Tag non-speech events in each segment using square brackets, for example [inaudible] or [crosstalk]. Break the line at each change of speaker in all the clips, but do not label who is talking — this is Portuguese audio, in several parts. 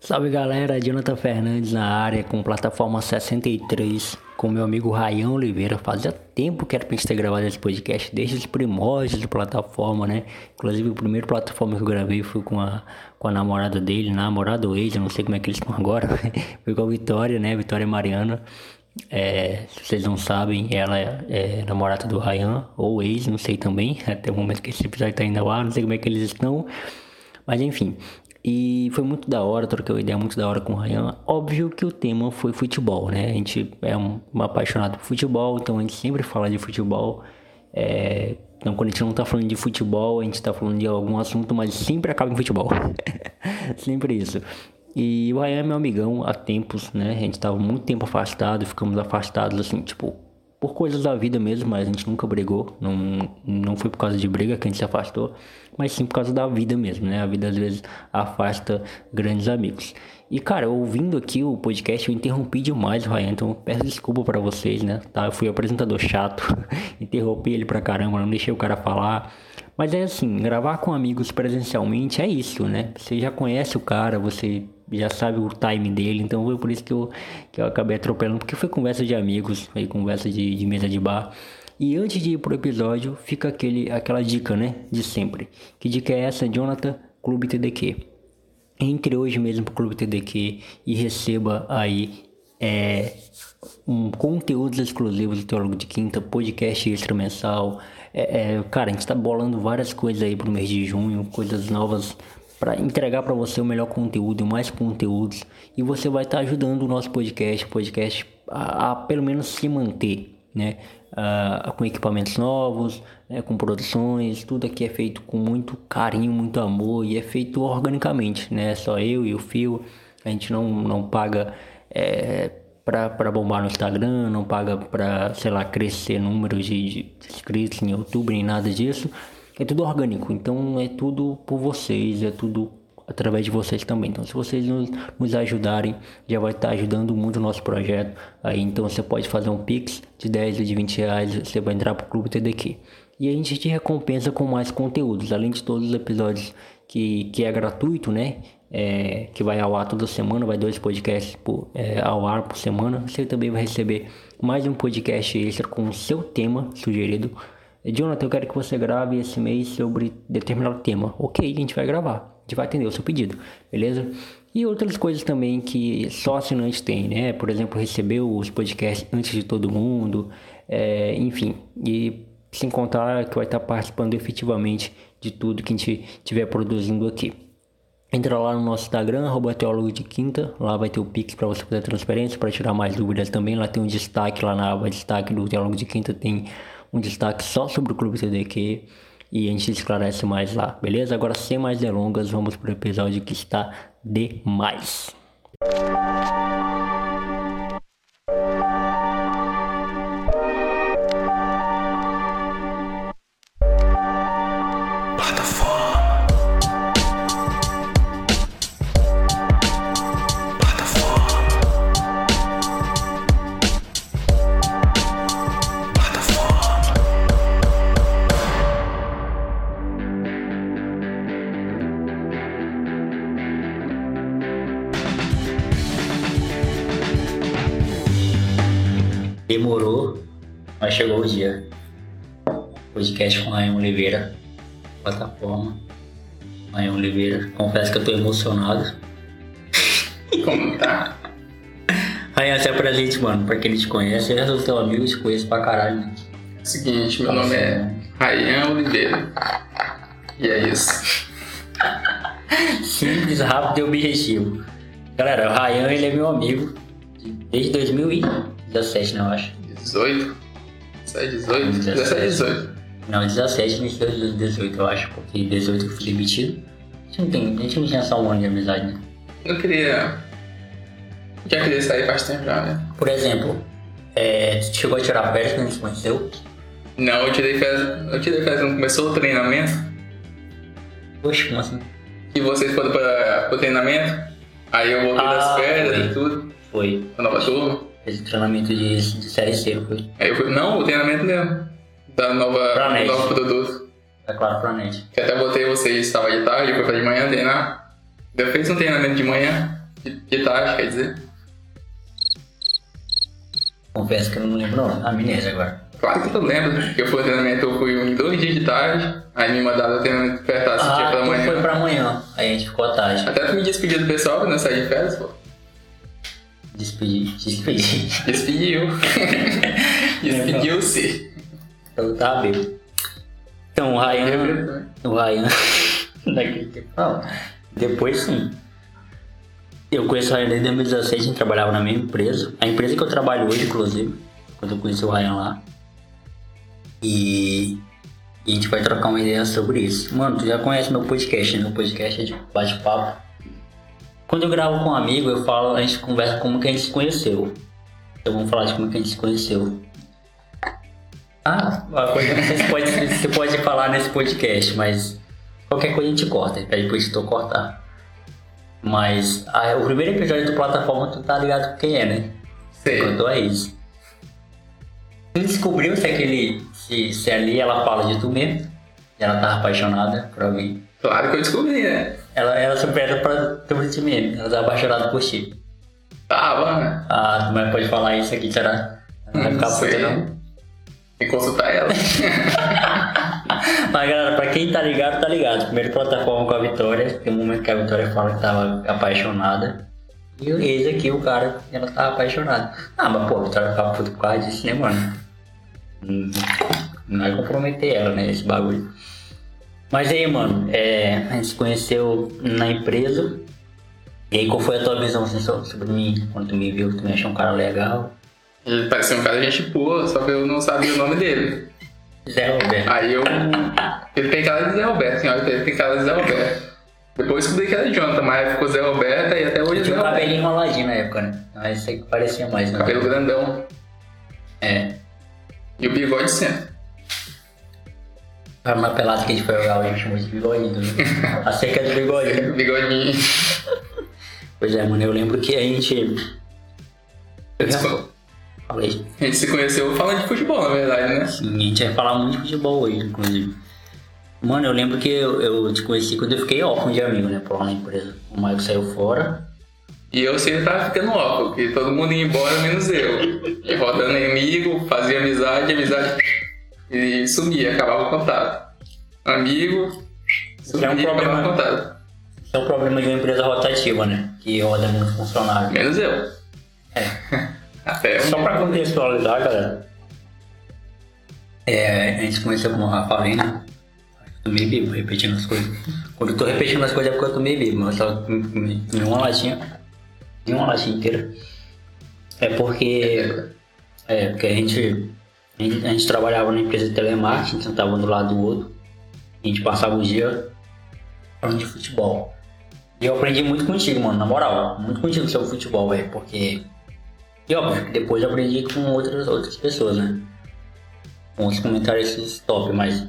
Salve galera, Jonathan Fernandes na área com plataforma 63 com meu amigo Raião Oliveira. Fazia tempo que era pra gente ter gravado esse podcast, desde os primórdios de plataforma, né? Inclusive, o primeiro plataforma que eu gravei foi com a, com a namorada dele, namorada ou ex, eu não sei como é que eles estão agora. [laughs] foi com a Vitória, né? Vitória Mariana. É, se vocês não sabem, ela é, é namorada do Ryan, ou ex, não sei também. [laughs] Até o momento que esse episódio tá indo ao ar, não sei como é que eles estão. Mas enfim, e foi muito da hora, troquei uma ideia muito da hora com o Ryan. Óbvio que o tema foi futebol, né? A gente é um, um apaixonado por futebol, então a gente sempre fala de futebol. É, Então quando a gente não tá falando de futebol, a gente tá falando de algum assunto, mas sempre acaba em futebol. [laughs] sempre isso. E o Ryan é meu amigão há tempos, né? A gente tava muito tempo afastado, ficamos afastados, assim, tipo, por coisas da vida mesmo, mas a gente nunca brigou. Não, não foi por causa de briga que a gente se afastou, mas sim por causa da vida mesmo, né? A vida às vezes afasta grandes amigos. E cara, ouvindo aqui o podcast, eu interrompi demais o Ryan, então eu peço desculpa para vocês, né? Tá, eu fui apresentador chato, [laughs] interrompi ele pra caramba, não deixei o cara falar. Mas é assim, gravar com amigos presencialmente é isso, né? Você já conhece o cara, você já sabe o time dele, então foi por isso que eu, que eu acabei atropelando, porque foi conversa de amigos, foi conversa de, de mesa de bar. E antes de ir pro episódio, fica aquele, aquela dica, né? De sempre. Que dica é essa, Jonathan? Clube TDQ. Entre hoje mesmo pro Clube TDQ e receba aí é, um, conteúdos exclusivos do Teólogo de Quinta, podcast extra mensal. É, é, cara, a gente tá bolando várias coisas aí pro mês de junho, coisas novas para entregar para você o melhor conteúdo, mais conteúdos, e você vai estar tá ajudando o nosso podcast, o podcast a, a, pelo menos se manter, né? Uh, com equipamentos novos, né? com produções, tudo aqui é feito com muito carinho, muito amor e é feito organicamente, né? Só eu e o Fio, a gente não, não paga é, para bombar no Instagram, não paga para, sei lá, crescer números de, de inscritos em YouTube, nem nada disso é tudo orgânico, então é tudo por vocês, é tudo através de vocês também. Então, se vocês nos, nos ajudarem, já vai estar tá ajudando muito o nosso projeto. Aí, então, você pode fazer um pix de 10 ou de 20 reais, você vai entrar para o Clube TDQ. E a gente te recompensa com mais conteúdos, além de todos os episódios que, que é gratuito, né? É, que vai ao ar toda semana, vai dois podcasts por, é, ao ar por semana. Você também vai receber mais um podcast extra com o seu tema sugerido. Jonathan, eu quero que você grave esse mês sobre determinado tema. Ok, a gente vai gravar. A gente vai atender o seu pedido, beleza? E outras coisas também que só assinante tem, né? Por exemplo, receber os podcasts antes de todo mundo, é, enfim. E sem contar que vai estar participando efetivamente de tudo que a gente estiver produzindo aqui. Entra lá no nosso Instagram, arroba teólogo de quinta. Lá vai ter o Pix para você fazer transferência, para tirar mais dúvidas também. Lá tem um destaque, lá na aba destaque do teólogo de quinta tem um destaque só sobre o Clube TDQ e a gente esclarece mais lá, beleza? Agora, sem mais delongas, vamos pro episódio que está demais. Demorou, mas chegou o dia. Podcast com Ryan Oliveira, plataforma. Ryan Oliveira, confesso que eu tô emocionado.
Como tá?
Ryan, se apresente, mano, pra quem não te conhece. Eu sou teu amigo, te conheço pra caralho. né?
Seguinte, meu nome é Rayan Oliveira. E é isso.
Simples, rápido e objetivo. Galera, o Ryan, ele é meu amigo desde 2017, né, eu acho.
18? 17, 18? 17, 18.
Não, 17, iniciou em 2018, eu acho, porque em 18 eu fui demitido. A gente não, tem, a gente não tinha só um ano de amizade, né?
Eu queria. Já queria sair faz tempo já, né?
Por exemplo, é, tu chegou a tirar férias quando a gente se conheceu?
Não, eu tirei férias. Eu tirei férias quando começou o treinamento.
Poxa, como assim?
E vocês foram para o treinamento. Aí eu voltei das
Ah,
férias
foi.
e tudo.
Foi.
pra nova turma.
Fez o treinamento de, de série C, não foi.
Aí eu fui. Não, o treinamento mesmo. Da
Pra
nova,
net.
do novo produto.
Tá claro pra net.
Que até botei vocês, estava de tarde, eu fui pra de manhã treinar. Eu fiz um treinamento de manhã. Que, que tarde, quer dizer?
Confesso que eu não lembro, não. Amnésia agora.
Claro que tu lembra, que eu fui ao treinamento, eu fui em dois dias de tarde, aí me mandaram o treinamento despertar esse dia
Ah,
pela
então
manhã.
foi pra amanhã. Aí a gente ficou à tarde.
Até tu me despediu do pessoal quando eu saí de férias, pô.
Despedi, despedi. [laughs]
Despediu. Despediu-se.
Eu tava bêbado. tá, Então, o Ryan. O Ryan. [laughs] Daquele tempo. Não. Depois sim. Eu conheço o Ryan desde 2017, a gente trabalhava na mesma empresa. A empresa que eu trabalho hoje, inclusive, quando eu conheci o Ryan lá. E, e a gente vai trocar uma ideia sobre isso. Mano, tu já conhece meu podcast, né? Meu podcast é de bate-papo. Quando eu gravo com um amigo, eu falo, a gente conversa como que a gente se conheceu. Então vamos falar de como que a gente se conheceu. Ah, uma coisa que você pode, você pode falar nesse podcast, mas qualquer coisa a gente corta, pede pro editor cortar. Mas ah, o primeiro episódio do plataforma tu tá ligado quem é, né?
Sei.
Quanto a isso. Tu descobriu se aquele. Se, se ali ela fala de tu mesmo. E ela tava apaixonada por alguém.
Claro que eu descobri, né?
Ela, ela supera pra tu de mesmo. Ela tava apaixonada por ti.
Tava, né?
Ah, mas pode falar isso aqui, será? Ela vai ficar puta não.
Tem que consultar ela.
Mas galera, pra quem tá ligado, tá ligado. Primeiro plataforma com a Vitória, tem um momento que a Vitória fala que tava apaixonada. E eis aqui o cara, ela tava apaixonada. Ah, mas pô, a Vitória ficava puta por causa disso, né, mano? Hum, Não vai comprometer ela, né, esse bagulho. Mas aí, mano, é, a gente se conheceu na empresa. E aí, qual foi a tua visão assim, so- sobre mim? Quando tu me viu, tu me achou um cara legal?
Ele parecia um cara de gente boa, só que eu não sabia o nome dele.
Zé Roberto.
Aí eu. Ele tem cara de Zé Roberto, senhora, ele tem cara de Zé Roberto. Depois eu descobri que era Jonathan, mas ficou Zé Roberto e até hoje é Zé
Tinha um
Roberto.
cabelinho enroladinho na época, né? Mas isso aí que parecia mais, né?
Cabelo grandão.
É.
E o bigode sempre. [laughs]
Era uma pelada que a gente foi jogar, a gente chamou de bigodinho. Né? A seca do bigodinho.
Bigodinho.
Pois é, mano, eu lembro que a gente. Eu já falei.
A gente se conheceu falando de futebol, na verdade, né?
Sim, a gente vai falar muito de futebol hoje, inclusive. Mano, eu lembro que eu, eu te conheci quando eu fiquei órfão de amigo, né? Por lá na empresa. O Maicon saiu fora.
E eu sempre tava ficando louco, porque todo mundo ia embora, menos eu. E rodando inimigo, fazia amizade, amizade. E sumia, acabava o contato. Amigo,
Já
sumia,
é um problema,
acabava o
né?
contato.
Isso é o problema de uma empresa rotativa, né? Que roda É. muito funcionário.
Menos eu. Até
É, Só
um.
pra contextualizar, galera. É, a gente começou como eu falei, né? Eu tomei bebo, repetindo as coisas. Quando eu tô repetindo as coisas é porque eu tomei bebo, mas eu só tomei tomei uma latinha. Nem uma latinha inteira. É porque. É, porque a gente. A gente, a gente trabalhava numa empresa de telemarketing, sentava um do lado do outro. A gente passava o dia falando de futebol. E eu aprendi muito contigo, mano, na moral. Muito contigo sobre futebol, velho, porque e óbvio, depois eu aprendi com outras, outras pessoas, né? Com os comentários top, mas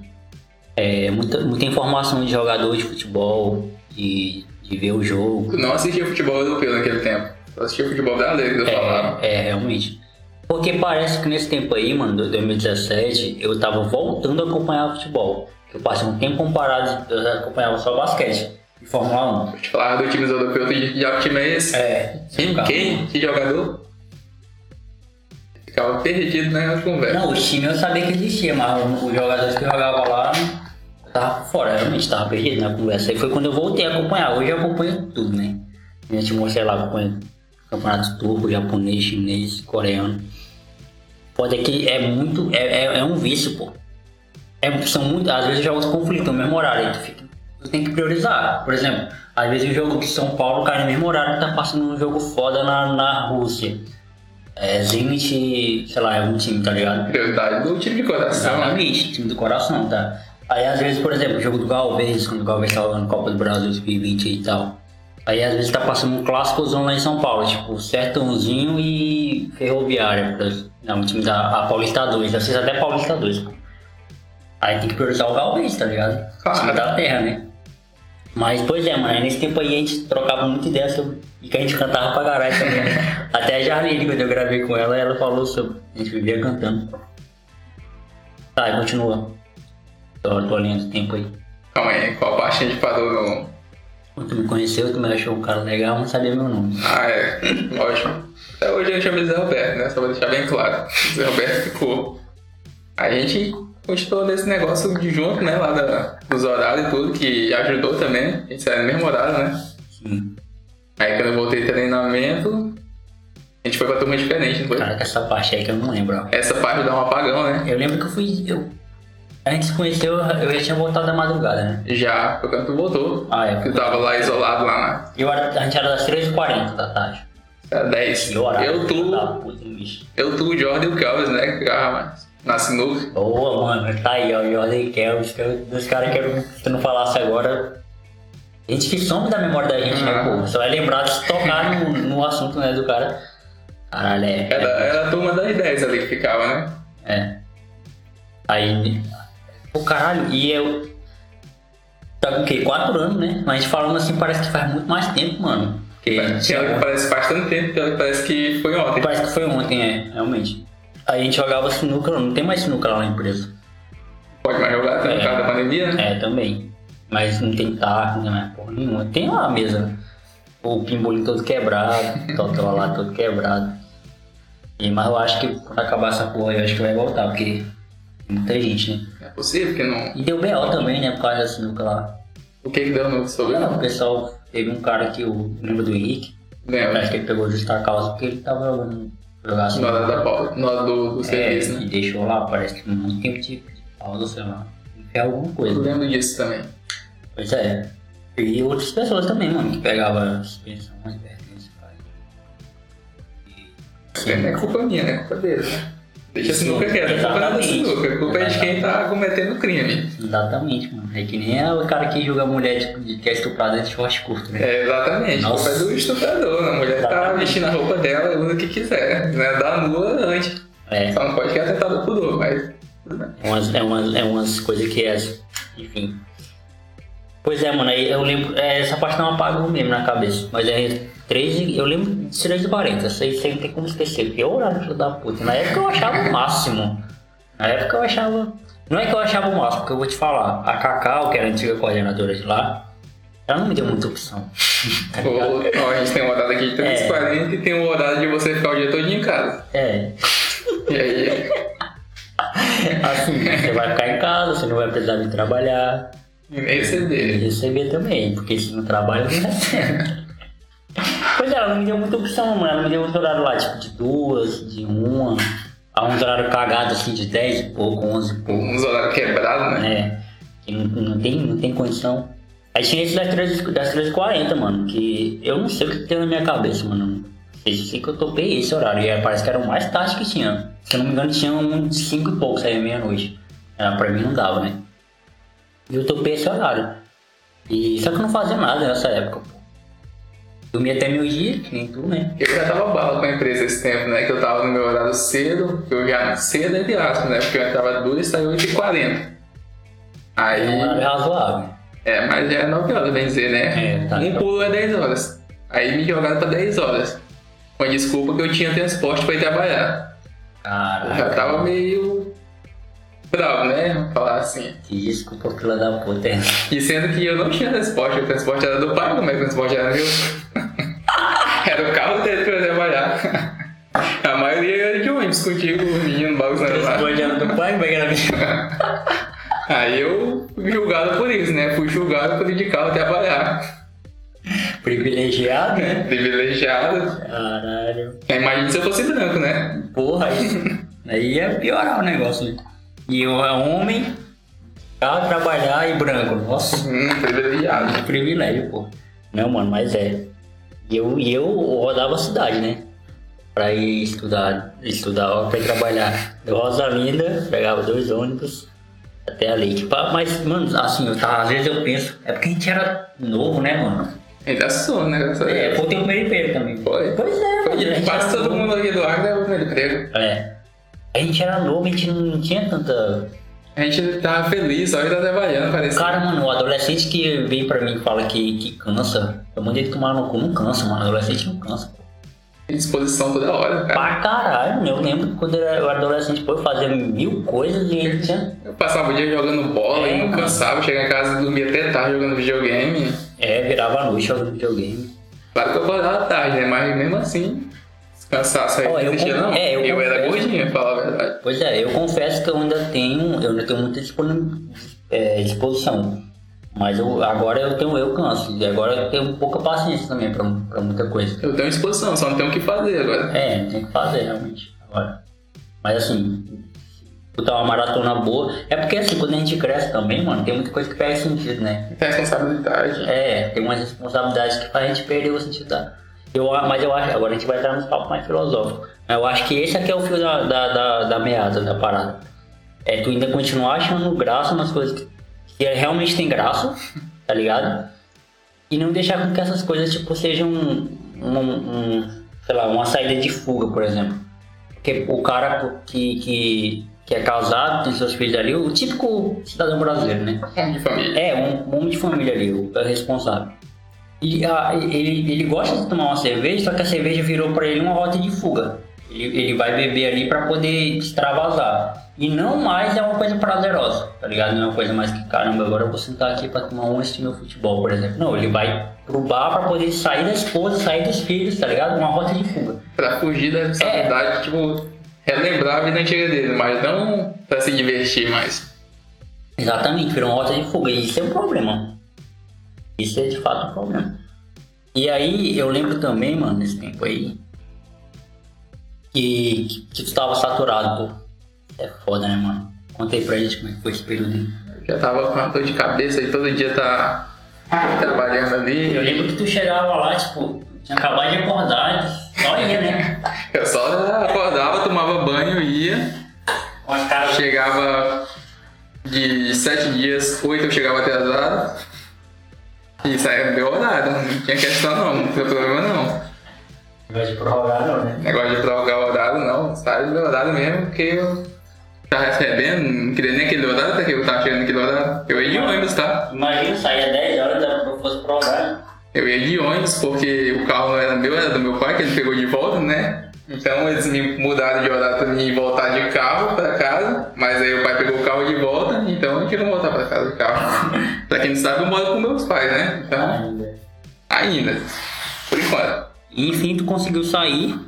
é muita, muita informação de jogador de futebol, de, de ver o jogo.
Tu não assistia futebol europeu naquele tempo. Eu assistia futebol brasileiro, que eu falava.
É, é, realmente. Porque parece que nesse tempo aí, mano, do- 2017, eu tava voltando a acompanhar futebol. Eu passei um tempo comparado, eu acompanhava só basquete e Fórmula 1.
Te falava do time europeu, tu já que time é esse?
É.
Quem?
ficava-
Quem? Que jogador? Ficava perdido né, na conversa.
Não, o time eu sabia que existia, mas os jogadores que eu jogava lá eu tava por fora, eu realmente tava perdido na conversa. Aí foi quando eu voltei a acompanhar. Hoje eu acompanho tudo, né? Eu te mostrei lá, eu acompanho campeonato turco, japonês, chinês, coreano. Pode é que é muito. É, é, é um vício, pô. É, são muito, às vezes jogos conflitam no mesmo horário, aí tu, fica- tu tem que priorizar. Por exemplo, às vezes o jogo de São Paulo cai no mesmo horário que tá passando um jogo foda na, na Rússia. É Zenit, sei lá, é um time, tá ligado?
Prioridade do time de coração. né?
Exatamente, time do coração, tá? Aí às vezes, por exemplo, o jogo do Galvez, quando o Galvez tava jogando Copa do Brasil 2020 e tal. Aí às vezes tá passando um clássicozão lá em São Paulo, tipo Sertãozinho e Ferroviária. por exemplo. Não, o time da a Paulista 2, às vezes até Paulista 2. pô. Aí tem que priorizar o Galvez, tá ligado?
Claro.
O time da terra, né? Mas, pois é, mano, aí nesse tempo aí a gente trocava muita ideia sobre. E que a gente cantava pra caralho também. Até a Jarlene, quando eu gravei com ela, ela falou sobre. A gente vivia cantando. Tá, e continua. Tô, tô olhando o tempo aí.
Calma aí, qual parte a gente parou no.
Quando tu me conheceu, tu me achou um cara legal, não sabia meu nome.
Ah, é. [laughs] Ótimo. Até hoje eu chamo de Zé Roberto, né? Só pra deixar bem claro. Zé Roberto ficou. A gente gostou desse negócio de junto, né? Lá da- dos horários e tudo, que ajudou também. A gente saiu no mesmo horário, né?
Sim.
Aí quando eu voltei de treinamento, a gente foi pra turma diferente, não foi?
Caraca, essa parte aí que eu não lembro, ó.
Essa parte dá um apagão, né?
Eu lembro que eu fui. Eu... A gente se conheceu, eu já tinha voltado da madrugada, né?
Já, foi quando tu voltou.
Ah, é.
Tu tava lá isolado lá
Eu era- a gente era das 3h40 da tarde.
na era 10.
Que horário?
Eu, tu,
Tá, puta, bicho.
eu, tu, o Jordan e o Calves, né? que ficava Na sinuca.
Boa, mano. Tá aí, ó. Jordan e Kelvis. que eu- Dos caras que eu- se eu não falasse agora. Gente que some da memória da gente, né,
Uhum.
pô? Só vai lembrar se tocar no, no assunto, né, do cara. Caralho, é.
Era, era a turma das 10 ali que ficava, né?
É. Aí. Pô, caralho, e eu. Tá com o quê? Quatro anos, né? Mas a gente falando assim parece que faz muito mais tempo, mano. Porque
Tinha hora que parece bastante tempo, tinha hora que parece que foi ontem.
parece que foi ontem, é, realmente. Aí a gente jogava sinuca, não tem mais sinuca lá na empresa.
Pode mais jogar, tá
É.
no caso da pandemia, né?
É, também. Mas não tem taco, não é porra nenhuma. Tem lá a mesa. O pimbolim todo quebrado, [laughs] o totó lá todo quebrado. E, mas eu acho que quando acabar essa porra aí, eu acho que vai voltar, porque tem muita gente, né?
É possível que não.
E deu B.O. também, né? Por causa da sinuca lá.
O que que deu no sobre?
O pessoal teve um cara que eu lembro do Henrique.
Lembra?
Parece que ele pegou justa causa porque ele tava jogando jogar
Na hora da
sinuca.
pausa, na hora do, do
É,
serviço, né?
e deixou lá, parece que muito tempo de pausa, sei lá. É alguma
Eu
coisa.
lembro disso também.
Pois é. E outras pessoas também, mano, que pegava suspensão, mas pertence, pai.
É, Não é culpa minha, né? É culpa dele, né? Deixa a sinuca
Sim,
quieta, a culpa não é da
exatamente.
sinuca, a culpa é de quem tá cometendo o crime.
Exatamente, mano. É que nem é o cara que joga mulher tipo, de que é estuprada de short curto, né?
É, exatamente, a culpa é
Nossa.
do estuprador, né? a mulher tá
Exatamente.
vestindo a roupa dela, usa o que quiser, né? Dá nua antes.
É.
Só não pode que é atentado ao pudor, mas tudo bem.
É umas, é umas, é umas coisas que é. Enfim. Pois é, mano, aí eu lembro. é, essa parte não apagou mesmo na cabeça. Mas é 13. Eu lembro de 13 e 40. Isso aí você não tem como esquecer. Porque eu horário filho da puta. Na época eu achava o máximo. Na época eu achava. Não é que eu achava o máximo, porque eu vou te falar. A Cacau, que era a antiga coordenadora de lá, ela não me deu muita opção. Tá ligado?
Ou- ó, a gente tem um horário aqui de 3h40 e tem um horário de você ficar o dia todo em casa.
É. [laughs]
E aí, [laughs]
Assim, você vai ficar em casa, você não vai precisar vir trabalhar.
e nem receber.
receber também, porque se não trabalha, não recebe. pois é, ela não me deu muita opção, mano. Ela me deu uns horários lá, tipo, de duas, de uma. A uns horários cagados, assim, de 10 e pouco, 11 e pouco,
Uns horários quebrados, Um né?
né? Que não, não tem, não tem condição. Aí tinha esse das 13h40, das 13h40, mano, que eu não sei o que que tem na minha cabeça, mano. Eu sei que eu topei esse horário, e aí parece que era o mais tarde que tinha. Se eu não me engano, tinha um de 5 e pouco, saía meia-noite. Ah, Pra mim não dava, né? E eu topei esse horário. E só que eu não fazia nada nessa época, pô. Dormia até meu dia, que nem tu, né?
Eu já tava bala com a empresa esse tempo, né? Que eu tava no meu horário cedo, que eu já cedo entre aspas, né? Porque eu entrava duas e saía 8h40.
Era um
Aí,
horário razoável.
é, mas já é 9 horas, bem dizer, né?
É, tá.
Um pulo é 10 horas. Aí me jogaram pra 10 horas. Com a desculpa que eu tinha transporte pra ir trabalhar. Eu já
Caraca,
tava meio. bravo, né? Vamos falar assim.
que desculpa, fila da puta. [laughs]
E sendo que eu não tinha transporte, o transporte era do pai, como é que o transporte era meu? [laughs] era o carro dele pra eu trabalhar. A maioria era de ônibus contigo, o menino bagunçando lá.
Responde era do pai, vai era minha.
Aí eu fui julgado por isso, né? Fui julgado por ir de carro trabalhar.
Privilegiado, né?
Privilegiado.
Caralho.
Imagina se eu fosse branco, né?
Porra, aí, aí ia piorar o negócio, né? E eu é homem, pra trabalhar e branco. Nossa,
Hum, privilegiado.
que privilégio, pô. Não, mano, mas é. E eu, e eu rodava a cidade, né? Pra ir estudar, estudar, pra ir trabalhar. Eu Rosalinda, pegava dois ônibus até ali. Tipo, ah, mas, mano, assim, eu tava, às vezes eu penso, é porque a gente era novo, né, mano?
Ainda sou, né? Graças a Deus.
É, foi o teu primeiro emprego também.
Foi.
Pois é,
Foi
mano, a
de
gente
quase
era
todo
novo.
mundo aqui do Agro é o primeiro emprego.
É. A gente era novo, a gente não tinha tanta.
A gente tava feliz, só tá trabalhando, parecia.
Cara, mano, o adolescente que vem pra mim e fala que, que cansa, eu mandei ele tomar no cu, não cansa, mano. Adolescente não cansa. pô.
Em disposição toda hora, cara.
Pra caralho, meu. Eu lembro que quando eu era eu era adolescente, pô, eu fazia mil coisas e ele tinha.
Eu passava o dia jogando bola
É,
e não
mano.
cansava, chegava em casa e dormia até tarde jogando videogame.
É, virava a noite jogando videogame.
Claro que eu acordava tarde, né? Mas mesmo assim, cansaço aí
Ó,
não
eu
existia,
con-
não.
é, eu
eu era
confesso.
gordinho, pra falar a verdade.
Pois é, eu confesso que eu ainda tenho, eu ainda tenho muita disponi- é, disposição. Mas eu, agora eu tenho, eu canso. E agora eu tenho pouca paciência também pra, pra muita coisa.
Eu tenho disposição, só não tenho o que fazer agora.
É, tem que fazer realmente agora. Mas assim, botar uma maratona boa. É porque assim, quando a gente cresce também, mano, tem muita coisa que perde sentido, né?
Tem responsabilidade.
É, tem umas responsabilidades que faz a gente perder o sentido da. Eu, a- mas eu acho, agora a gente vai entrar num papo mais filosófico. Mas Eu acho que esse aqui é o fio da, da, da, da meada, da parada. É tu ainda continuar achando graça nas coisas que, que é, realmente tem graça, tá ligado? E não deixar com que essas coisas tipo, sejam um, um- um, sei lá, uma saída de fuga, por exemplo. Porque o cara que, que, que é casado, tem seus filhos ali, o típico cidadão brasileiro, né?
Homem de família.
É, um homem de família ali, o é o responsável. E a- ele, ele gosta de tomar uma cerveja, só que a cerveja virou pra ele uma rota de fuga. Ele, ele vai beber ali pra poder extravasar. E não mais é uma coisa prazerosa, tá ligado? Não é uma coisa mais que, caramba, agora eu vou sentar aqui pra tomar um e assistir meu futebol, por exemplo. Não, ele vai pro bar pra poder sair da esposa, sair dos filhos, tá ligado? Uma rota de fuga.
Pra fugir da
É.
responsabilidade, tipo, relembrar a vida antiga dele, mas não pra se divertir mais.
Exatamente, virou uma rota de fuga. E isso é um problema. Isso é de fato um problema. E aí eu lembro também, mano, nesse tempo aí, que, que, que tu tava saturado, pô. É foda, né, mano? Contei pra gente como é que foi esse período aí.
Já tava com uma dor de cabeça e todo dia tá trabalhando
Eu
ali.
lembro que tu chegava lá, tipo, tinha acabado de acordar, e só ia, né?
Eu só acordava, tomava banho e ia.
Com as caras.
Chegava de sete dias, oito eu chegava atrasado. E saía no meu horário, não tinha questão não, não tinha problema não.
Vai de prorrogar, não, né?
Negócio de prorrogar o horário, não. Sai do meu horário mesmo, porque eu tava recebendo, não queria nem aquele horário, até que eu tava chegando naquele horário. Eu ia de ônibus, tá?
Imagina, saía 10 horas da fosse prorrogar.
Eu ia de ônibus porque o carro não era meu, era do meu pai, que ele pegou de volta, né? Então eles me mudaram de horário pra mim voltar de carro pra casa, mas aí o pai pegou o carro de volta, então eu tinha que voltar pra casa de carro. [laughs] pra quem não sabe, eu moro com meus pais, né? Então,
Ainda.
ainda, por enquanto.
E, Enfim, tu conseguiu sair.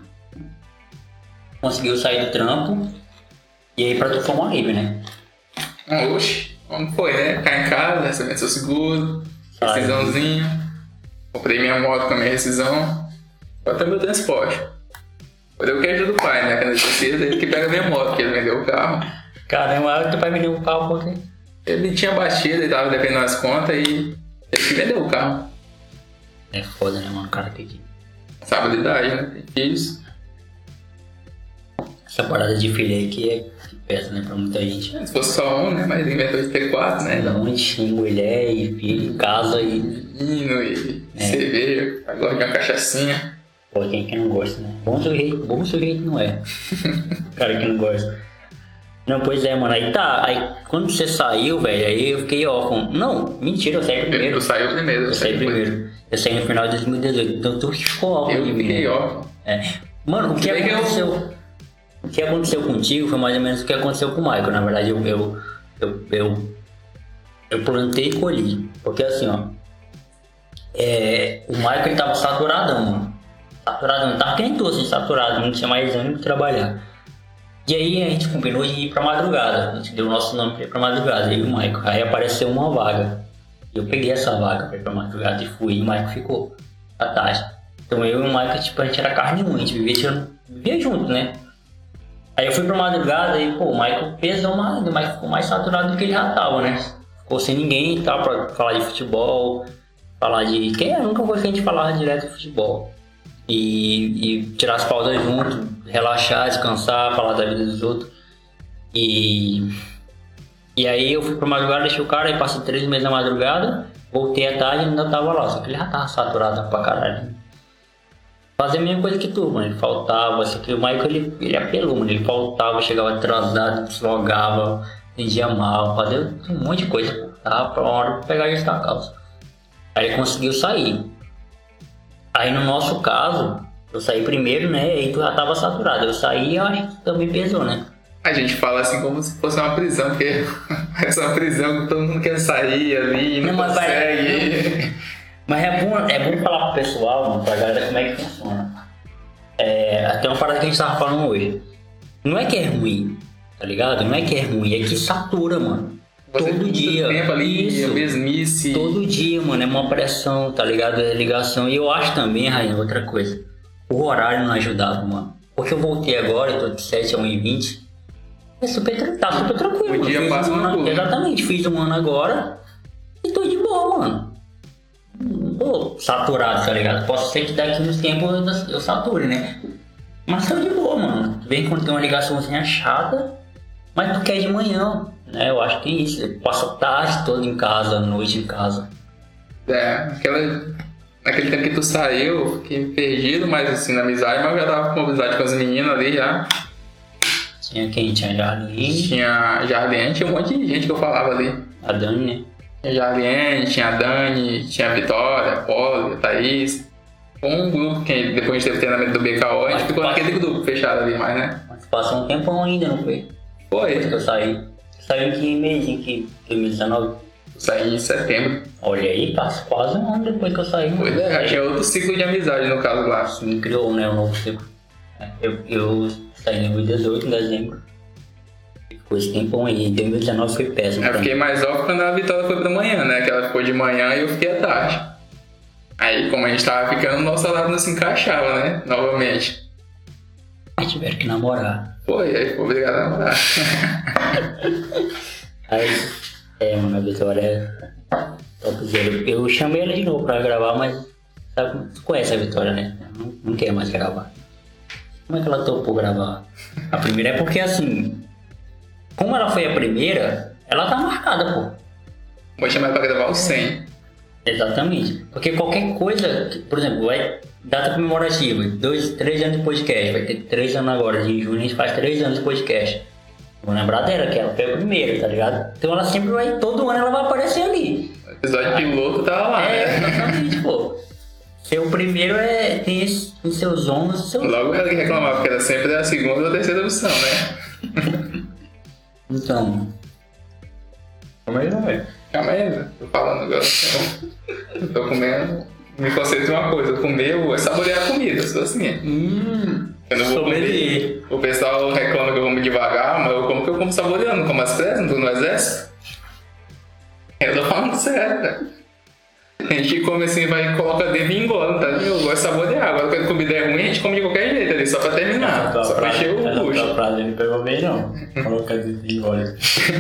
Conseguiu sair do trampo. E aí pra tu foi uma livre, né?
Ah, oxe, como foi, né? Ficar em casa, recebendo seu seguro,
Ah,
rescisãozinho. Comprei minha moto com a minha rescisão. Até meu transporte. Foi o que ajuda o pai, né? Quando ele precisa, ele que pega minha moto, porque ele vendeu o carro.
Caramba, aí tu vai vender o carro por quê?
Ele tinha batido, ele tava devendo as contas e ele que vendeu o carro.
É foda, né, mano? Cara, que
Responsabilidade, né? Isso.
essa parada de filha aí que é que pesa, né, pra muita gente. É
Se fosse só um, né? Mas ele inventou de ter quatro, né?
Da
Então,
onde tinha mulher e filho em casa e.
menino e
É.
cerveja, agora de uma cachaçinha.
Pô, quem que não gosta, né? Bom sujeito, bom sujeito não é. [laughs] cara que não gosta. Não, pois é, mano. Aí tá, aí quando você saiu, velho, aí eu fiquei órfão. Não, mentira, eu saí primeiro.
Eu saí primeiro, eu
Eu
saí
saí primeiro. Eu saí no final de 2018. Então tu ficou órfão
Eu
de mim.
fiquei
né?
ó.
É. Mano, o que
Se bem que eu-
aconteceu? O que aconteceu contigo foi mais ou menos o que aconteceu com o Michael. Na verdade, eu. Eu, eu, eu, eu plantei e colhi. Porque assim, ó. é, o Michael ele tava saturadão, mano. Saturadão. Tava que nem tu, assim, saturado. Não tinha mais ânimo de trabalhar. E aí a gente combinou de ir pra madrugada. A gente deu o nosso nome pra ir pra madrugada, eu e o Maico. Aí apareceu uma vaga. Eu peguei essa vaga pra ir pra madrugada e fui, e o Maico ficou à tarde. Então eu e o Maico, tipo, a gente era carne e unha, a gente vivia, tirando- vivia junto, né? Aí eu fui pra madrugada e, pô, o Maico pesou mais, ainda, o Maico ficou mais saturado do que ele já tava, né? Ficou sem ninguém e tal, pra falar de futebol, falar de. Quem é? Nunca foi que a gente falava direto de futebol e, e tirar as pausas junto, relaxar, descansar, falar da vida dos outros. E, e aí eu fui pra madrugada, deixei o cara, aí passei três meses na madrugada, voltei à tarde e ainda tava lá, só que ele já tava saturado pra caralho. Fazia a mesma coisa que tu, mano. Ele faltava, só que o Michael ele, ele apelou, mano. Ele faltava, chegava atrasado, deslogava, atendia mal, fazia um monte de coisa. Tava pra hora pra pegar isso na calça. Aí ele conseguiu sair. Aí no nosso caso, eu saí primeiro, né? E tu já tava saturado. Eu saí e acho que também pesou, né?
A gente fala assim como se fosse uma prisão, [laughs] é porque essa prisão que todo mundo quer sair ali, não,
Não, mas vai-
consegue.
Mas é bom, é bom falar pro pessoal, mano, pra galera como é que funciona. É, até uma parada que a gente tava falando hoje. Não é que é ruim, tá ligado? Não é que é ruim, é que satura, mano.
Você
Todo
fica
dia.
tempo ali,
Isso.
mesmice.
Todo dia, mano, é uma pressão, tá ligado? É ligação. E eu acho também, Rainha, outra coisa. O horário não ajudava, mano. Porque eu voltei agora, eu tô de 7 a 1h20. É super, tra- tá super tranquilo.
O
mano.
dia
Fiz
passa
um ano-
tranquilo.
Exatamente, fiz um ano agora e tô de boa, mano. Não Tô saturado, tá ligado? Posso ser que daqui uns tempos eu, eu sature, né? Mas tô de boa, mano. Vem quando tem uma ligaçãozinha chata, mas tu quer de manhã, né? Eu acho que é isso. Passa a tarde toda em casa, a noite em casa.
É, aquela, naquele tempo que tu saiu, fiquei perdido, mas assim, na amizade, mas eu já tava com amizade com as meninas ali já.
Tinha quem? Tinha a Jarlene,
Tinha a Jarliane, tinha um monte de gente que eu falava ali.
a Dani, né?
Tinha a Jarliane, tinha a Dani, tinha a Vitória, a Poli, a Thaís. Foi um grupo que depois a gente teve treinamento do BKO, a gente ficou naquele grupo fechado ali mais, né?
Mas passou um tempão ainda, não foi? Depois
Foi.
que eu saí. um Saiu que mês em assim, que? 2019.
Saí em setembro.
Olha aí, passa quase um ano depois que eu saí. mano.
Pois é,
Aí
tinha outro ciclo de amizade no caso lá.
me criou, né, o novo ciclo. Eu, eu saí em 2018, em dezembro. Ficou esse tempão aí. 2019 foi péssimo.
Eu
pra mim.
fiquei mais off quando a Vitória foi pra manhã, né? Que ela ficou de manhã e eu fiquei à tarde. Aí, como a gente tava ficando, o nosso salário não se encaixava, né? Novamente.
Aí tiveram que namorar.
Foi, aí ficou obrigado a namorar. [laughs]
Aí, é, mano, a Vitória é topzera. Eu chamei ela de novo pra gravar, mas sabe, tu conhece a Vitória, né? Não, não quer mais gravar. Como é que ela topou gravar? A primeira é porque, assim, como ela foi a primeira, ela tá marcada, pô.
Vou chamar pra gravar o 100.
Exatamente. Porque qualquer coisa, que- por exemplo, vai data comemorativa, dois, três anos de podcast, vai ter três anos agora, de junho a gente faz três anos de podcast. Vou lembrar dela, que ela foi a primeira, tá ligado? Então ela sempre vai, todo ano ela vai aparecer ali.
O episódio piloto tava lá,
É,
né?
exatamente, pô. Ser o primeiro é, tem esse, em seus ombros, seus...
Logo ela que reclamava, porque era sempre a segunda ou a terceira opção, né?
Então,
Calma aí, velho. Calma aí, velho. Tô falando agora. então. Tô comendo. Me concentro em uma coisa, eu comer, eu vou saborear a comida, eu sou assim.
hum,
Eu não vou
sobreviver.
comer. O pessoal reclama que eu como devagar, mas eu como que eu como saboreando, como as fresas, não tô no exército. Eu tô falando sério, velho. A gente come assim, vai e coloca dedo e engole, tá? Eu gosto de saborear. Agora quando a comida é ruim, a gente come de qualquer jeito ali, só pra
É,
terminar.
tá,
Só pra encher o bucho.
frase não pegou bem, não. Colocando de olho.
Se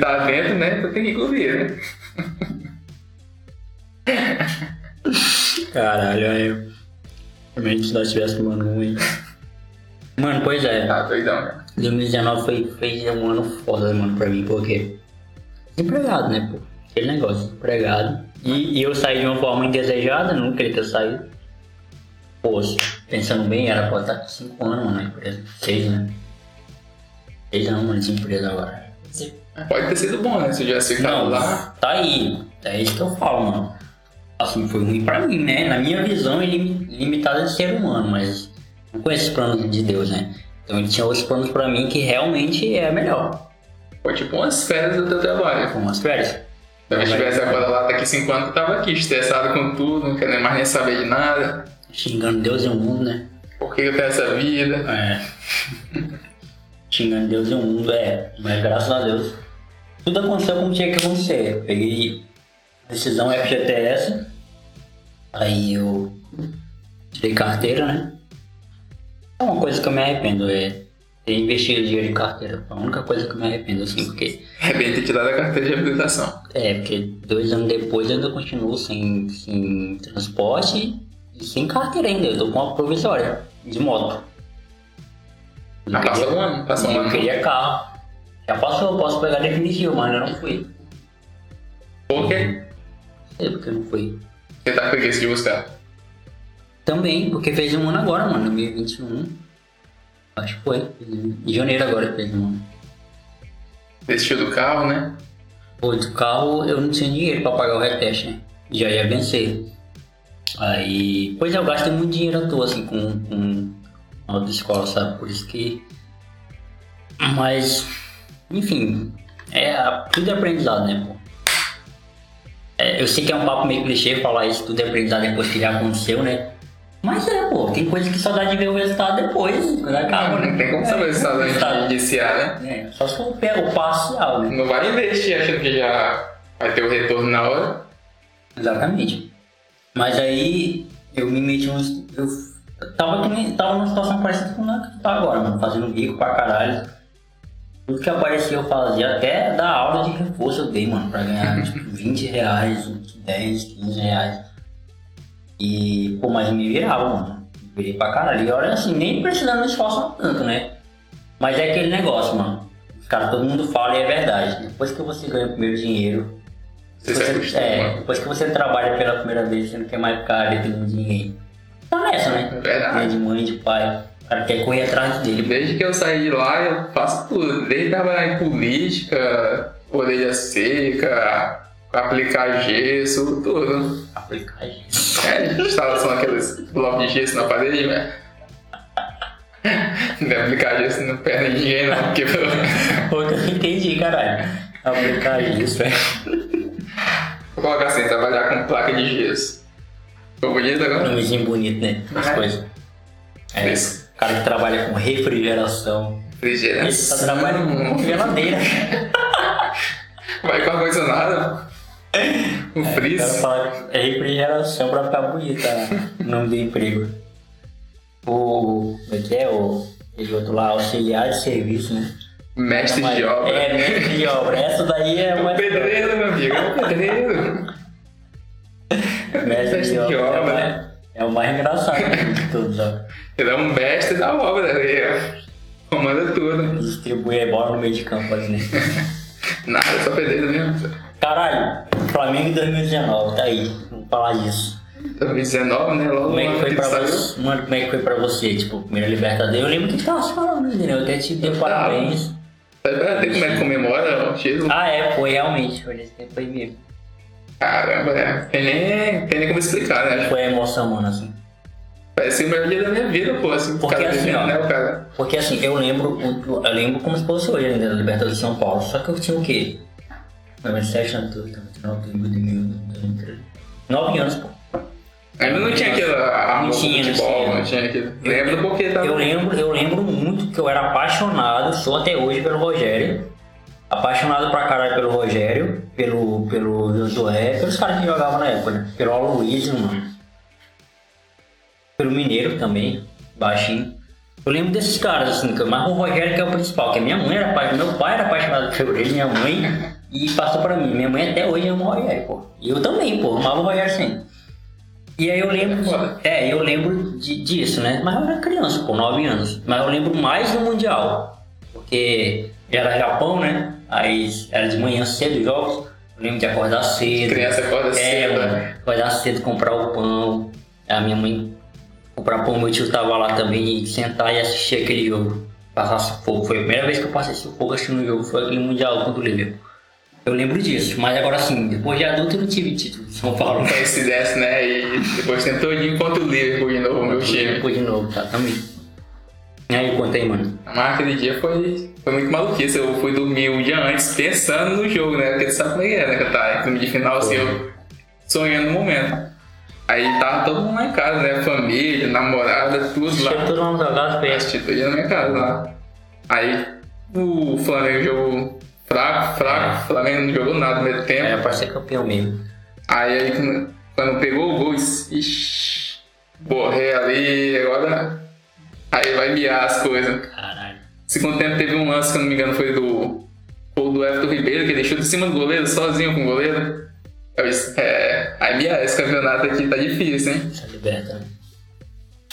tá dentro, né? Tu tem que comer, né?
Caralho, aí eu. Realmente se nós tivéssemos um ano ruim. Mano, pois é.
Tá doidão, cara.
2019 foi, foi um ano foda, mano, pra mim, porque. Desempregado, né, pô? Aquele negócio, desempregado. E, e eu saí de uma forma indesejada, não queria ter saído. Pô, pensando bem, era pra estar 5 anos, mano, na empresa. 6, né? 6 anos, mano, de empresa agora.
Pode ter sido bom, né? Se eu tivesse ficado
Não,
lá.
tá aí. É isso que eu falo, mano. Assim, foi ruim pra mim, né? Na minha visão, ele limitada de ser humano, mas não conheço os planos de Deus, né? Então ele tinha outros planos pra mim que realmente é melhor.
Foi tipo umas férias do teu trabalho.
Como as férias.
Talvez tivesse agora lá daqui 5 anos, eu tava aqui, estressado com tudo, não querendo mais nem saber de nada.
Xingando Deus e o mundo, né?
Por que eu tenho essa vida?
É. Xingando Deus e o mundo, é. Mas graças a Deus, tudo aconteceu como tinha que acontecer. Eu Peguei decisão FGTS, aí eu tirei carteira, né? É uma coisa que eu me arrependo, é ter investido dinheiro em carteira. Foi a única coisa que eu me arrependo, assim, porque
É bem ter tirado a carteira de habilitação.
É, porque dois anos depois eu ainda continuo sem, sem transporte e sem carteira ainda. Eu tô com uma provisória de moto.
Ah, passou
queria-
um ano, passou um
eu
ano.
queria carro. Já passou, eu posso pegar definitivo, mas eu não fui.
Por quê?
Não sei porque eu não fui.
Você tá com preguiça de buscar.
Também, porque fez um ano agora, mano, 2021. Acho que foi. Em janeiro agora que fez um ano.
Desistiu do carro, né?
Pô, do carro eu não tinha dinheiro pra pagar o reteste, né? Já ia vencer. Aí. Pois é, eu gastei muito dinheiro à toa, assim, com, com a autoescola, sabe? Por isso que. Mas. Enfim. É, a- tudo é aprendizado, né, pô? É, eu sei que é um papo meio clichê falar isso tudo é aprendizado depois que já aconteceu, né? Mas é, pô, tem coisa que só dá de ver o resultado depois, quando acaba, né?
Ah, Não tem como saber tá
É,
o estado antes
resultado.
de iniciar, né?
É, só se for pé- o passo real, né?
Não vai investir achando que já vai ter o retorno na hora.
Exatamente. Mas aí eu me meti uns. Eu tava, que nem- tava numa situação parecida com a que tá agora, mano, fazendo bico pra caralho. Tudo que aparecia eu fazia, até da aula de reforço eu dei, mano, pra ganhar [laughs] tipo 20 reais, 10, 15 reais. E, pô, mas me virava, mano. Me virei pra caralho. E olha assim, nem precisando me esforçar tanto, né? Mas é aquele negócio, mano. Os caras, todo mundo fala e é verdade. Depois que você ganha o primeiro dinheiro,
Você se
você,
acostuma.
é, depois que você trabalha pela primeira vez, você não quer mais ficar dependendo de ninguém. Tá nessa, né?
É verdade.
É De mãe, de pai. O cara quer correr atrás dele.
Desde que eu saí de lá, eu faço tudo. Desde trabalhar em política, orelha seca, aplicar gesso, tudo.
Aplicar gente.
É, instalação daqueles blocos de gesso na parede, né? [laughs] Não é aplicar gesso no pé de ninguém, não, porque eu
Pô, eu entendi, caralho. Tá Aplicar isso, é.
vou colocar assim, trabalhar com placa de gesso. Ficou bonito agora?
Nomezinho bonito, né? As
É.
coisas. É.
Isso.
O cara que trabalha com refrigeração.
É
Esse tá trabalhando com
Refrigeração.
geladeira.
Hum. Vai com
[laughs]
ar-condicionado. Um
O cara
frizz.
fala que é refrigeração pra ficar bonita o nome do emprego. O. Como é que é? O. Aquele outro lá, auxiliar de serviço, né?
Mestre de obra. Então,
É, mestre de obra. Essa daí é uma.
Pedreiro, meu amigo. é um Pedreiro.
Mestre de obra. é o
obra.
mais- É o mais engraçado de todos, ó.
Ele é um mestre da obra, ele é. comanda tudo.
Distribuir bola no meio de campo ali, né?
Nada, só pedreiro mesmo.
Caralho, é Flamengo em 2019, tá aí. Vamos falar disso.
2019, né? Logo
Como é que
ano
foi pra
saiu.
você? Mano, como é que foi pra você? Tipo, primeiro Libertadores. Eu lembro que tu tava falando, entendeu? Eu até te dei
tava.
parabéns.
Sabe pra ter como é que comemora o título?
Ah, é, foi realmente. Foi nesse tempo aí mesmo.
Caramba, é. Tem nem, tem nem como explicar, né?
Foi a emoção, mano, assim.
Parece o melhor dia da minha vida, pô. Assim, o
Porque
cara
assim, ó.
vivendo, né? O cara.
Porque assim, eu lembro, o- eu lembro como se fosse hoje ainda da Libertadores de São Paulo, só que eu tinha o quê? 97 anos, então, 99, 2000, 2003. 9 anos, pô.
Ainda não tinha aquela arma
Não
de
tinha, não
futebol,
tinha.
não tinha aquilo. Lembro porque tava.
Eu lembro, eu lembro muito que eu era apaixonado, sou até hoje pelo Rogério. Apaixonado pra caralho pelo Rogério, pelo, pelo Josué, pelos caras que jogavam na época, né? Pelo Aloysio, mano. Pelo Mineiro também, baixinho. Eu lembro desses caras, assim, que- mas o Rogério que é o principal, que minha mãe era apaixonada, meu pai era apaixonado por ele, minha mãe, e passou pra mim. Minha mãe até hoje ama o Rogério, pô. E eu também, pô, amava o Rogério sempre. E aí eu lembro, é, eu lembro de- disso, né? Mas eu era criança, pô, 9 anos. Mas eu lembro mais do Mundial, porque era Japão, né? Aí era de manhã cedo os jogos. Eu lembro de acordar cedo.
Criança acorda
É,
cedo,
mano.
né?
Acordar cedo, comprar o pão. A minha mãe comprar pão, meu tio tava lá também, e sentar e assistir aquele jogo. Passar sufoco. Foi a primeira vez que eu passei sufoco assistindo o jogo, foi aquele Mundial contra o Liverpool. Eu lembro disso, mas agora sim, depois de adulto eu não tive título de São Paulo.
[laughs] Coincidência, né? E depois tentou de enquanto o Liverpool de novo, meu time.
Liverpool de novo, tá? Também. E aí, conta aí, mano.
Mas aquele dia foi, foi muito maluquice. Eu fui dormir um dia antes pensando no jogo, né? Porque tu sabe como é que é, né? Que tá em de final, assim, eu sonhando no momento. Aí tava todo mundo lá em casa, né? Família, namorada, tudo lá.
Chega todo mundo jogado, foi essa.
Assisti todo dia na minha casa lá. Aí o Flamengo jogou fraco, fraco. O Flamengo não jogou nada no meio tempo.
Era É, pra ser campeão mesmo.
Aí, aí quando- quando pegou o gol, isso- ixi, borrei ali, agora. Aí vai miar as coisas.
Caralho.
Segundo tempo teve um lance, se eu não me engano, foi do. Ou do Everton Ribeiro, que ele chuta em cima do goleiro, sozinho com o goleiro. Eu disse, é. Aí minha, esse campeonato aqui tá difícil, hein?
Essa liberta, né?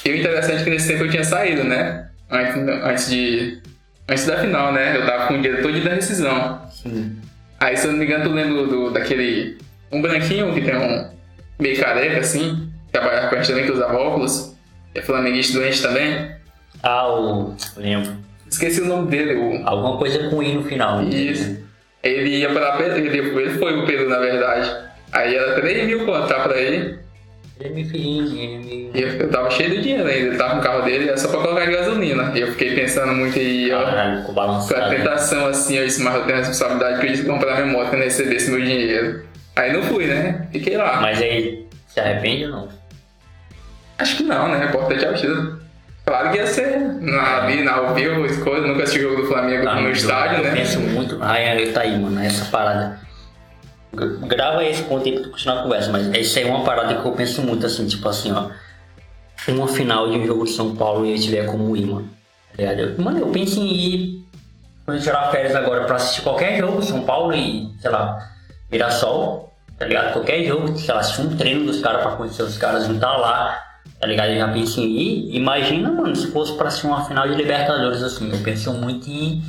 E o interessante é que nesse tempo eu tinha saído, né? Antes, antes de. Antes da final, né? Eu tava com o dia todo da rescisão.
Sim.
Aí, se eu não me engano, tu lembra do, daquele. Um branquinho que tem um. meio careca assim. Trabalhava com a gente também, que usava óculos. É flamenguista doente também.
Ah, o. Lembro.
Esqueci o nome dele, o.
Alguma coisa com I no final. né?
Isso. Ele ia pra Peru, ele, ele foi pro Peru, na verdade. Aí era 3 mil contar pra ele.
Ele me fez, ele é me.
E eu, eu tava cheio de dinheiro ainda, ele tava com o carro dele, era só pra colocar gasolina. E eu fiquei pensando muito aí, ó.
Caralho, ficou
Com a
balançado. né?
tentação assim, eu disse, mas eu tenho a responsabilidade que eu disse comprar minha moto e não receber esse meu dinheiro. Aí não fui, né? Fiquei lá.
Mas aí, se arrepende ou não?
Acho que não, né? O importante é o título. Claro que ia ser na, ali, na ao vivo, as coisas. Nunca assisti o jogo do Flamengo
Ah,
no
eu-
estádio,
eu
né?
penso muito. Ai, tá aí, mano, essa parada. G- Grava esse ponto aí pra tu continuar a conversa, mas essa aí é uma parada que eu penso muito, assim, tipo assim, ó. Uma final de um jogo de São Paulo e eu tiver como ir, mano. Tá ligado? Eu- Mano, eu penso em ir quando eu tirar férias agora pra assistir qualquer jogo de São Paulo e, sei lá, Mirassol, tá ligado? Qualquer jogo, sei lá, assistir um treino dos caras pra conhecer os caras, juntar lá, tá ligado? Eu já penso em ir. Imagina, mano, se fosse pra assistir uma final de Libertadores, assim, eu penso muito em.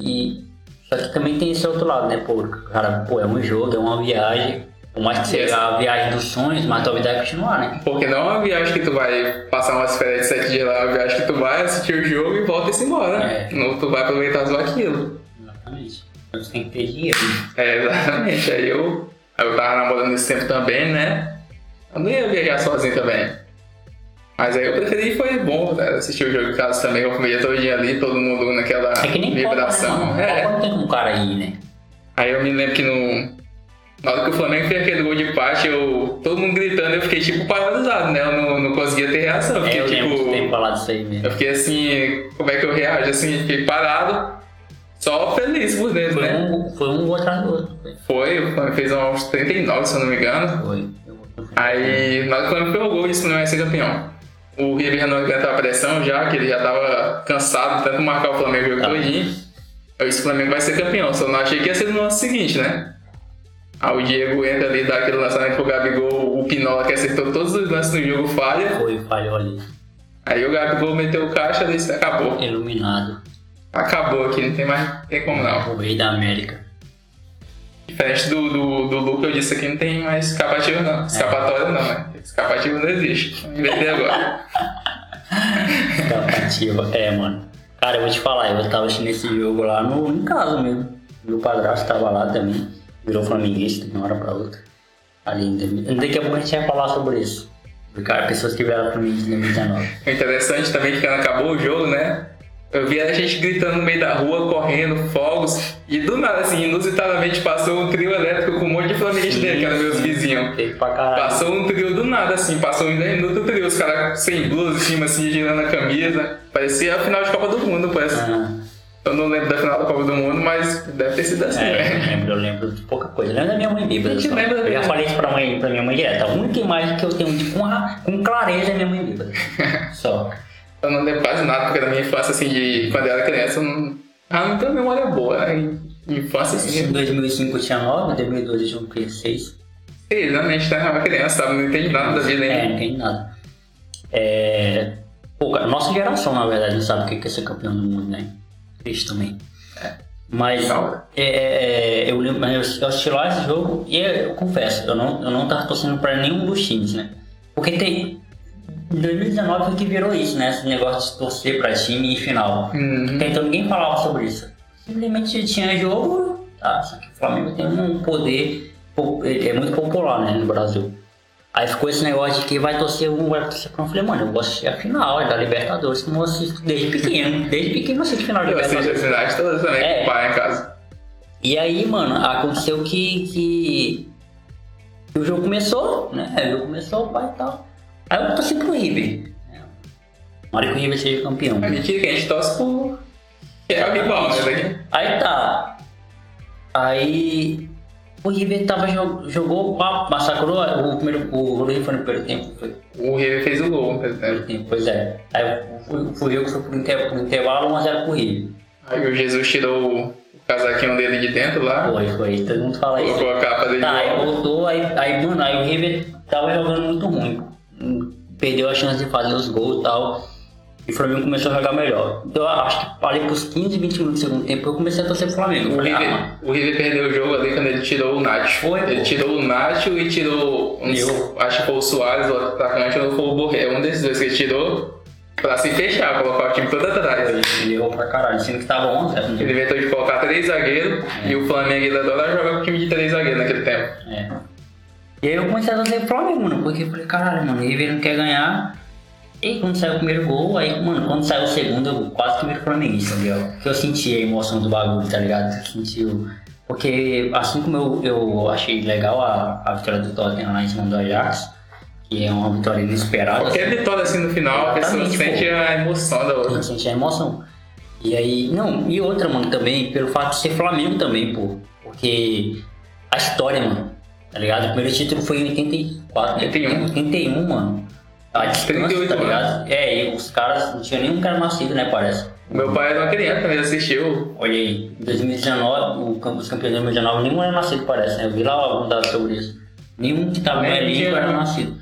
E só que também tem esse outro lado, né? Pô, cara, pô, é um jogo, é uma viagem. Por mais que seja
Yes.
a viagem dos sonhos, mas tua vida é continuar, né?
Porque não é uma viagem que tu vai passar umas férias de sete dias lá, é uma viagem que tu vai assistir o jogo e volta e se embora.
É.
Não, tu vai aproveitar só aquilo.
Exatamente. Então você tem que ter dinheiro.
É, exatamente. Aí eu, aí eu tava namorando nesse tempo também, né? Eu não ia viajar sozinho também. Mas aí eu preferi foi bom né? assistir o jogo em casa também, com a família todinha ali, todo mundo naquela
É que nem
vibração.
Copa, né, mano?
é.
Copa não tem como o cara ir, né?
Aí eu me lembro que no. Na hora que o Flamengo fez aquele gol de empate, eu. todo mundo gritando, eu fiquei tipo paralisado, né? Eu não, não conseguia ter reação. Eu
É,
fiquei
eu lembro que
tipo.
tu tem falado isso aí mesmo.
Eu fiquei assim, como é que eu reajo? Assim, fiquei parado, só feliz por dentro,
Foi
né?
um, foi um atrás do outro. foi.
Foi, o Flamengo fez um uns 39, se eu não me engano.
Foi. um
Aí, na hora que o Flamengo pegou o gol, isso não ia ser campeão. O River não aguentava a pressão já, que ele já tava cansado, de tanto marcar o Flamengo o jogo
Tá.
todinho. Eu disse, o Flamengo vai ser campeão, só não achei que ia ser no ano seguinte, né? Aí o Diego entra ali, dá aquele lançamento pro Gabigol, o Pinola que acertou todos os lances do jogo falha.
Foi, falhou ali.
Aí o Gabigol meteu o caixa e disse, acabou.
Iluminado.
Acabou aqui, não tem mais tem como não.
O rei da América.
Diferente do, do, do Luca, eu disse aqui não tem mais escapativa não. Escapatória não, né? Escapativa não existe. Vamos Inverter agora.
Escapativa. É, mano. Cara, eu vou te falar, eu tava assistindo esse jogo lá no, em casa mesmo. Meu padrasto tava lá também, virou flamenguista de uma hora pra outra. Ali em 2000. Daqui a pouco a gente vai falar sobre isso. Porque, Cara, pessoas que vieram flamenguista em 2019.
O interessante também é que quando acabou o jogo, né? Eu vi a gente gritando no meio da rua, correndo, fogos. E do nada, assim, inusitadamente passou um trio elétrico com um monte de flamenguista dele, que eram meus vizinhos.
Teve pra caralho.
Passou um trio do nada, assim, passou uns 10 minutos o trio, os caras sem blusa, em cima, assim, girando a camisa. Parecia a final de Copa do Mundo, parece.
Ah,
Eu não lembro da final da Copa do Mundo, mas deve ter sido assim,
é,
né?
eu lembro, eu lembro de pouca coisa. Lembra da minha mãe bíblia.
A gente
só.
lembra
Eu já
mesmo.
falei isso pra, mãe, pra minha mãe direto. A única imagem que eu tenho de, com, a- com clareza é minha mãe [laughs] bíblia. Só.
Eu não lembro quase nada, porque da minha infância, assim, de quando eu era criança, eu não. Ah, não tenho memória boa, né? Infância,
Em
assim,
2005 eu tinha 9, em 2012 eu tinha um P6.
realmente, né? Eu era criança, sabe? Não entendi nada da vida,
É,
né?
não tem nada. É... Pô, cara, nossa geração, na verdade, não sabe o que que é ser campeão do mundo, né? Triste também. Mas
Não.
é, é, é, eu, lembro- mas eu assisti lá esse jogo e é, eu confesso, eu não, eu não tava torcendo pra nenhum dos times, né? Porque tem. Em 2019 foi que virou isso, né? Esse negócio de torcer pra time e final.
Uhum.
Até Então ninguém falava sobre isso. Simplesmente tinha jogo, tá? Só que o Flamengo tem um poder, po- ele é muito popular né, no Brasil. Aí ficou esse negócio de que vai torcer um, vai torcer pra um. Eu falei, mano, eu vou assistir a final é da Libertadores, como eu assisto desde pequeno. Desde pequeno eu assisto final da
Eu assisti as
Libertadores.
finais todas também
É.
com o pai em casa.
E aí, mano, aconteceu que, que- que o jogo começou, né? O jogo começou, pai e tal. Aí eu torci pro River. né? Tomara que o River seja campeão.
A gente, a gente torce por. que É o rival, né? Daqui.
Aí tá. Aí o River tava, jo- jogou, pá, massacrou o primeiro. O River foi no primeiro tempo. Foi no
O River fez o gol, por
primeiro
exemplo.
tempo, pois é. Aí o, o jogo foi pro inter- pro intervalo 1x0 pro River.
Aí o Jesus tirou o o casaquinho dele de dentro lá,
Foi, foi, todo mundo fala isso.
colocou a capa dele.
Tá, aí voltou, aí, aí, mano, aí o River tava jogando muito ruim. Hum, Perdeu a chance de fazer os gols e tal. E o Flamengo começou a jogar melhor. Então eu acho que ali pros 15, 20 minutos do segundo tempo eu comecei a torcer pro Flamengo. Eu
O
falei, ah, mano.
River, o River perdeu o jogo ali quando ele tirou o Nacho.
Foi, pô.
ele tirou o Nacho e tirou. um-
Eu.
acho que foi o Soares, o atacante, ou foi o Borré. Um desses dois que ele tirou pra se fechar, colocar o time todo atrás.
Ele errou pra caralho, sendo que tava 11, né?
Ele inventou de colocar três zagueiros e o Flamengo ainda adora jogar com time de três zagueiros naquele tempo.
É. E aí eu comecei a torcer pro Flamengo, mano, porque eu falei, caralho, mano, o River não quer ganhar. E quando saiu o primeiro gol, aí, mano, quando saiu o segundo, eu quase que virei flamenguista, viu? Porque eu senti a emoção do bagulho, tá ligado? Eu senti o, Porque assim como eu, eu achei legal a, a vitória do Tottenham lá em cima do Ajax, que é uma vitória inesperada.
Qualquer vitória assim no final, a pessoa
Exatamente,
sente
pô.
a emoção da
Sim,
outra.
sente a emoção. E aí, não, e outra, mano, também, pelo fato de ser Flamengo também, pô. Porque a história, mano, tá ligado? O primeiro título foi em 84,
81.
81, mano. A distância,
38
tá
anos.
ligado? É, e os caras, não tinha nenhum cara nascido, né, parece.
Meu pai era uma criança, ele assistiu.
Olha aí, em 2019, o campo dos campeões de 2019, nenhum era nascido, parece, né? Eu vi lá algum dado sobre isso. Nenhum que tava no
É,
elenco
tinha,
era
né?
nascido.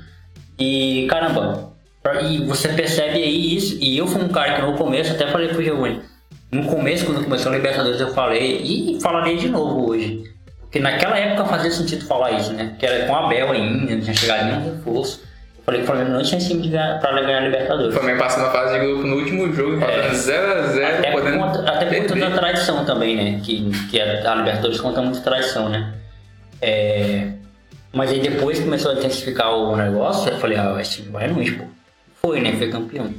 E caramba, pra- e você percebe aí isso, e eu fui um cara que no começo, até falei pro Giovanni, no começo, quando começou a Libertadores, eu falei, e falarei de novo hoje. Porque naquela época fazia sentido falar isso, né? Que era com a Abel ainda, não tinha chegado nenhum reforço. Eu falei que o Flamengo não tinha time de ganhar, pra ganhar a
O
Libertadores.
Flamengo passou na fase de grupo no último jogo,
É.
faltando 0x0,
Até por,
podendo.
conta, até por conta
perder.
da tradição também, né? Que, que a a Libertadores conta muito tradição, né? É, mas aí depois começou a intensificar o negócio, eu falei, ah, esse time vai longe, pô. Foi, né? Foi campeão.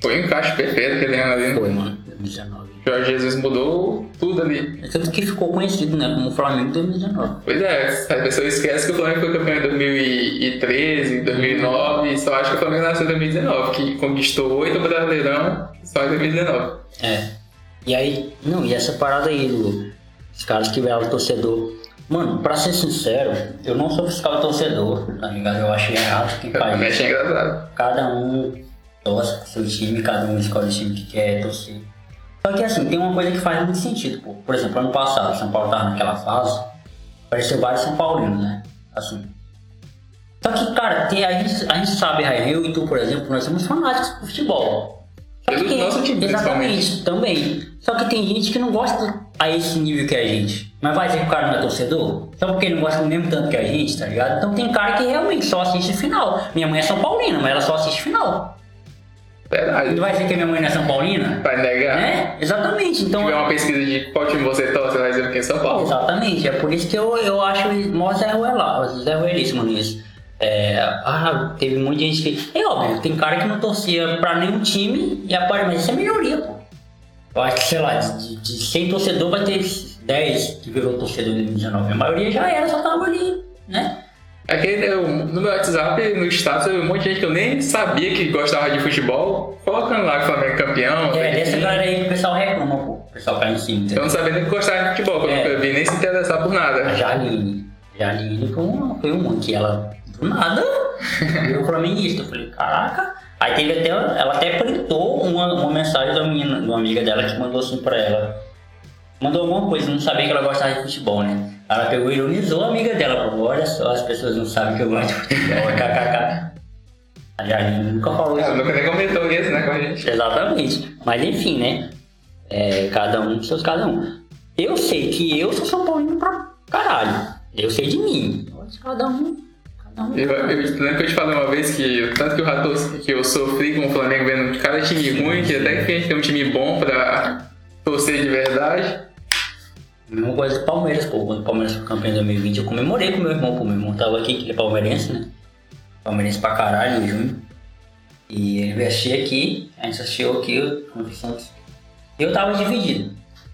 Foi um encaixe perfeito que ele era ali. né?
Foi, mano. 2019.
Jorge Jesus mudou tudo ali.
É Tanto que ficou conhecido, né? Como Flamengo 2019.
Pois é, as pessoas esquecem que o Flamengo foi campeão em 2013, 2009, e só acha que o Flamengo nasceu em 2019, que conquistou oito Brasileirão só em 2019.
É. E aí, não, e essa parada aí do, dos caras que vieram torcedor. Mano, pra ser sincero, eu não sou fiscal torcedor, tá ligado? Eu achei errado quem faz
Realmente
isso.
é engraçado.
cada um torce pro seu time, cada um escolhe o time que quer torcer. Só que assim, tem uma coisa que faz muito sentido, pô. Por exemplo, ano passado, São Paulo tava naquela fase, apareceu vários São Paulinos, né? Assim. Só que, cara, tem, a, gente, a gente sabe, Ryan, eu e tu, por exemplo, nós somos fanáticos por futebol. Só que
Pelo
tem-
nosso time,
exatamente, também. Só que tem gente que não gosta a esse nível que é a gente. Mas vai dizer que o cara não é torcedor? Só porque ele não gosta do mesmo tanto que a gente, tá ligado? Então tem cara que realmente só assiste final. Minha mãe é São Paulina, mas ela só assiste final. Não
Verdade.
vai dizer que minha mãe não é São Paulina?
Vai negar.
É, exatamente.
Se
Então,
tiver uma pesquisa de qual time você torce, você vai dizer que é São Paulo.
Exatamente, é por isso que eu, eu acho o mó Zé Ruela- Zé Ruelíssimo nisso. É, ah, teve muita gente que. É óbvio, tem cara que não torcia pra nenhum time e apare... mas isso é melhoria, pô. Eu acho que, sei lá, de, de, de 100 torcedor vai ter 10 que virou torcedor em 2019. A maioria já era, só tava ali, né?
Aquele, É eu, no meu WhatsApp, no status, eu vi um monte de gente que eu nem sabia que gostava de futebol, colocando lá que o Flamengo é campeão.
É,
tem que-
dessa galera aí que o pessoal reclama, pô. O pessoal cai em cima, entendeu?
Eu não sabia nem que gostava de futebol, quando
É.
eu vi, nem se interessar por
A
nada.
Jaline. Jaline foi uma, foi uma que ela, do nada, virou flamenguista. Eu falei, caraca. Aí teve até, ela até printou uma, uma mensagem da menina, de uma amiga dela que mandou assim pra ela. Mandou alguma coisa, não sabia que ela gostava de futebol, né? Ela pegou e ironizou a amiga dela, falou, olha só, as pessoas não sabem que eu gosto de futebol, [laughs] kkk. A Jaline nunca falou isso.
Ela Ah, nunca nem comentou isso, né, com a gente.
Exatamente. Mas enfim, né? É, cada um com seus cada um. Eu sei que eu sou São Paulino pra caralho. Eu sei de mim. Cada um. Cada um.
Eu, eu lembro que eu te falei uma vez que o tanto que o rato que eu sofri com o Flamengo vendo cada time ruim, que até que a gente tem um time bom pra torcer de verdade.
Mesma coisa do Palmeiras, pô. Quando o Palmeiras foi campeão em 2020, eu comemorei com meu irmão, pô. Meu irmão tava aqui, que ele é palmeirense, né? Palmeirense pra caralho, em junho. E ele veio assistir aqui, a gente assistiu aqui eu- com o Santos. E eu tava dividido.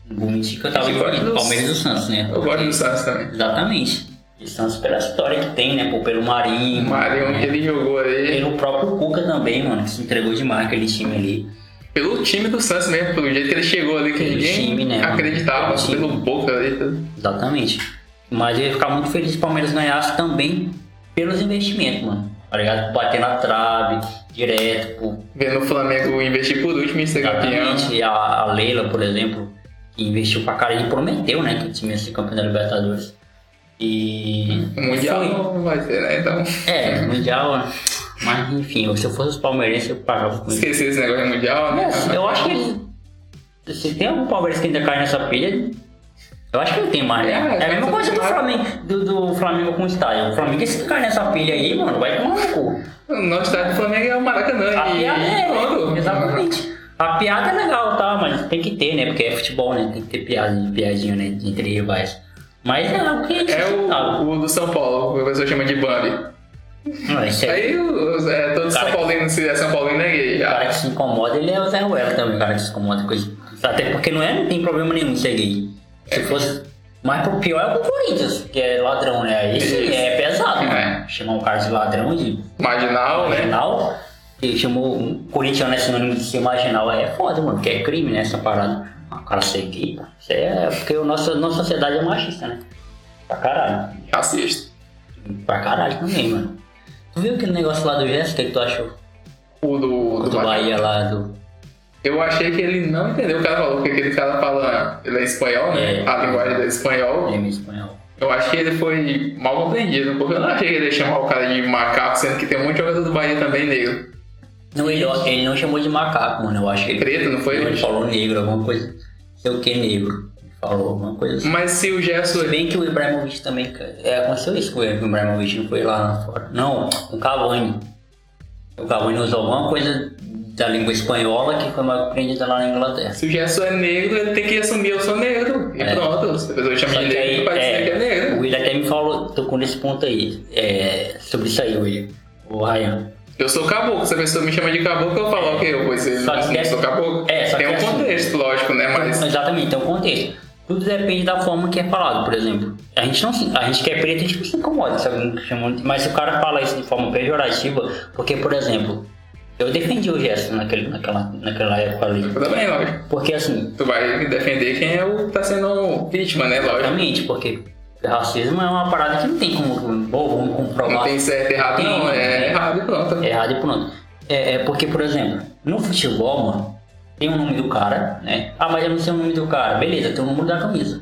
Não vou mentir que eu tava
Eu gosto
dividido.
do-
Palmeiras e o Santos, né?
Eu gosto do Santos também.
Exatamente. E Santos pela história que tem, né? Pô, pelo
O
Marinho.
Marinho que ele jogou aí,
Pelo próprio Cuca também, mano, que se entregou demais aquele time ali.
pelo time do Santos mesmo, pelo jeito que ele chegou ali, que
Pelo
ninguém
time, né, mano?
acreditava,
Pelo time.
pelo boca ali. tudo.
Exatamente. Mas eu ia ficar muito feliz se o Palmeiras ganhasse também pelos investimentos, mano. Tá ligado? Bater na trave, direto, pô.
Vendo o Flamengo investir por último e ser campeão.
Exatamente. A, a Leila, por exemplo, que investiu pra cara e prometeu, né, que o time ia ser campeão da Libertadores. E.
O Mundial não vai ser, né? Então,
Foi. É, Mundial. Mas enfim, se eu fosse os palmeirenses, eu pagava com isso.
esquecer esse negócio de Mundial, né?
Mas eu acho que eles. Se tem algum Palmeiras que ainda cai nessa pilha, eu acho que não tem mais, né?
É,
É, a mesma
essa
coisa do
pilha-
Flamengo, do, do Flamengo com o estádio. O Flamengo, se cai nessa pilha aí, mano, vai tomar no cu.
O nosso estádio do Flamengo é o Maracanã
A
e
piada é.
pronto.
Exatamente. A piada é legal, tá? Mas tem que ter, né? Porque é futebol, né? Tem que ter piada, piadinha, né? Entre rivais. Mas é o que a gente
É
sabe.
o, o do São Paulo, o pessoal chama de Bambi.
Não, esse é-
Aí os- é, todo
Cara-
São Paulino, se é São Paulino, é gay.
O
Ah,
cara que se incomoda, ele é o Zé Ruela também, o cara que se incomoda com isso. Até porque não é, não tem problema nenhum ser gay. Se fosse. Mas pro pior é pro Corinthians, que é ladrão, né? Aí sim, é pesado.
É.
Chamar o cara de ladrão, de
Marginal, né?
marginal, que chamou um corintiano é sinônimo de ser marginal, é foda, mano, porque é crime, né, essa parada. Ah, O cara ser gay, pô, isso aí é porque a nossa, nossa sociedade é machista, né? Pra caralho.
Racista.
Pra caralho também, mano. Tu viu aquele negócio lá do Jéssica, o que tu achou?
O do,
Do Bahia lá, do...
Eu achei que ele não entendeu o que ela falou, porque aquele cara fala. Ele é espanhol, né?
É.
A linguagem dele é espanhol.
Em espanhol.
Eu acho que ele foi mal compreendido, porque eu não achei que ele ia chamar o cara de macaco, sendo que tem um monte de jogador do Bahia também negro.
Não, ele, ele não chamou de macaco, mano, eu acho que ele...
Preto, não foi?
Ele falou negro, alguma coisa. Sei o que negro. Ele falou alguma coisa assim.
Mas se o Gerson. é
Se bem que o Ibrahimovic também. cara, É, aconteceu isso com o Ibrahimovic, não foi lá na fora. Não, o Cavani. O Cavani usou alguma coisa da língua espanhola que foi mais aprendida lá na Inglaterra.
Se o Gerson é negro, ele tem que assumir, eu sou negro. E
É.
pronto, se a pessoa chama
Só
de
que
negro,
aí,
vai dizer que é
é,
negro.
o William até me falou, tocou nesse ponto aí, é, sobre isso aí, William, o Ryan.
Eu sou caboclo, se a pessoa me chama de caboclo, eu falo, ok, eu vou dizer,
É. Só que
não
é-
sou caboclo.
é, só
tem
que
um
é assim.
contexto, lógico, né? Mas.
Exatamente, tem um contexto. Tudo depende da forma que é falado, por exemplo. A gente não se- a gente que é preto, a gente não se incomoda, se alguém chama- mas se o cara fala isso de forma pejorativa, porque, por exemplo, eu defendi o gesto naquele, naquela, naquela época ali.
Eu também, lógico.
Porque assim,
Tu vai defender quem é o que tá sendo vítima, né? Lógico.
realmente, porque racismo é uma parada que não tem como, bom, vamos
Não
comprovar.
tem certo e errado, não. É errado e pronto.
É errado e pronto. É, é porque, por exemplo, no futebol, mano, tem o nome do cara, né? Ah, mas eu não sei o nome do cara. Beleza, tem o número da camisa.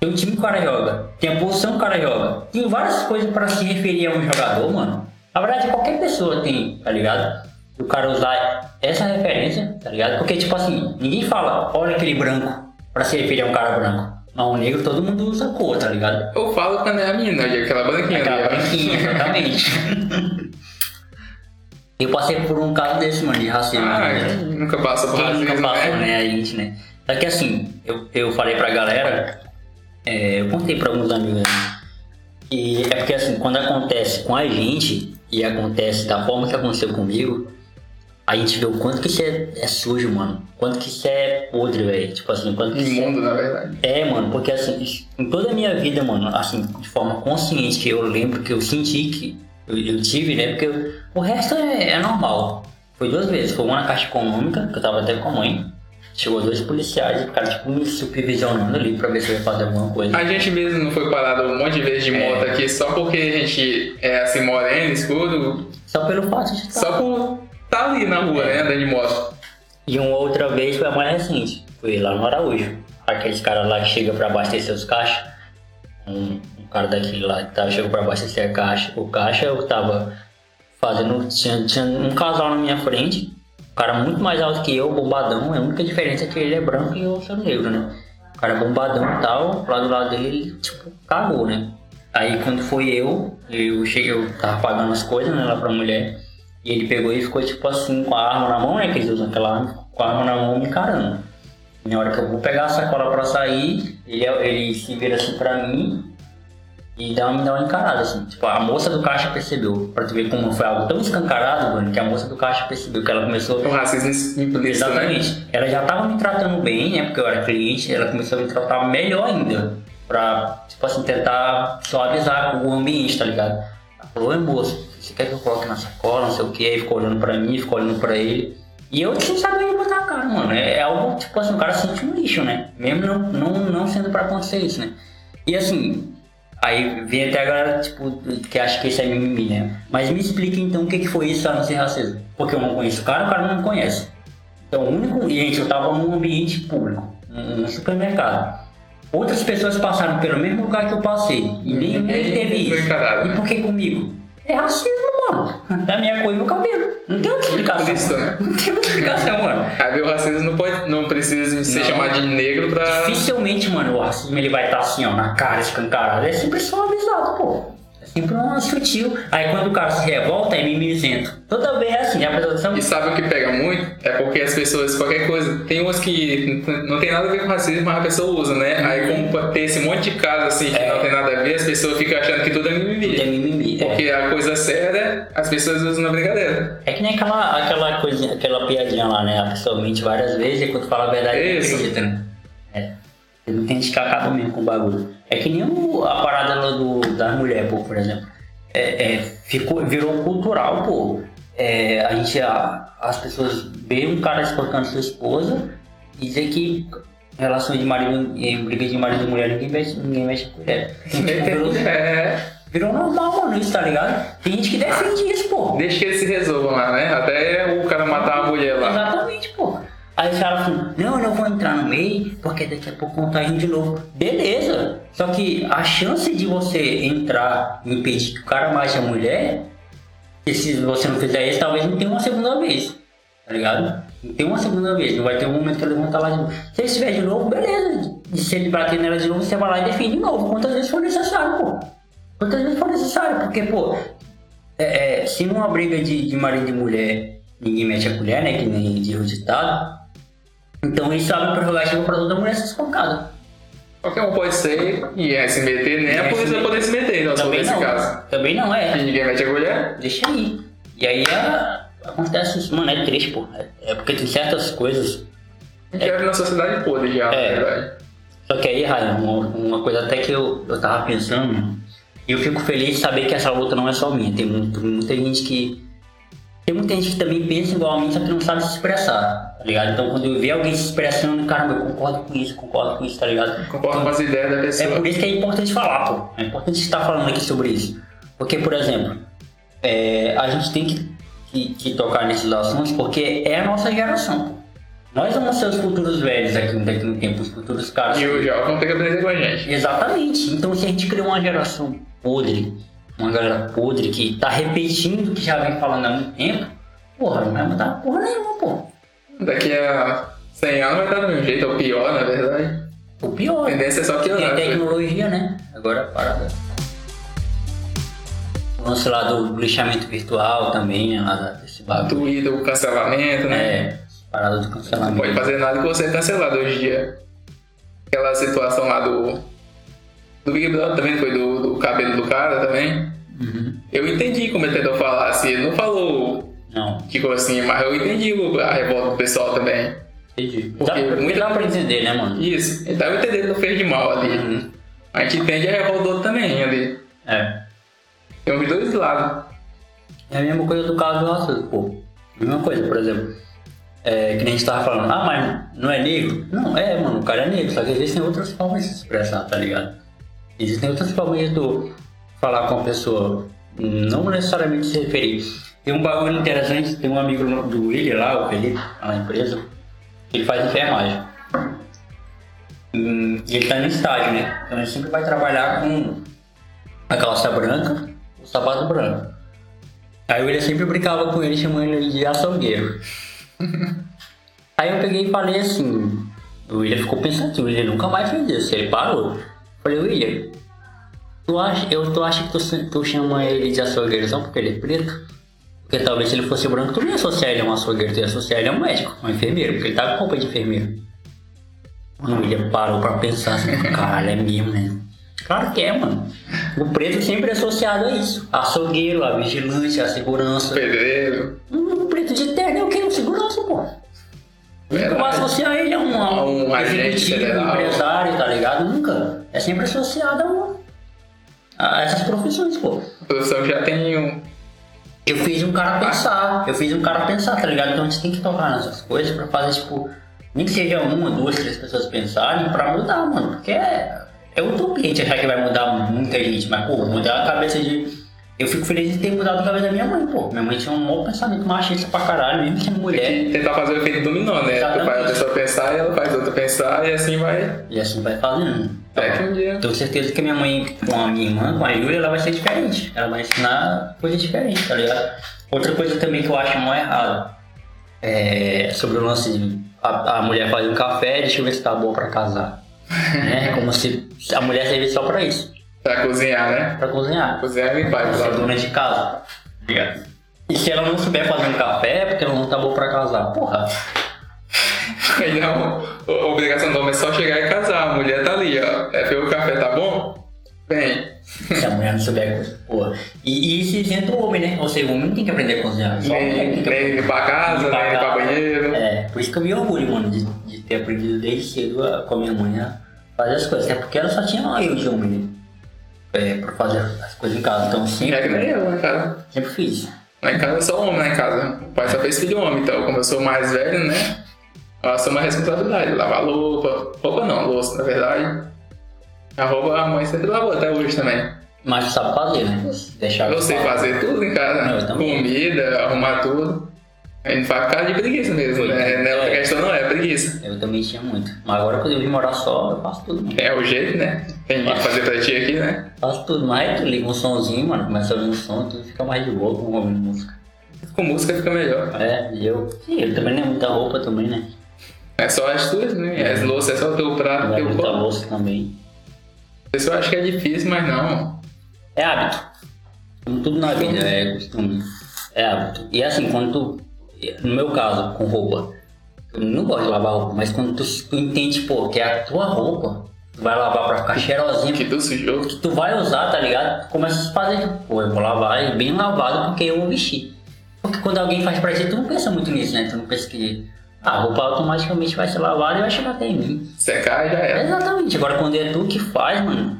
Tem o time que o cara joga. Tem a posição que o cara joga. Tem várias coisas pra se referir a um jogador, mano. Na verdade, qualquer pessoa tem, tá ligado? O cara usar essa referência, tá ligado? Porque, tipo assim, ninguém fala, olha aquele branco, pra se referir a um cara branco. Mas um negro, todo mundo usa cor, tá ligado?
Eu falo quando é a menina, eu digo aquela né? branquinha.
Aquela
ali, ó. [laughs]
branquinha, exatamente. Eu passei por um caso desse, mano, de racismo.
Ah,
né?
nunca passa por
Quem nunca
racismo,
passou,
né?
né? A gente, né? Só que assim, eu, eu falei pra galera, é, eu contei pra alguns amigos, né? E é porque assim, quando acontece com a gente, e acontece da forma que aconteceu comigo, a gente vê o quanto que isso é, é sujo, mano. Quanto que isso é podre, velho. Tipo assim, quanto que isso é
Imundo, na verdade.
é, mano, porque assim, isso- em toda a minha vida, mano, assim, de forma consciente, que eu lembro que eu senti que eu, eu tive, né? Porque eu- o resto é, é normal. Foi duas vezes, foi uma na Caixa Econômica, que eu tava até com a mãe. Chegou dois policiais e ficaram, tipo, me supervisionando ali pra ver se eu ia fazer alguma coisa.
A gente mesmo não foi parado um monte de vezes de moto aqui só porque a gente é assim, moreno, escuro,
Só pelo fato de estar.
só por tá ali na rua, né? Andando de moto.
E uma outra vez foi a mais recente, foi lá no Araújo. Aqueles caras lá que chegam pra abastecer os caixas. Um, um cara daquele lá que tava, chegou pra abastecer a caixa. O caixa eu tava fazendo. Tinha, tinha um casal na minha frente. Um cara muito mais alto que eu, bombadão. A única diferença é que ele é branco e eu sou negro, né? O cara bombadão e tal, lá do lado dele, ele, tipo, cagou, né? Aí quando foi eu, eu cheguei, eu tava pagando as coisas, né, lá pra mulher. E ele pegou e ficou tipo assim, com a arma na mão, né? Que eles usam aquela arma, com a arma na mão me encarando. Na hora que eu vou pegar a sacola pra sair, ele, ele se vira assim pra mim e dá, me dá uma encarada, assim. Tipo, a moça do caixa percebeu. Pra tu ver como foi algo tão escancarado, mano, que a moça do caixa percebeu que ela começou.
O racismo implícito, né?
Exatamente. Ela já tava me tratando bem, né? Porque eu era cliente, ela começou a me tratar melhor ainda. Pra, tipo assim, tentar suavizar o ambiente, tá ligado? Ela falou, "Oi, moço, você quer que eu coloque na sacola, não sei o que, aí ficou olhando pra mim, ficou olhando pra ele. E eu sem saber onde botar a cara, mano. É, é algo, tipo assim, o cara se sente um lixo, né? Mesmo não, não, não sendo pra acontecer isso, né? E assim, aí vem até a galera, tipo, que acha que isso é mimimi, né? Mas me explica então o que, que foi isso a não ser racismo. Porque eu não conheço o cara, o cara não me conhece. Então, o único. E, gente, eu tava num ambiente público, num num supermercado. Outras pessoas passaram pelo mesmo lugar que eu passei. E nem
Ninguém
teve
foi
isso.
encarado.
E por que comigo? É racismo, mano. Da minha cor e meu cabelo. Não tem outra explicação.
Implícito, né?
Não tem outra explicação, mano.
Aí o racismo não, pode, não precisa ser
Não.
chamado de negro pra.
Dificilmente, mano, o racismo ele vai estar assim, ó, na cara, escancarado. É sempre suavizado, pô. É sempre um sutil. Aí quando o cara se revolta, é mimizento. Toda vez é assim, a apresentação.
E sabe o que pega muito? É porque as pessoas, qualquer coisa, tem umas que n- não tem nada a ver com racismo, mas a pessoa usa, né? Aí como pra ter esse monte de caso assim que
Uhum. É.
não tem nada a ver, as pessoas ficam achando que tudo é
É
mimimi.
mimimi. É.
Porque a coisa séria, as pessoas usam na brincadeira.
É que nem aquela, aquela coisinha, aquela piadinha lá, né? A pessoa mente várias vezes e quando fala a verdade,
É
não
isso.
acredita, né? É. Ele não tem gente que acaba mesmo com o bagulho. É que nem o- a parada lá do, das mulheres, pô, por exemplo. É, é, ficou, virou cultural, pô. É, a gente, a- as pessoas veem um cara espancando sua esposa e dizer que relação de marido, em briga de marido e mulher, ninguém mexe, ninguém mexe com mulher. Virou,
É,
virou normal, mano, isso, tá ligado? Tem gente que defende isso, pô.
deixa que eles se resolvam lá, né? Até o cara matar a mulher lá.
Exatamente, pô. Aí os caras falam, não, eu não vou entrar no meio, porque daqui a pouco contagiam de novo. Beleza. Só que a chance de você entrar e impedir que o cara mate a mulher, e se você não fizer isso, talvez não tenha uma segunda vez. Tá ligado? Não tem uma segunda vez, não vai ter um momento que ele levantar lá de novo. Se ele estiver de novo, beleza. E se ele bater nela de novo, você vai lá e defende de novo. Quantas vezes for necessário, pô. Quantas vezes for necessário, porque, pô, é, é, se numa briga de, de marido e mulher ninguém mete a colher, né? Que nem diz o ditado. Então isso abre prerrogativa pra toda mulher né? ser espancada.
Qualquer um pode ser e é, se meter, nem
É,
a polícia vai poder se meter, então se for
Também
nesse
não.
caso.
Também não
E
é.
ninguém mete a colher.
Deixa aí. E aí é, acontece isso. Mano, é triste, pô. É, é porque tem certas coisas.
A gente vive na sociedade podre já,
É.
na verdade.
Só que aí, Ryan, uma, uma coisa até que eu, eu tava pensando. E eu fico feliz de saber que essa luta não é só minha. Tem mu- muita gente que. Tem muita gente que também pensa igual a mim, só que não sabe se expressar, tá ligado? Então quando eu vejo alguém se expressando, caramba, eu concordo com isso, concordo com isso, tá ligado?
Concordo com as ideias da
É
pessoa.
por isso que é importante falar, pô. É importante estar falando aqui sobre isso. Porque, por exemplo, é, a gente tem que, que- que tocar nesses assuntos porque é a nossa geração, pô. Nós vamos ser os futuros velhos aqui daqui no tempo, os futuros caras.
E o Jovem tem que aprender com a gente.
Exatamente. Então se a gente criar uma geração podre, uma galera podre que tá repetindo o que já vem falando há muito tempo, porra, não vai mudar porra nenhuma, pô.
Daqui a 100 anos vai estar do mesmo jeito, ou pior, na verdade.
O
A
pior é
tendência é só
Tem
piorar.
a
né?
tecnologia, né? Agora a parada. O lance lá do lixamento virtual também, né? Lá da- desse bagulho.
Do ir do cancelamento, né?
É, parada do
Não pode
cancelamento.
fazer nada que você é cancelado hoje em dia. Aquela situação lá do. Do Big Brother também, foi do, do cabelo do cara também.
Uhum.
Eu entendi como ele tentou falar, assim, ele não falou,
Não,
tipo assim, mas eu entendi o- a revolta do pessoal também.
entendi.
Porque
Dá,
muito-
dá pra entender, né, mano?
Isso, então ele tava entendendo, não fez de mal ali.
Uhum.
A gente entende a revolta também ali.
É.
Tem os dois lados.
É a mesma coisa do caso do racismo, pô. Mesma coisa, por exemplo. É, que nem a gente tava falando, ah, mas não é negro? Não, é, mano, o cara é negro, só que existem outras formas de se expressar, tá ligado? Existem outras formas de tu falar com a pessoa, não necessariamente se referir. Tem um bagulho interessante, tem um amigo do William lá, o Felipe, lá na empresa, ele faz enfermagem. Hum, E ele tá no estágio, né? Então ele sempre vai trabalhar com a calça branca, o sapato branco. Aí o William sempre brincava com ele, chamando ele de açougueiro. Aí eu peguei e falei assim, o William ficou pensativo, ele nunca mais fez isso, ele parou. Falei, William, tu acha, eu, tu acha que tu, se- tu chama ele de açougueiro só porque ele é preto? Porque talvez se ele fosse branco, tu não ia associar ele a um açougueiro, tu ia associar ele a um médico, um enfermeiro, porque ele tava com roupa de enfermeiro. Mano, o William parou pra pensar assim, [laughs] caralho, é mesmo, né? Claro que é, mano. O preto sempre é associado a isso. Açougueiro, a vigilante, a segurança.
Pedreiro.
Um preto de terno é o quê? Um segurança, pô. Tu vai
verdade.
associar ele a um, a um
É. Um agente
executivo,
federal.
empresário, tá ligado? Nunca. É sempre associado a, um- a essas profissões, pô.
A profissão já tem um.
Eu fiz um cara pensar, eu fiz um cara pensar, tá ligado? Então a gente tem que tocar nessas coisas pra fazer, tipo, nem que seja uma, duas, três pessoas pensarem pra mudar, mano. Porque é, é utopia a gente achar que vai mudar muita gente, mas, pô, mudar a cabeça de. Eu fico feliz de ter mudado a cabeça da minha mãe, pô. Minha mãe tinha um mau pensamento machista pra caralho, mesmo que mulher.
tentar fazer o efeito dominó, né? Tu faz a pessoa pensar, ela faz outra pensar e assim vai.
E assim vai fazendo.
Até que um dia.
Tenho certeza que a minha mãe, com a minha irmã, com a Yuri, ela vai ser diferente. Ela vai ensinar coisa diferente, tá ligado? Outra coisa também que eu acho mó errado é sobre o lance de a, a mulher fazer um café, deixa eu ver se tá boa pra
[laughs]
casar. né? Como se a mulher servisse só pra isso,
Pra cozinhar, né?
pra cozinhar,
Cozinhar e limpar.
pra ser
[laughs] Claro.
dona de casa. Obrigado. E se ela não souber fazer um café, é porque ela não tá boa pra casar. Porra,
Então, a obrigação do homem é só chegar e casar. A mulher tá ali, ó. É pelo café, tá bom? Bem.
se a mulher não souber cozinhar, porra. E, e isso isenta o homem, né? Ou seja, o homem tem que aprender a cozinhar. Só a mulher
Nem,
tem que
nem limpar a casa,
Limpar a
nem limpar
casa.
banheiro.
É, por isso que eu me orgulho, mano, de, de ter aprendido desde cedo a- com a minha mãe a fazer as coisas. Até porque ela só tinha eu de homem né? é, pra fazer as coisas em casa. Então
É que
sempre,
nem eu, né, cara?
sempre fiz.
Lá em casa eu sou homem lá em casa. O pai só fez filho homem, então como eu sou mais velho, né? Eu assumo a responsabilidade, lavar roupa. Roupa não, louça, na verdade. A roupa a mãe sempre lavou até hoje também.
Mas tu sabe fazer, né? Deixar
Eu sei fazer tudo em casa,
Eu também.
comida, arrumar tudo. A gente faz por causa de preguiça mesmo, né? Não é outra questão não, é preguiça.
Eu também tinha muito. Mas agora quando eu vim morar só, eu faço tudo, mano.
É o jeito, né? Tem que fazer pra ti aqui, né?
Faço tudo, mas tu liga um somzinho, mano, começa a ouvir um som, tu fica mais de boa com ouvindo música.
Com música fica melhor.
É, e eu. Sim, eu também não é muita roupa também, né?
É só as tuas, né? As louças, é só o teu prato,
Vai
teu
muita
copo.
louça também.
O pessoal acha que é difícil, mas não.
É hábito. Como Tudo na vida é costume. É hábito. E assim, quando tu. No meu caso, com roupa. Eu não gosto de lavar roupa, mas quando tu, tu entende, pô, que é a tua roupa, tu vai lavar pra ficar cheirosinha,
Que tu sujou.
que tu vai usar, tá ligado? Tu começa a fazer, tipo, pô, eu vou lavar e bem lavado porque eu vou vestir. Porque quando alguém faz pra ti, tu não pensa muito nisso, né? Tu não pensa que ah, a roupa automaticamente vai ser lavada e vai chegar até em mim.
Secar já era.
Exatamente. Agora quando é tu que faz, mano,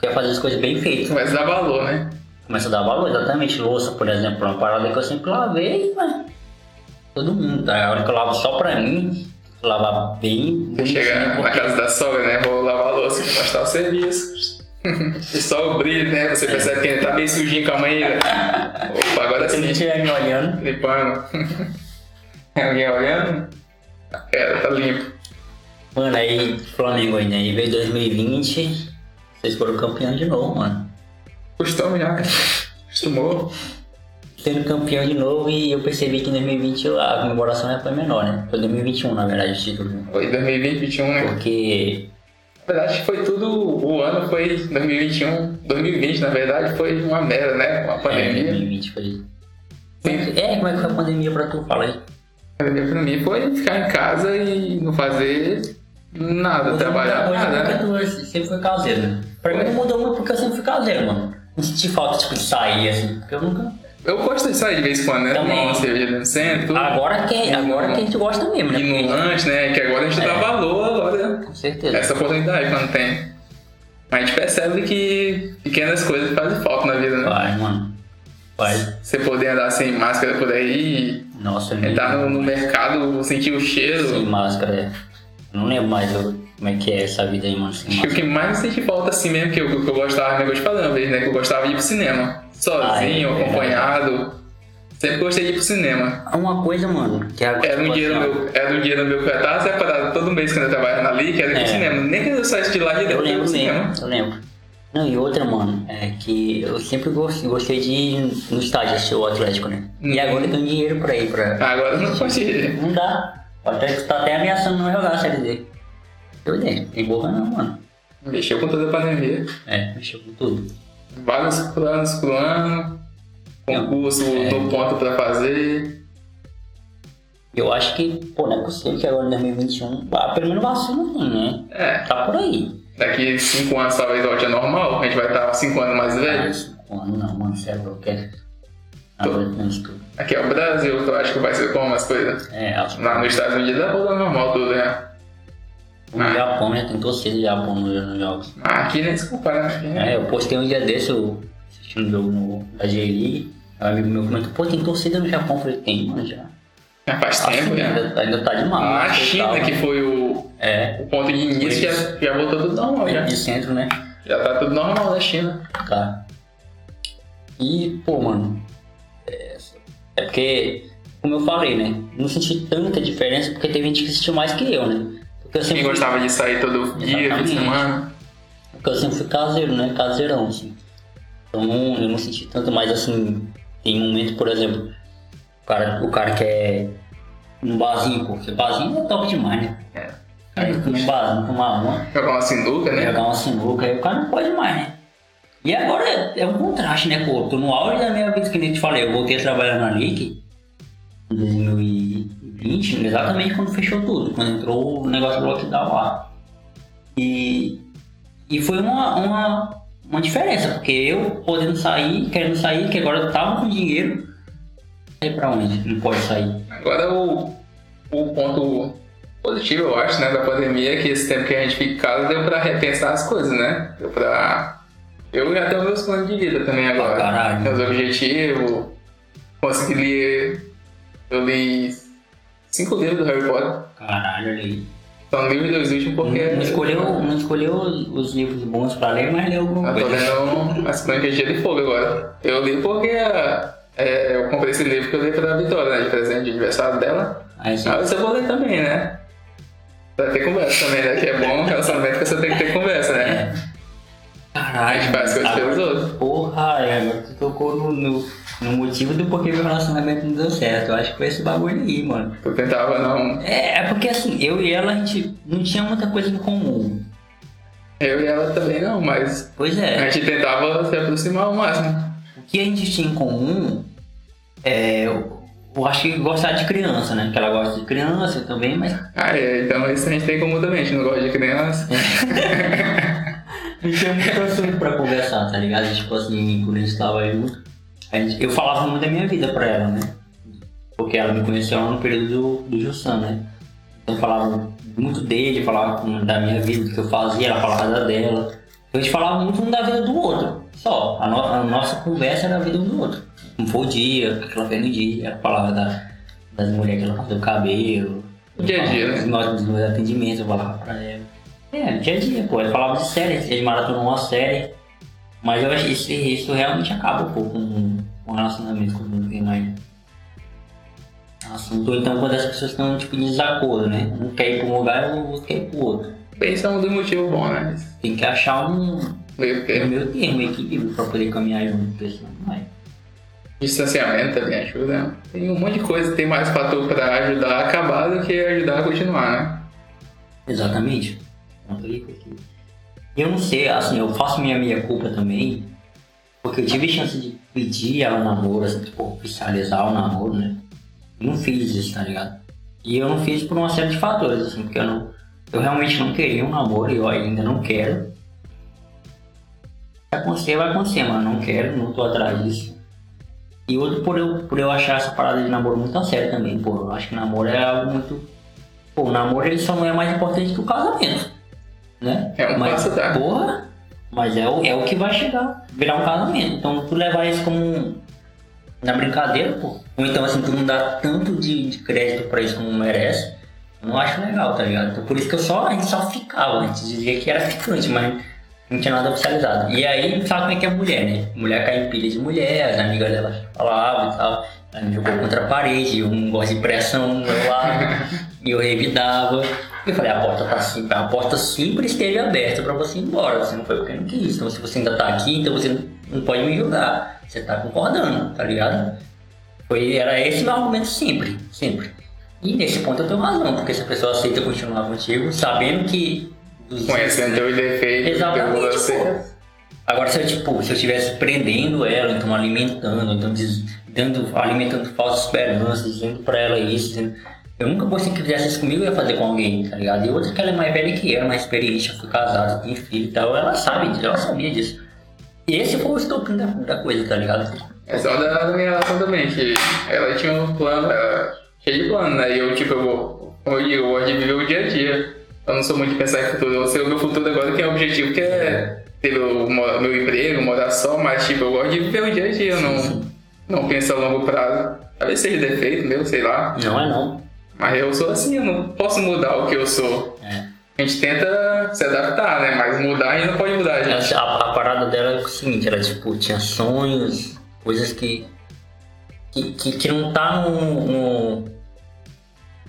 tu quer fazer as coisas bem feitas.
Começa a dar valor, né?
Começa a dar valor, exatamente. Louça, por exemplo, é uma parada que eu sempre lavei, mano. Todo mundo, tá? A hora que eu lavo só pra mim, lavar bem, bonitinho,
Chega na
porque-
casa da sogra, né? Vou lavar a louça, vou mostrar o serviço. [laughs] E só o brilho, né? Você percebe que ele tá bem sujinho com
[laughs]
a mãe. né? Opa, agora
Se ele
sim,
estiver me olhando,
limpando. Tem É alguém olhando? Ela tá limpo.
Mano, aí Flamengo ainda, aí né? veio 2020, vocês foram campeão de novo, mano.
Costume já. Acostumou.
Sendo campeão de novo e eu percebi que em 2020 a comemoração já foi menor, né? Foi 2021, na verdade, o título. né?
Foi 2020, 2021, né?
Porque
Na verdade, foi tudo. O ano foi 2021. 2020, na verdade, foi uma merda, né? Com a
é,
pandemia.
2020 foi... É, como é que foi a pandemia pra tu? Fala aí.
pandemia pra mim foi ficar em casa e não fazer nada, trabalhar
Hoje,
nada, né?
eu sempre fui caseiro, né? Pra mim não mudou muito porque eu sempre fui caseiro, mano. Não senti falta, tipo, de sair, assim, porque eu nunca...
Eu gosto de sair de vez em quando, né?
Também.
Tomar uma cerveja no centro,
Agora que, é-
Uhum.
agora que É. a gente gosta mesmo, né?
ir no lanche, né? Que agora a gente dá valor agora
Com certeza.
essa oportunidade quando tem. Mas a gente percebe que pequenas coisas fazem falta na vida, né?
Vai, mano. Vai.
Você poder andar sem máscara por aí,
Nossa, eu nem-
entrar no, no mercado, sentir o
Sem
cheiro.
máscara, é. Não lembro mais eu- como é que é essa vida aí, mano.
[laughs]
Sem
Acho que o
máscara.
que mais sente falta assim mesmo, que eu, que eu gostava, né? Que eu te falei uma vez, né? Que eu gostava de ir pro cinema. Sozinho,
Ah, é, é.
acompanhado. Sempre gostei de ir pro cinema.
Uma coisa, mano, que é tipo agora.
Era um dinheiro meu, era um dinheiro meu que eu tava separado todo mês quando eu trabalhava na Liga, era ir pro
É.
cinema. Nem que eu saísse de lá e
Eu
depois pro
lembro
cinema.
mesmo, eu lembro. Não, e outra, mano, é que eu sempre gostei, gostei de ir no estádio assistir o Atlético, né? E
Hum.
agora eu tenho dinheiro pra ir pra.
Agora eu não posso ir.
Não dá. O Atlético tá até ameaçando não jogar a série D. Eu dei, tem boca não, mano.
Mexeu com toda a pandemia.
É, mexeu com tudo.
Vários planos pro ano. Concurso,
é.
do ponto pra fazer.
Eu acho que, pô, não é possível que agora em 2021, ah, pelo menos vacina tem, né?
É,
Tá por aí.
daqui 5 anos talvez volte ao normal, a gente vai estar 5 anos mais
Ah,
velho.
isso, pô, não, mano, você é louco, é. Agora tem isso tudo.
Aqui é o Brasil, que eu acho que vai ser como as coisas.
É, acho que
Lá nos Estados Unidos é volta ao normal tudo, né?
o Japão já tentou ser o Japão nos nos jogos.
Mas aqui nem desculpa, né? Aqui, né?
É, eu postei um dia desse, eu assistindo um jogo no, da J-League, um amigo meu comentou, pô, tem torcida no Japão? Eu falei, tem, mano, já.
Já faz
A
tempo,
China
né?
ainda, ainda tá demais.
Na China, que foi o,
né? É,
O ponto de início já, já voltou tudo normal, já.
de centro, né?
Já tá tudo normal na China.
Tá. E, pô, mano, é, é porque, como eu falei, né? Não senti tanta diferença porque teve gente que assistiu mais que eu, né? Porque eu
Quem
sempre
gostava de sair todo dia, fim de
Exatamente.
semana.
Porque eu sempre fui caseiro, né? Caseirão, assim. Então não, eu não senti tanto, mas assim, tem momento, por exemplo, o cara, o cara quer um barzinho, pô. Porque barzinho é top demais, né?
É.
Aí comer um barzinho, tomar uma,
Jogar uma sinuca, né?
jogar uma um sinuca, aí o cara não pode mais, né? E agora é, é um contraste, né, pô? Eu Tô no auge da minha vida, que nem eu te falei, eu voltei a trabalhar na LIC em 2020, exatamente quando fechou tudo, quando entrou o negócio do lockdown lá. E, e foi uma, uma, uma diferença, porque eu podendo sair, querendo sair, que agora eu tava com dinheiro, sair pra onde? Não pode sair.
Agora o, o ponto positivo, eu acho, né, da pandemia, que esse tempo que a gente fica em casa deu pra repensar as coisas, né? Deu pra. Eu já tenho meus planos de vida também agora. né?
caralho.
meus objetivos. Consegui ler. Eu li cinco livros do Harry Potter.
Caralho, olha aí.
São livros dois últimos porque.
Não Hum, escolheu, um. não escolheu os livros bons pra ler, mas leu alguma
Eu tô
coisa.
lendo as crônicas de Gelo e Fogo agora. Eu li porque é, eu comprei esse livro que eu dei pra Vitória, né? De presente de aniversário dela.
Aí sim.
Ah, você vou ler também, né? Pra ter conversa também, né? Que é bom um relacionamento que você tem que ter conversa, né? A
Caralho.
gente faz coisas pelos
agora-
outros.
Porra, é, agora tu tocou no, no, no motivo do porquê meu relacionamento não deu certo. Eu acho que foi esse bagulho aí, mano.
Eu tentava não.
É, é porque assim, eu e ela, a gente não tinha muita coisa em comum.
Eu e ela também não, mas
Pois é.
a gente tentava se aproximar ao máximo.
O que a gente tinha em comum é. Eu, eu acho que gostar de criança, né? Porque ela gosta de criança eu também, mas.
Ah, é, então isso a gente tem como também, a gente não gosta de criança. [laughs]
Não tinha muito assunto pra conversar, tá ligado? Tipo assim, quando a gente tava junto, a gente- eu falava muito da minha vida pra ela, né? Porque ela me conheceu lá no um período do, do Jussan, né? Então eu falava muito dele, falava com- da minha vida, do que eu fazia, ela falava da dela. Então a gente falava muito um da vida do outro, só. A, no- a nossa conversa era a vida um do outro. Como foi o dia, o que ela fez no dia, ela falava da- das mulheres que ela fazia o cabelo.
O dia a dia, né?
Dos meus, dos meus atendimentos, eu falava pra ela. É, dia a dia, pô. Eu falava de série, eles maratonou uma série. Mas eu acho que isso, isso realmente acaba, pô, com com o né? relacionamento quando não tem mais assunto. Ou então quando as pessoas estão, tipo, em desacordo, né? Um quer ir pra um lugar e o outro quer ir pro outro.
Bem, isso é um dos motivos bons, né?
Tem que achar um, um
Meio que
meio termo, um equilíbrio pra poder caminhar junto, porque senão não vai.
distanciamento também ajuda. Tem um monte de coisa, tem mais fator pra ajudar a acabar do que ajudar a continuar, né?
Exatamente. Pronto, ali, porque- E eu não sei, assim, eu faço minha meia culpa também, porque eu tive chance de pedir ela em namoro, assim, tipo, oficializar o namoro, né? E não fiz isso, tá ligado? E eu não fiz por uma série de fatores, assim, porque eu não. Eu realmente não queria um namoro e eu ainda não quero. Vai acontecer, vai acontecer, mas não quero, não tô atrás disso. E outro por eu, por eu achar essa parada de namoro muito a sério também, pô. Eu acho que namoro é algo muito Pô, o namoro ele só não é mais importante que o casamento, né?
É um
mas,
passo, tá?
Porra, mas é o, é o que vai chegar, virar um casamento. Então tu levar isso como um- na brincadeira, pô. Ou então assim, tu não dá tanto de, de crédito pra isso como merece, eu não acho legal, tá ligado? Então por isso que eu só, a gente só ficava, a gente dizia que era ficante, mas não tinha nada oficializado. E aí, sabe como é que é mulher, né? Mulher cai em pilha de mulher, as amigas dela falavam e tal. Ela me jogou contra a parede, eu não gosto de pressão no meu lado, [laughs] e eu revidava. Eu falei, a porta tá sim- a porta sempre esteve aberta pra você ir embora. Você não foi porque não quis. Então se você ainda tá aqui, então você não pode me julgar. Você tá concordando, tá ligado? Foi, era esse meu argumento sempre, sempre. E nesse ponto eu tenho razão, porque se a pessoa aceita continuar contigo, sabendo que. dos-
Conhecendo teus defeitos,
Exatamente,
pelo você.
pô. Agora, se eu, tipo, se eu estivesse prendendo ela, então alimentando, então diz- dando, alimentando falsas esperanças, dizendo pra ela isso, dizendo... Eu nunca pensei que fizesse isso comigo, eu ia fazer com alguém, tá ligado? E outra que ela é mais velha que eu, mais experiente, eu fui casado, tem filho e tal, ela sabe disso, ela sabia disso. E esse foi o estopim da, da coisa, tá ligado?
É só da, da minha relação também, que ela tinha um plano, ela cheia de plano, né? E eu, tipo, eu, vou- como eu, digo, eu gosto de viver o dia a dia. Eu não sou muito de pensar em futuro. Eu sei o meu futuro agora que é o objetivo, que é ter o mo- meu emprego, morar só, mas, tipo, eu gosto de viver o dia a dia. Eu não, não penso a longo prazo. Talvez seja defeito meu, sei lá.
Não é não.
Mas eu sou assim, eu não posso mudar o que eu sou.
É.
A gente tenta se adaptar, né? Mas mudar a gente não pode mudar, gente.
A, a parada dela é o seguinte, ela tipo, tinha sonhos, coisas que. que, que, que não tá no. no-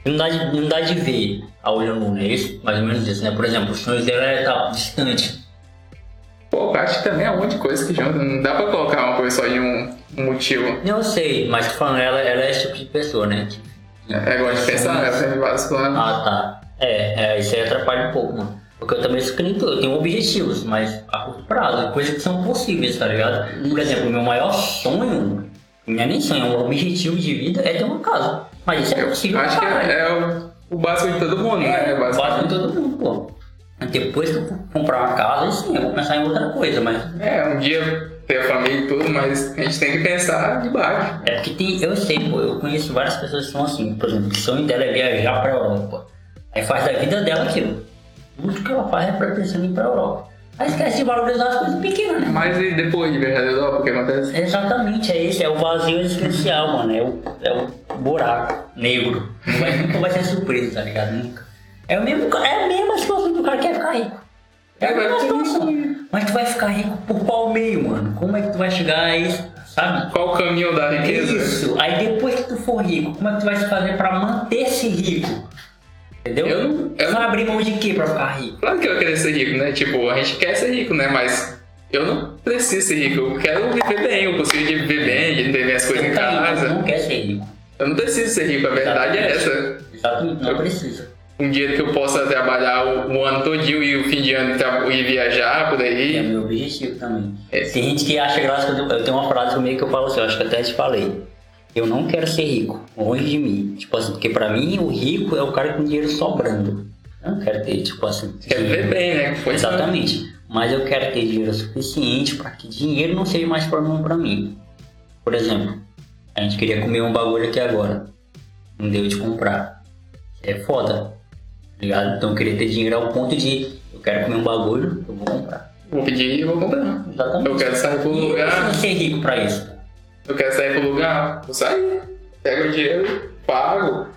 que não, dá de, não dá de ver a olho nu, né? Isso, mais ou menos isso, né? Por exemplo, os sonhos dela era estar distante.
Pô, eu acho que também é um monte de coisa que junta. Não dá pra colocar uma coisa só em um, um motivo.
Eu sei, mas tô falando, ela, ela é esse tipo de pessoa, né?
É, gosto de pensar, né? Tem vários planos.
Ah, tá. É, é, isso aí atrapalha um pouco, mano. Porque eu também sou que nem tu, eu tenho objetivos, mas a curto prazo, coisas que são possíveis, tá ligado? Por exemplo, meu maior sonho, não é nem sonho, é um objetivo de vida é ter uma casa. Mas isso é
Eu
possível.
acho que
pra caralho.
é, é
né?
o, o básico de todo mundo, né?
É,
É básico.
bate em todo mundo, pô. Depois que eu for comprar uma casa, aí sim, eu vou pensar em outra coisa, mas
É, um dia ter a família e tudo, mas a gente tem que pensar de baixo.
É porque tem, eu sei, pô, eu conheço várias pessoas que são assim, por exemplo, o sonho dela é viajar pra Europa. Aí faz da vida dela aquilo. Tudo que ela faz é pra pensando em ir pra Europa. Aí esquece de valorizar as coisas pequenas, né?
Mas e depois de viajar da Europa, o que acontece?
Exatamente, é esse, é o vazio existencial, mano. É o, é o buraco negro. Não vai, nunca vai ser surpresa, tá ligado? Nunca. É, o mesmo, ca- é a mesma situação que o cara quer ficar rico. É a
É, vai
mesma
ter
situação. Mas tu vai ficar rico por qual meio, mano? Como é que tu vai chegar a isso, sabe?
Qual o caminho da riqueza?
É Isso. Aí depois que tu for rico, como é que tu vai se fazer pra manter-se rico? Entendeu?
Eu não- eu
Tu
não-
vai abrir mão de quê pra ficar rico?
Claro que eu quero ser rico, né? Tipo, a gente quer ser rico, né? Mas eu não preciso ser rico. Eu quero viver bem, eu consigo de viver bem, de ter minhas coisas em
Tu tá rico, tu
casa.
não quer ser rico.
Eu não preciso ser rico, a verdade é
Exatamente.
essa.
Exatamente, não precisa.
Um dia que eu possa trabalhar o, o ano todinho e o fim de ano tra- e viajar por
É
aí.
meu objetivo também.
É.
Tem gente que acha graça que eu, eu tenho uma frase comigo que eu falo assim, eu acho que até te falei. Eu não quero ser rico, longe de mim. Tipo assim, porque pra mim o rico é o cara com dinheiro sobrando. Eu não quero ter, tipo assim.
Quer viver
dinheiro-
bem, né? Foi isso, né?
Exatamente. Mas eu quero ter dinheiro suficiente para que dinheiro não seja mais problema para mim. Por exemplo, a gente queria comer um bagulho aqui agora. Não deu de comprar. É foda. tá Ligado? Então eu queria ter dinheiro ao ponto de eu quero comer um bagulho, eu vou comprar.
Vou pedir e vou comprar.
Exatamente.
Eu quero sair pro
E Eu
lugar.
não ser rico para isso.
Eu quero sair pro lugar, vou sair. Pego o dinheiro, pago.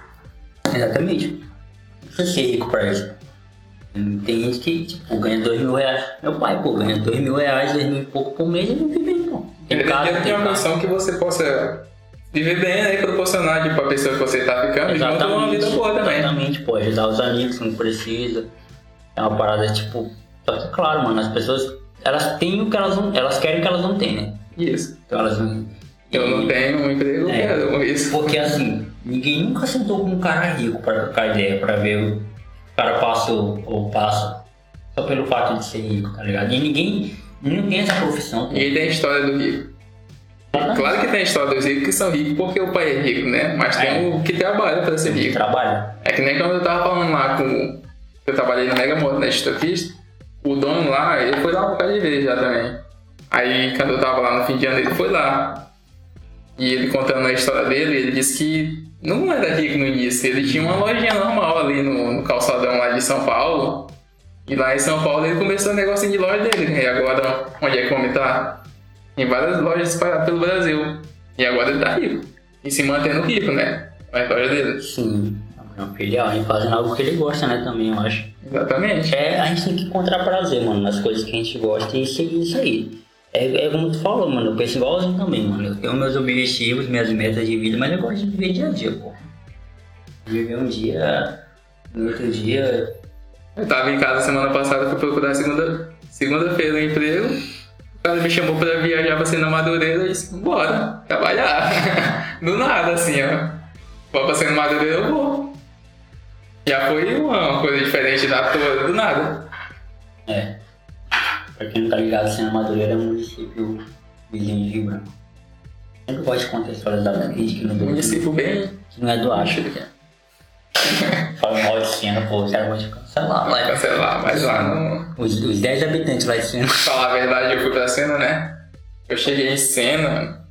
Exatamente. Não precisa ser rico pra isso. Hum, Tem gente que, tipo, ganha dois mil reais. Meu pai, pô, ganha dois mil reais, dois mil e pouco por mês e não vive bem, não. Tem casa,
Independente de
tem
uma
carro.
condição que você possa viver bem, né? E proporcionar tipo, pra pessoa que você tá ficando, junto uma vida boa também.
Exatamente, pô, ajudar os amigos quando precisa. É uma parada, tipo, só que claro, mano, as pessoas, elas têm o que elas não, elas querem o que elas não têm, né?
Isso.
Então elas não...
Eu não tenho um emprego, eu
É.
quero isso.
Porque assim, ninguém nunca sentou com um cara rico pra trocar ideia, pra ver o o cara passa ou ou passa. Só pelo fato de ser rico, tá ligado? E ninguém, ninguém tem essa profissão.
Ninguém tem a história do rico. Claro que tem a história dos ricos que são ricos porque o pai é rico, né? Mas tem o que trabalha pra ser rico.
Trabalha.
É que nem quando eu tava falando lá com. Eu trabalhei no Mega Moto na Estofista, o dono lá, ele foi lá um bocado de vez já também. Aí quando eu tava lá no fim de ano, ele foi lá. E ele contando a história dele, ele disse que não era rico no início, ele tinha uma lojinha normal ali no, no calçadão lá de São Paulo. E lá em São Paulo ele começou o negocinho de loja dele, né? E agora, onde é que o homem tá? Em várias lojas espalhadas pelo Brasil. E agora ele tá rico. E se mantendo rico, né? A história dele.
Sim, é um filial, e fazendo algo que ele gosta, né, também, eu acho.
Exatamente.
É, a gente tem que encontrar prazer, mano, nas coisas que a gente gosta e seguir isso aí. É, é como tu falou, mano, eu penso igualzinho também, mano. Eu tenho meus objetivos, minhas metas de vida, mas eu gosto de viver dia a dia, pô. Viver um dia, no outro dia.
Eu tava em casa semana passada, fui procurar segunda- segunda-feira um emprego. O cara me chamou pra viajar pra ser na Madureira e disse, bora, trabalhar. [laughs] Do nada, assim, ó. Vou pra ser na Madureira, eu vou. Já foi uma coisa diferente da toa, do nada.
É. Pra quem não tá ligado, Sena Madureira é um município vizinho de Rio Branco. Sempre gosto de contextualizar pra gente que não,
Município Um bem,
que não é do
acho
Acho.
que é.
Fala mal de Sena, pô, os caras vão te cancelar,
Vai
vai.
cancelar, mas lá não.
Os, os 10 habitantes lá de Sena.
Pra Falar a verdade, eu fui pra cena, né? Eu cheguei em cena,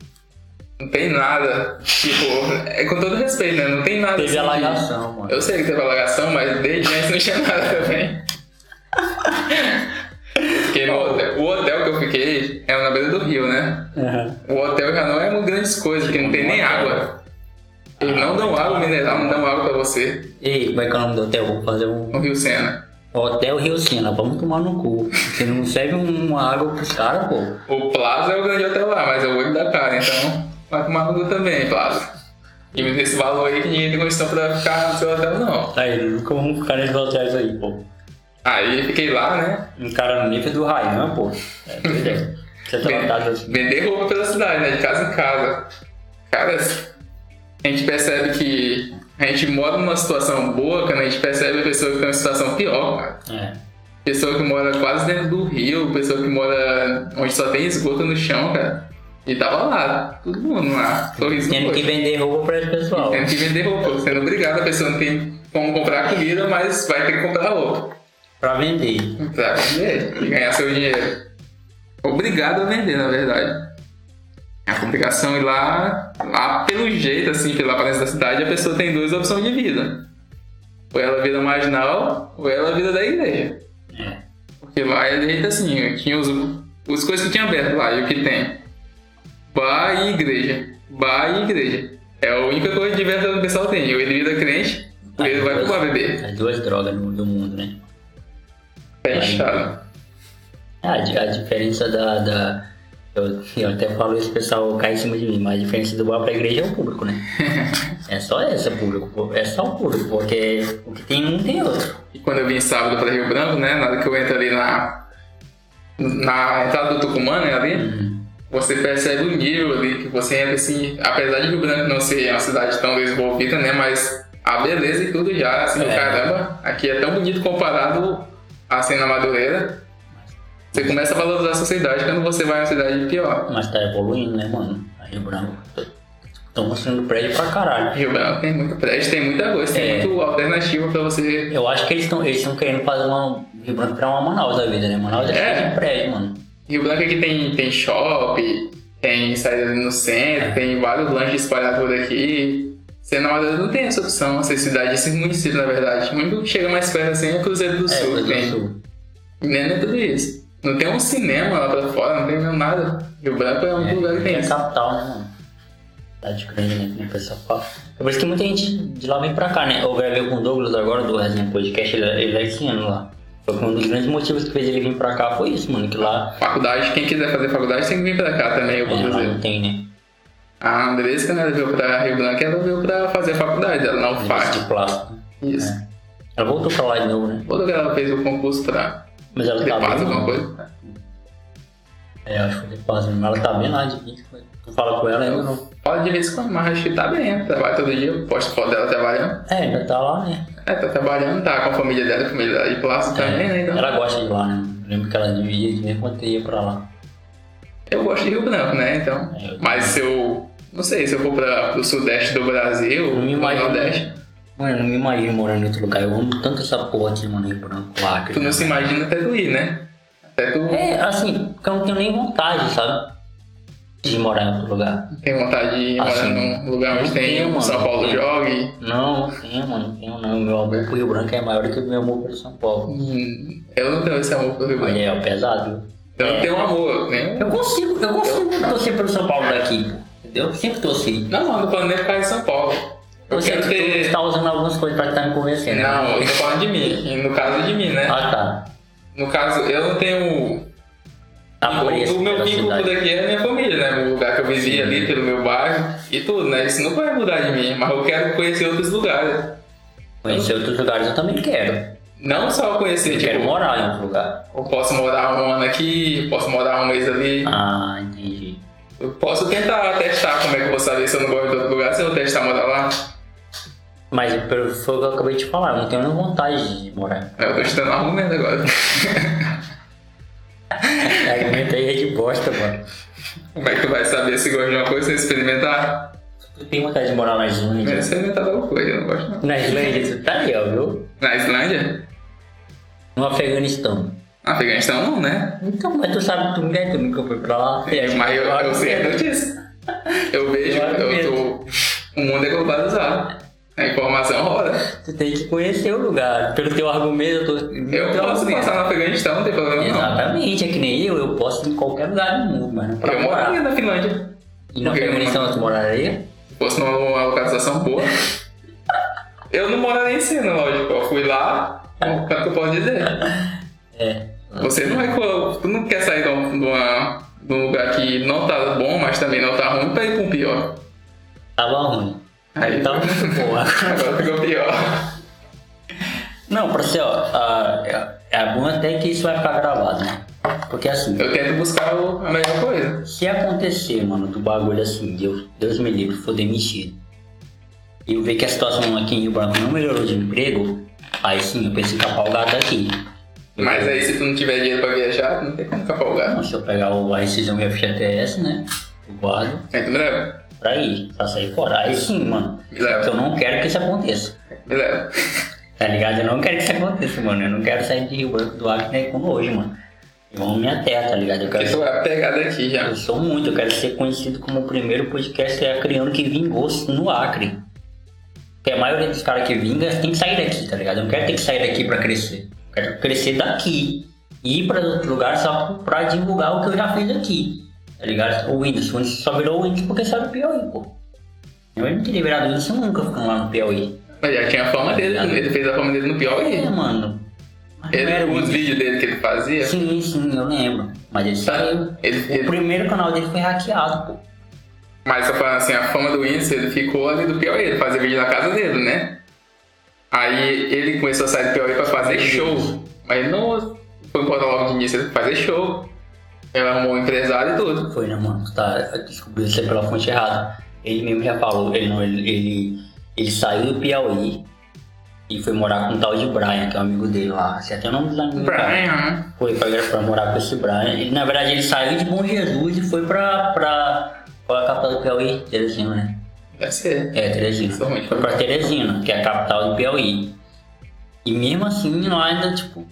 não tem nada. Tipo, é com todo respeito, né? Não tem nada.
Teve
assim de-
alagação, mano.
Eu sei que teve alagação, mas desde antes não tinha [laughs] nada também. Fiquei no hotel. O hotel que eu fiquei é na beira do rio, né?
Aham.
O hotel já não é uma grande coisa, porque não tem nem água. Eles não dão água mineral, não dão água pra você
Ei, como é que é o nome do hotel? Vou fazer um
no Rio Sena.
hotel Rio Sena, vamos tomar no cu. Você não serve um, uma água pros caras, pô.
O Plaza é o grande hotel lá, mas é o olho da cara, então vai tomar no cu também, Plaza. E me dê esse valor aí que ninguém tem condição pra ficar no seu hotel, não.
Tá Aí, nunca vamos ficar nesses hotéis aí, pô.
Aí fiquei lá, né?
Um cara no nível do Rainan, pô. É doido. Você tratado assim.
Vender roupa pela cidade, né? De casa em casa. Cara, a gente percebe que a gente mora numa situação boa, quando a gente percebe a pessoa que tem uma situação pior, cara.
É.
Pessoa que mora quase dentro do rio, pessoa que mora onde só tem esgoto no chão, cara. E tava lá, todo mundo lá, sorriso no
Tendo que
rosto.
vender roupa pra esse pessoal.
Tendo que vender roupa, sendo obrigado, a pessoa não tem como comprar comida, mas vai ter que comprar roupa.
Pra vender.
Pra vender Tá. e ganhar seu dinheiro. Obrigado a vender, na verdade. A complicação é lá, lá pelo jeito, assim, pela aparência da cidade, a pessoa tem duas opções de vida. Ou ela vira marginal, ou ela vira da igreja.
É.
Porque lá é direito assim, tinha os, os coisas que tinha aberto lá, e o que tem? Bar e igreja. Bar e igreja. É a única coisa diversa que o pessoal tem. Ou ele vira crente, ou ele vai pro bar beber.
As duas drogas no- do mundo, né?
É inchado.
Ah, A, di- a diferença da. da- eu, eu até falo isso, o pessoal cai em cima de mim, mas a diferença do bar pra igreja é o público, né? é só essa, público. pô. É só o público, porque o que tem um tem outro.
E quando eu vim sábado pra Rio Branco, né? Na hora que eu entro ali na. Na entrada do Tucumã, né? Ali.
Uhum.
Você percebe o nível ali que você entra assim. Apesar de Rio Branco não ser uma cidade tão desenvolvida, né? Mas a beleza e tudo já, assim, do
É.
caramba. Aqui é tão bonito comparado à cena madureira. Você
Uhum.
começa a valorizar a sua cidade quando você vai a uma cidade pior.
Mas tá evoluindo, né, mano? A Rio Branco. Estão construindo prédio pra caralho.
Rio Branco tem muito prédio, tem muita coisa, tem
É.
muito alternativa pra você.
Eu acho que eles estão eles tão querendo fazer uma. Rio Branco virar uma Manaus da vida, né? Manaus é,
É.
cheio de prédio, mano.
Rio Branco aqui tem, tem shopping, tem saída no
É.
centro, tem vários lanches espalhados por aqui. Sendo Amadeus não tem essa opção, essa cidade, esse município, na verdade. O único que chega mais perto assim é Cruzeiro do
é,
Sul,
Rio
que
Grande do
tem.
Sul.
Nem é tudo isso. Não tem um cinema lá pra fora, não tem mesmo nada. Rio Branco é um
É,
lugar que tem
é
isso.
capital, né, mano? Cidade grande, né? Como o pessoal fala. É por isso que muita gente de lá vem pra cá, né? Eu gravei com o Douglas agora do Resenha Podcast, ele, ele é esse ano lá. Foi que um dos grandes motivos que fez ele vir pra cá, foi isso, mano. Que lá,
Faculdade, quem quiser fazer faculdade tem que vir pra cá também, eu
é,
vou
lá
fazer.
não tem, né?
A Andressa, quando ela veio pra Rio Branco, ela veio pra fazer faculdade, ela não
Negócio
faz.
De plástico.
Isso.
Tipo É. Ela voltou pra lá de novo, né?
Todo lugar ela fez o concurso pra.
Mas ela
Ele
tá
faz
bem,
alguma
mano.
coisa?
É, acho que foi de paz, mas ela tá bem lá de bico. Tu fala com ela, ainda não.
Fala de vez em quando, mas acho que tá bem, né? Trabalha todo dia, posto foto dela trabalhando.
É, ainda tá lá, né?
É, tá trabalhando, tá com a família dela, a família dela de plástico
É.
também, né? Então,
Ela gosta de lá, né? Eu lembro que ela dividia de mesmo quando ia pra lá.
eu gosto de Rio Branco, né? Então,
É, eu
mas se eu, não sei, se eu for pra, pro sudeste do Brasil,
Não me
pro
imagino.
nordeste,
Mano, eu não me imagino morando em outro lugar. Eu amo tanto essa porra aqui, mano, Rio Branco, Acre.
tu não se imagina até tu ir, né? Até tu
É, assim, porque eu não tenho nem vontade, sabe? De morar em outro lugar.
tem vontade de ir
Assim,
morar num lugar onde
não
tem
tenho,
o
mano,
São Paulo
não tenho.
jogue.
Não, não tenho, mano, não tenho não. Meu amor pro Rio Branco é maior do que o meu amor pelo São Paulo.
Hum, Eu não tenho esse amor pelo Rio Branco.
Olha aí, ó, pesado. viu?
Eu não tenho um amor, né?
Eu consigo, eu consigo torcer pelo São Paulo daqui, pô. Entendeu? Sempre torci.
Não, não, não falando nem por causa de São Paulo. Eu
Você
quero ter.
tá usando algumas coisas pra estar me convencendo. né?
é Não, eu tô falando de mim, no caso de mim, né?
Ah, tá.
No caso, eu não tenho
Tá
o,
preso
o meu
pela
vínculo
cidade.
daqui é a minha família, né? O lugar que eu vivi ali, pelo meu bairro e tudo, né? Isso não vai mudar de mim, mas eu quero conhecer outros lugares.
Conhecer outros lugares eu também quero.
Não só conhecer,
Eu
tipo,
quero morar em outro lugar.
eu posso morar um ano aqui, posso morar um mês ali.
Ah, entendi.
Eu posso tentar testar como é que eu vou saber se eu não gosto de outro lugar, se eu vou testar morar lá.
Mas pelo- foi o que eu acabei de falar, eu não tenho nem vontade de morar.
Eu tô estudando argumento agora. [laughs]
Argumento aí é de bosta, mano.
como é que tu vai saber se gosta de uma coisa sem experimentar?
Tu tem vontade de morar na
Primeiro
Islândia?
experimentar alguma coisa, eu não gosto não.
Na Islândia, tu tá ali, ó, viu?
Na Islândia? Ah,
No Afeganistão.
Na Afeganistão não, né?
Então, mas tu sabe tudo, né? Tu nunca foi pra lá.
Mas eu, eu sei
Eu
tudo é disso. Eu vejo,
Eu
eu tô. O mundo é globalizado. A informação roda.
Tu tem que conhecer o lugar. Pelo teu argumento, eu tô...
Eu
teu
posso
argumento.
passar no Afeganistão, não tem problema não.
Exatamente, é que nem eu, eu posso ir em qualquer lugar do mundo, mano. Pra
Eu
morar.
moraria na Finlândia.
E no
Porque eu não-
Afeganistão tu moraria?
Se fosse numa localização boa. Eu não moraria em Sena, lógico. Eu fui lá, o que eu posso dizer?
É.
Você não vai. co- Tu não quer sair de um, de uma- de um lugar que não tá bom, mas também não tá ruim pra ir pra um pior.
Tava ruim.
Aí.
Tava muito boa.
Agora ficou pior.
Não, pra ser, ó, a- é- é bom até que isso vai ficar gravado, né? Porque assim,
Eu tento buscar o- a melhor coisa.
se acontecer, mano, do bagulho assim, Deus, Deus me livre, for demitido, e eu ver que a situação aqui em Rio Branco não melhorou de emprego, aí sim eu pensei capar o gato aqui.
Mas aí se tu não tiver dinheiro pra viajar, não tem como ficar folgado.
Então, se eu pegar o, a um rescisão e FGTS, né? Eu guardo
Aí tu me leva.
pra ir, pra sair fora. Aí sim, mano.
Me
Só que
leva.
eu não quero que isso aconteça.
Me leva.
Tá ligado? Eu não quero que isso aconteça, mano. Eu não quero sair de Rio Branco do Acre né, como hoje, mano. Eu amo minha terra, tá ligado? Eu quero
Porque tu vai pegar daqui já.
Eu sou muito, eu quero ser conhecido como o primeiro podcast acreano que vingou no Acre. Que é a maioria dos caras que vinga tem que sair daqui, tá ligado? Eu não quero ter que sair daqui pra crescer. Eu quero crescer daqui. E ir pra outro lugar só pra divulgar o que eu já fiz aqui. Tá ligado? O Windows. O Windows só virou o Windows porque saiu do Piauí, pô. Eu não teria virado Windows nunca ficando lá no Piauí.
Mas já tinha a fama dele, né? ele fez a fama dele no Piauí.
É, mano. Mas não
Ele,
era o
os
Windows.
vídeos dele que ele fazia.
Sim, sim, eu lembro. Mas ele
Tá.
saiu.
Ele- ele-
O primeiro canal dele foi hackeado, pô.
Mas eu falando assim, a fama do Windows, ele ficou ali do Piauí, ele fazia vídeo na casa dele, né? Aí ele começou a sair do Piauí pra fazer show. Mas ele não foi embora logo de início, ele foi fazer show. Ele arrumou um empresário e tudo.
Foi, né, mano? Tu Tá, descobriu isso aí pela fonte errada. Ele mesmo já falou, ele não, ele, ele, ele saiu do Piauí e foi morar com o tal de Brian, que é um amigo dele lá. Você até o nome do amigo dele, cara.
Brian, né?
Foi pra, pra morar com esse Brian. Ele, na verdade, ele saiu de Bom Jesus e foi pra, pra, pra capital do Piauí, Teresina, né?
Deve ser.
É, Teresina.
Isso é muito
Foi pra Teresina, que é a capital do Piauí. E mesmo assim, lá ainda, tipo,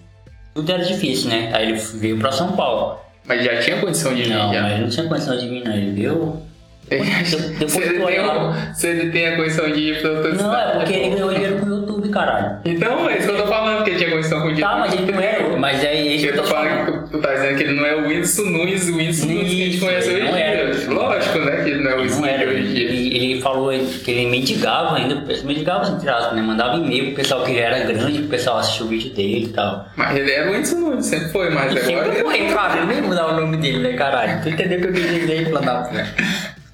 tudo era difícil, né? Aí ele veio pra São Paulo.
Mas já tinha condição de
Não,
mídia.
mas ele não tinha condição de vir, não. Ele veio.
[laughs]
Depois
se,
tu
ele É. tem,
olha lá.
um- se ele tem a condição de ir pra outro
Não,
estado.
é porque ele ganhou dinheiro com o YouTube, caralho.
Então, é isso que eu tô falando, porque ele tinha condição com o
Tá,
dinheiro.
mas ele não é. Mas é isso que
Eu
eu
tô
tô falando.
falando que tu tá dizendo que ele não é o Whindersson Nunes, o Whindersson Nunes que a gente
Isso,
conhece
ele
hoje em
não era.
dia. Lógico, né? Que ele não é o
Ele
Whindersson
Não era.
Nunes hoje em dia.
Ele, ele falou que ele mendigava ainda, ele mendigava entre aspas, né? Mandava e-mail pro pessoal que já era grande, pro pessoal assistir o vídeo dele e tal.
Mas ele era o Whindersson Nunes, sempre foi, mas
E
agora.
sempre
ele- é
foi, claro, ele nem mudar o nome dele, né, caralho? Tu entendeu o que eu quis dizer aí, Planalto, né?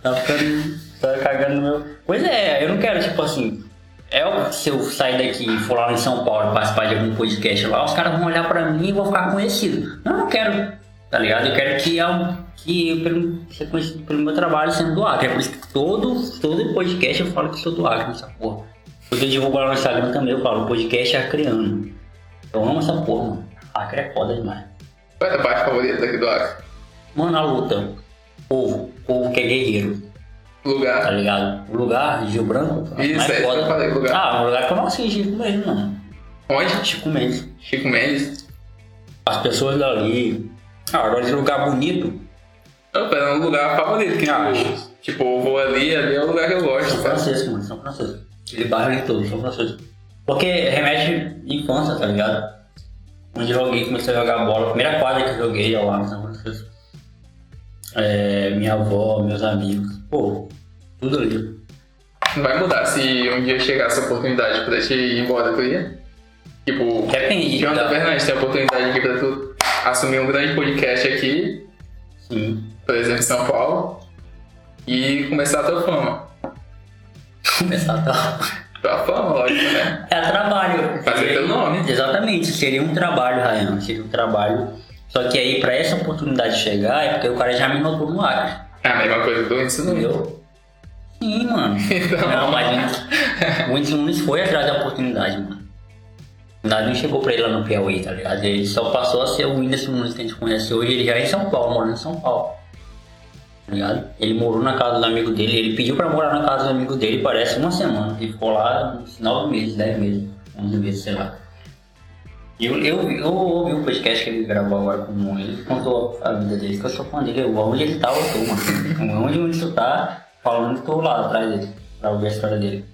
Tá ficando. Tá cagando no meu. Pois é, eu não quero, tipo assim. É óbvio que se eu sair daqui e for lá em São Paulo e participar de algum podcast lá, os caras vão olhar pra mim e vão ficar conhecidos. Não, eu não quero, tá ligado? Eu quero que, eu, que eu, pelo, ser conhecido pelo meu trabalho sendo do Acre. É por isso que todo, todo podcast eu falo que sou do Acre nessa porra. Quando eu divulgo lá no Instagram também, eu falo podcast é acreano. Eu amo essa porra, mano. Acre é foda demais.
Qual é a parte favorita aqui do Acre?
Mano, a luta. Povo. Povo que é guerreiro, tá
Lugar.
ligado? O lugar, Gil Branco.
Isso,
mais
é isso que eu falei, lugar.
Ah, um lugar que eu não assisti Chico mesmo, mano.
Onde?
Chico mesmo.
Chico Mendes.
As pessoas dali. Ah, agora esse lugar bonito.
Opa, é um lugar favorito que
Ah.
eu- Tipo, eu vou ali, ali é o lugar que eu gosto,
São
sabe?
Francisco, mano. São Francisco. Aquele bairro ali todo, São Francisco. Porque remete à infância, tá ligado? Onde eu joguei, comecei a jogar bola. A primeira quadra que eu joguei é lá no São Francisco. É, minha avó, meus amigos. Pô, tudo ali.
Não vai mudar se um dia chegar essa oportunidade pra pudesse ir embora, tu ia? Tipo,
Depende.
Jonathan
tá?
Fernandes tem a oportunidade aqui pra tu assumir um grande podcast aqui,
Sim. [laughs]
por exemplo, em São Paulo, e começar a tua fama.
começar a tá. tal.
Tua fama, lógico, né?
É trabalho.
Fazer
Seria-
teu nome.
Exatamente, seria um trabalho, Ryan. Seria um trabalho. Só que aí, pra essa oportunidade chegar, é porque o cara já me notou no Acre,
É a mesma coisa do ensino médio.
entendeu? Sim, mano.
Então.
Não, mas o Whindersson Nunes foi atrás da oportunidade, mano. Nada não chegou pra ele lá no Piauí, tá ligado? Ele só passou a ser o Whindersson Nunes que a gente conhece hoje, ele já é em São Paulo, morando em São Paulo. Tá ligado? Ele morou na casa do amigo dele, ele pediu pra morar na casa do amigo dele, parece uma semana. Ele ficou lá uns nove meses, dez meses, onze meses, sei lá. Eu, eu, eu ouvi o podcast que ele gravou agora com ele, ele contou a vida dele, que eu sou fã dele, eu amo onde ele tá, eu tô, mano. [laughs] Onde onde isso tá, falando que eu tô lá atrás dele, pra ouvir a história dele.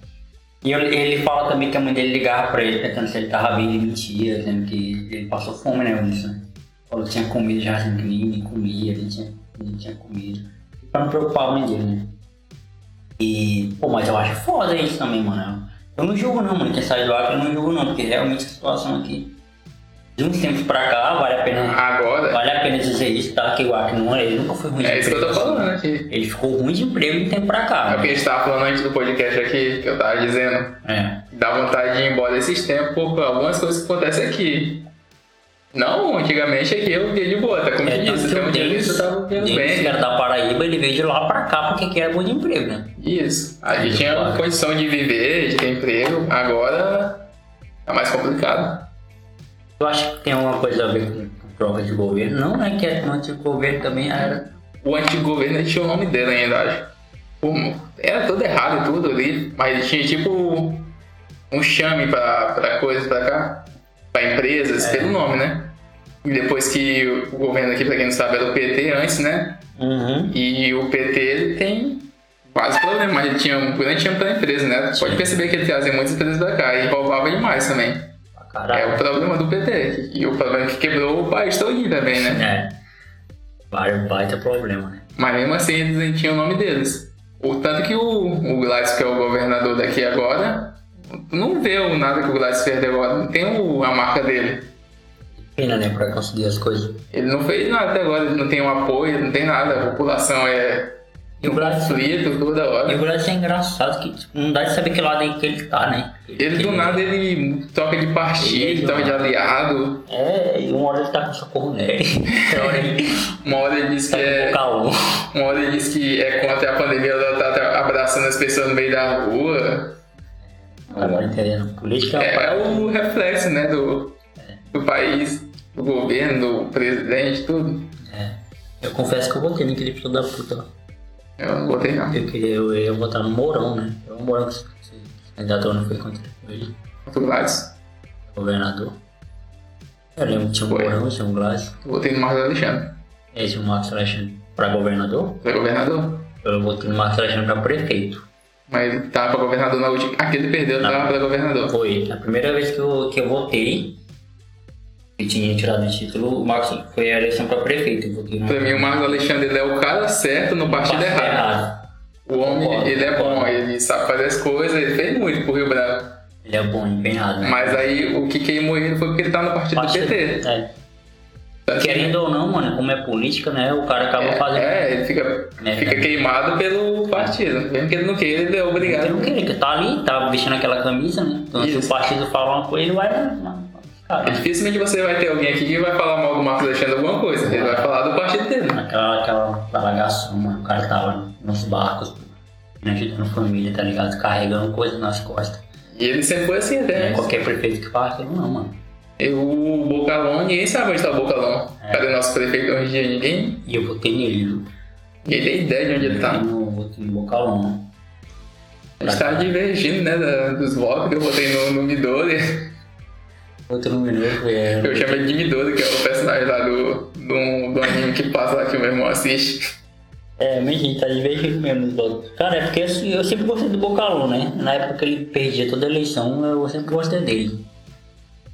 E eu- ele fala também que a mãe dele ligava pra ele, perguntando se ele tava bem, ele mentia, dizendo que ele passou fome, né, Wilson? Falou que tinha comido já, assim, que nem nem comia, ele tinha, nem tinha comido. Pra não preocupar a mãe dele, né? E, pô, mas eu acho foda isso também, mano. Eu não julgo não, mano, quem sai do Acre eu não julgo não, porque realmente a situação aqui, de uns tempos pra cá, vale a pena,
Agora,
vale a pena dizer isso, tá? Que o Acre não é, ele nunca foi ruim de
é isso que eu tô
emprego, assim.
falando, né? Que
Ele ficou ruim de emprego de um tempo pra
é
cá.
o que a gente tava falando antes do podcast aqui, que eu tava dizendo.
É.
Dá vontade de ir embora esses tempos por algumas coisas que acontecem aqui. Não, antigamente aqui eu vivia de boa, tá como eu
É,
te
tanto
disse,
que
tem um
o
dia
Denis,
que eu tava vivendo
Denis, que
bem.
era da Paraíba, ele veio de lá pra cá porque quer bom de emprego, né?
Isso. A gente
Sim,
tinha
claro.
condição de viver, de ter emprego. Agora é mais complicado.
Eu acho que tem alguma coisa a ver com com troca de governo. Não é que é antes do governo também era.
O antigo governo ele tinha o nome dele ainda, acho. Pô, Era tudo errado, tudo ali. Mas tinha tipo um chame pra, pra coisa, pra cá. Pra empresas,
É.
pelo nome, né? E depois que o governo aqui, pra quem não sabe, era o PT antes, né?
Uhum.
E o PT ele tem quase problema, mas ele tinha um grande time pela empresa, né? Pode perceber que ele trazia muitas empresas pra cá e roubava demais também.
Pra
É
caralho.
o problema do PT. E o problema é que quebrou o país todinho também, né?
É. Vai, vai ter um problema, né?
Mas mesmo assim eles nem tinham o nome deles. O tanto que o, o Gladys, que é o governador daqui agora, não vê o nada que o Gladys fez até agora, não tem o- a marca dele.
Pena, né? Pra conseguir as coisas.
Ele não fez nada até agora, ele não tem um apoio, ele não tem nada, a população é
E o Brasil.
conflito toda hora.
E o Brasil é engraçado que tipo, não dá de saber que lado é que ele tá, né?
Ele do nada ele troca de partido, troca de aliado,
É, e uma hora ele tá com socorro [laughs] nele. Outra hora ele
uma hora ele diz que
tá com
é.
caô.
Uma hora ele diz que é contra a pandemia, ela tá tá abraçando as pessoas no meio da rua.
Agora entendendo. Política
É,
é
é o reflexo, né, do, do país, do governo, do presidente, tudo.
é. Eu confesso que eu votei naquele filho da puta.
Eu não votei não.
Eu queria, eu ia votar no Mourão, né? Eu o Mourão que se se candidatou não foi contra ele,
Outro Gladys.
governador. Eu lembro que tinha um
Foi.
Mourão, tinha um Glass,
Eu votei no Marcos Alexandre.
esse tinha o Marcos Alexandre pra governador.
Foi governador.
Eu votei no Marcos Alexandre pra prefeito.
Mas ele tava pra governador na última. Aquele perdeu,
Não.
tava pra governador.
Foi a primeira vez que eu, que eu votei, que tinha tirado o título, o Marcos foi a eleição pra prefeito. Eu votei no
Pra mim, o Marcos Alexandre ele é o cara certo no partido errado. O homem,
Concordo,
ele é bom,
concordo.
ele sabe fazer as coisas, ele fez muito pro Rio Branco.
Ele é bom, empenhado, né?
Mas aí o que queimou ele foi porque ele tá no partido, do PT.
É. Tá Querendo ou não, mano, como é política, né? O cara acaba fazendo.
É, ele fica,
É,
fica
né?
queimado pelo partido. Mesmo que ele não queira, ele é
Ele
obrigado.
não queria, que tá ali, tá vestindo aquela camisa, né? Então se
Isso.
o partido falar uma coisa, ele vai. na- na- na- Cara,
Dificilmente você vai ter alguém aqui que vai falar mal do Marcos Alexandre alguma coisa. Ele vai falar do partido dele.
aquela, aquela balagação, mano. O cara tava nos barcos, né, ajudando família, tá ligado? Carregando coisa nas costas.
E ele sempre foi assim até.
Não é
né?
qualquer prefeito que faz aquilo, não, mano.
E o Bocalon, ninguém sabe onde tá o Bocalon.
É.
Cadê o nosso prefeito hoje em dia? Ninguém,
E eu votei nele, viu?
ninguém tem ideia de onde ele
Eu
tá.
não votei no Bocalão. É.
A gente tá divergindo, né, da- dos votos que eu botei no, no Midori.
Outro no minuto, é.
Eu chamo ele de Midori, que é o personagem lá do, do, do anime que passa lá que o meu irmão assiste.
É, mas gente, tá divertido mesmo nos votos. Cara, é porque eu, eu sempre gostei do Bocalão, né? Na época que ele perdia toda a eleição, eu sempre gostei dele.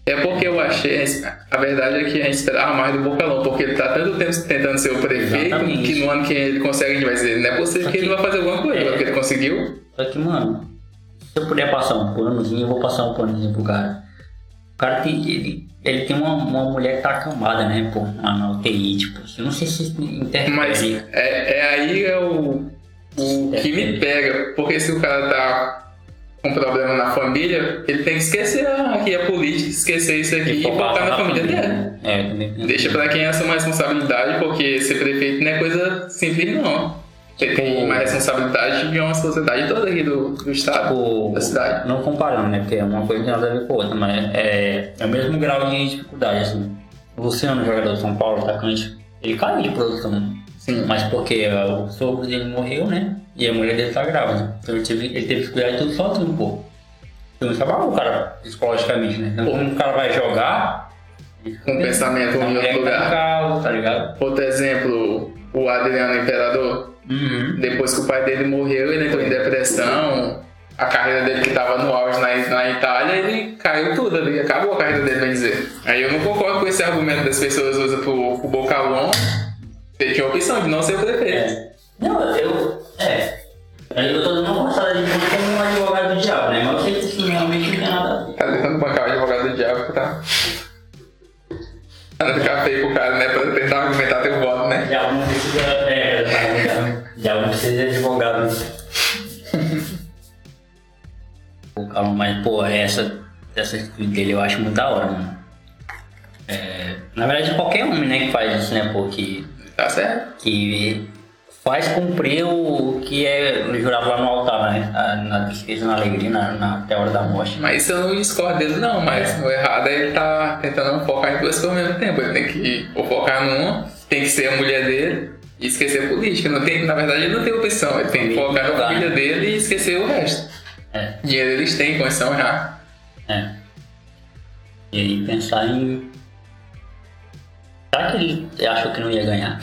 É porque eu achei, a verdade é que a gente esperava mais do Bocalão, porque ele tá tanto tempo tentando ser o prefeito
Exatamente.
que no ano que ele consegue a gente vai dizer, não é possível que ele vai fazer alguma coisa,
É.
porque ele conseguiu.
Só que, mano, se eu puder passar um panozinho, eu vou passar um panozinho pro cara. O cara tem. Ele, ele tem uma, uma mulher que tá acamada, né? Pô, lá na UTI, tipo. Eu não sei se isso interfere.
Mas é, é aí é o, o que me pega, porque se o cara tá com problema na família, ele tem que esquecer "Ah, aqui a política, esquecer isso aqui e focar na família dele.
né? É, eu também. penso.
Deixa pra quem assuma a responsabilidade, porque ser prefeito não é coisa simples não. Você tem uma responsabilidade de uma sociedade toda aqui do, do estado.
Tipo,
da cidade.
não comparando, né? Porque uma coisa não tem nada a ver com a outra, mas é, é o mesmo grau de dificuldade, assim. O Luciano, jogador do São Paulo, atacante, ele caiu de produção.
Sim.
Mas porque ó, o sogro dele morreu, né? E a mulher dele tá grávida. Então ele teve, ele teve que cuidar de tudo sozinho, pô. Então isso abalou o cara psicologicamente, né? Então quando o cara vai jogar, ele fica
Com pensamento
pensando,
em
"Não,
outro
ele tá
lugar."
no carro, tá ligado?
Outro exemplo, o Adriano Imperador.
Uhum.
Depois que o pai dele morreu, ele entrou em depressão. A carreira dele que tava no auge na, na Itália, ele caiu tudo ali. Acabou a carreira dele, bem dizer. Aí eu não concordo com esse argumento das pessoas usam pro, pro Bocalon. Ele tinha a opção de não ser prefeito.
É. Não, eu. É. Eu tô dando uma passada de conta como um advogado do diabo, né? Mas eu sei que isso realmente não tem nada a ver.
Tá tentando bancar o advogado do diabo, tá? Pra não ficar feio pro cara, né? Pra tentar argumentar teu voto, né?
Diabo não precisa. É, diabo- diabo não precisa de advogado. [laughs] Pô, calma, mas, pô, essa, essa atitude dele eu acho muito da hora, mano. É, na verdade, qualquer homem, né, que faz isso, né, pô, que,
Tá certo?
que faz cumprir o que é jurado lá no altar, né, na, na tristeza, na alegria, na, na, até a hora da morte.
Mas isso eu não discordo dele, não. Mas o errado é ele tá tentando focar em duas coisas ao mesmo tempo. Ele tem que ou focar numa, tem que ser a mulher dele e esquecer a política. Não tem, na verdade, ele não tem opção. Ele tá. tem que focar na família dele e esquecer o resto.
É.
Dinheiro eles têm, condição já.
É. E aí pensar em. Será que ele achou que não ia ganhar?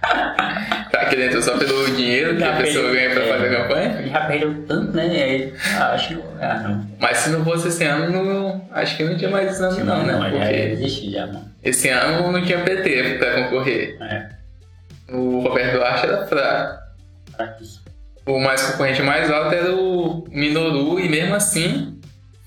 Tá aqui dentro só pelo dinheiro que a pessoa ganha pra fazer a campanha.
Ele já perdeu tanto, né? E aí, ah, acho que. Ah, não.
Mas se não fosse esse ano, não- acho que não tinha mais esse ano, não, né?
mas já
Porque
existe já, mano.
esse ano não tinha PT pra concorrer.
É.
O Roberto Duarte era fraco.
Pra que isso?
O mais concorrente mais alto era o Minoru, e mesmo assim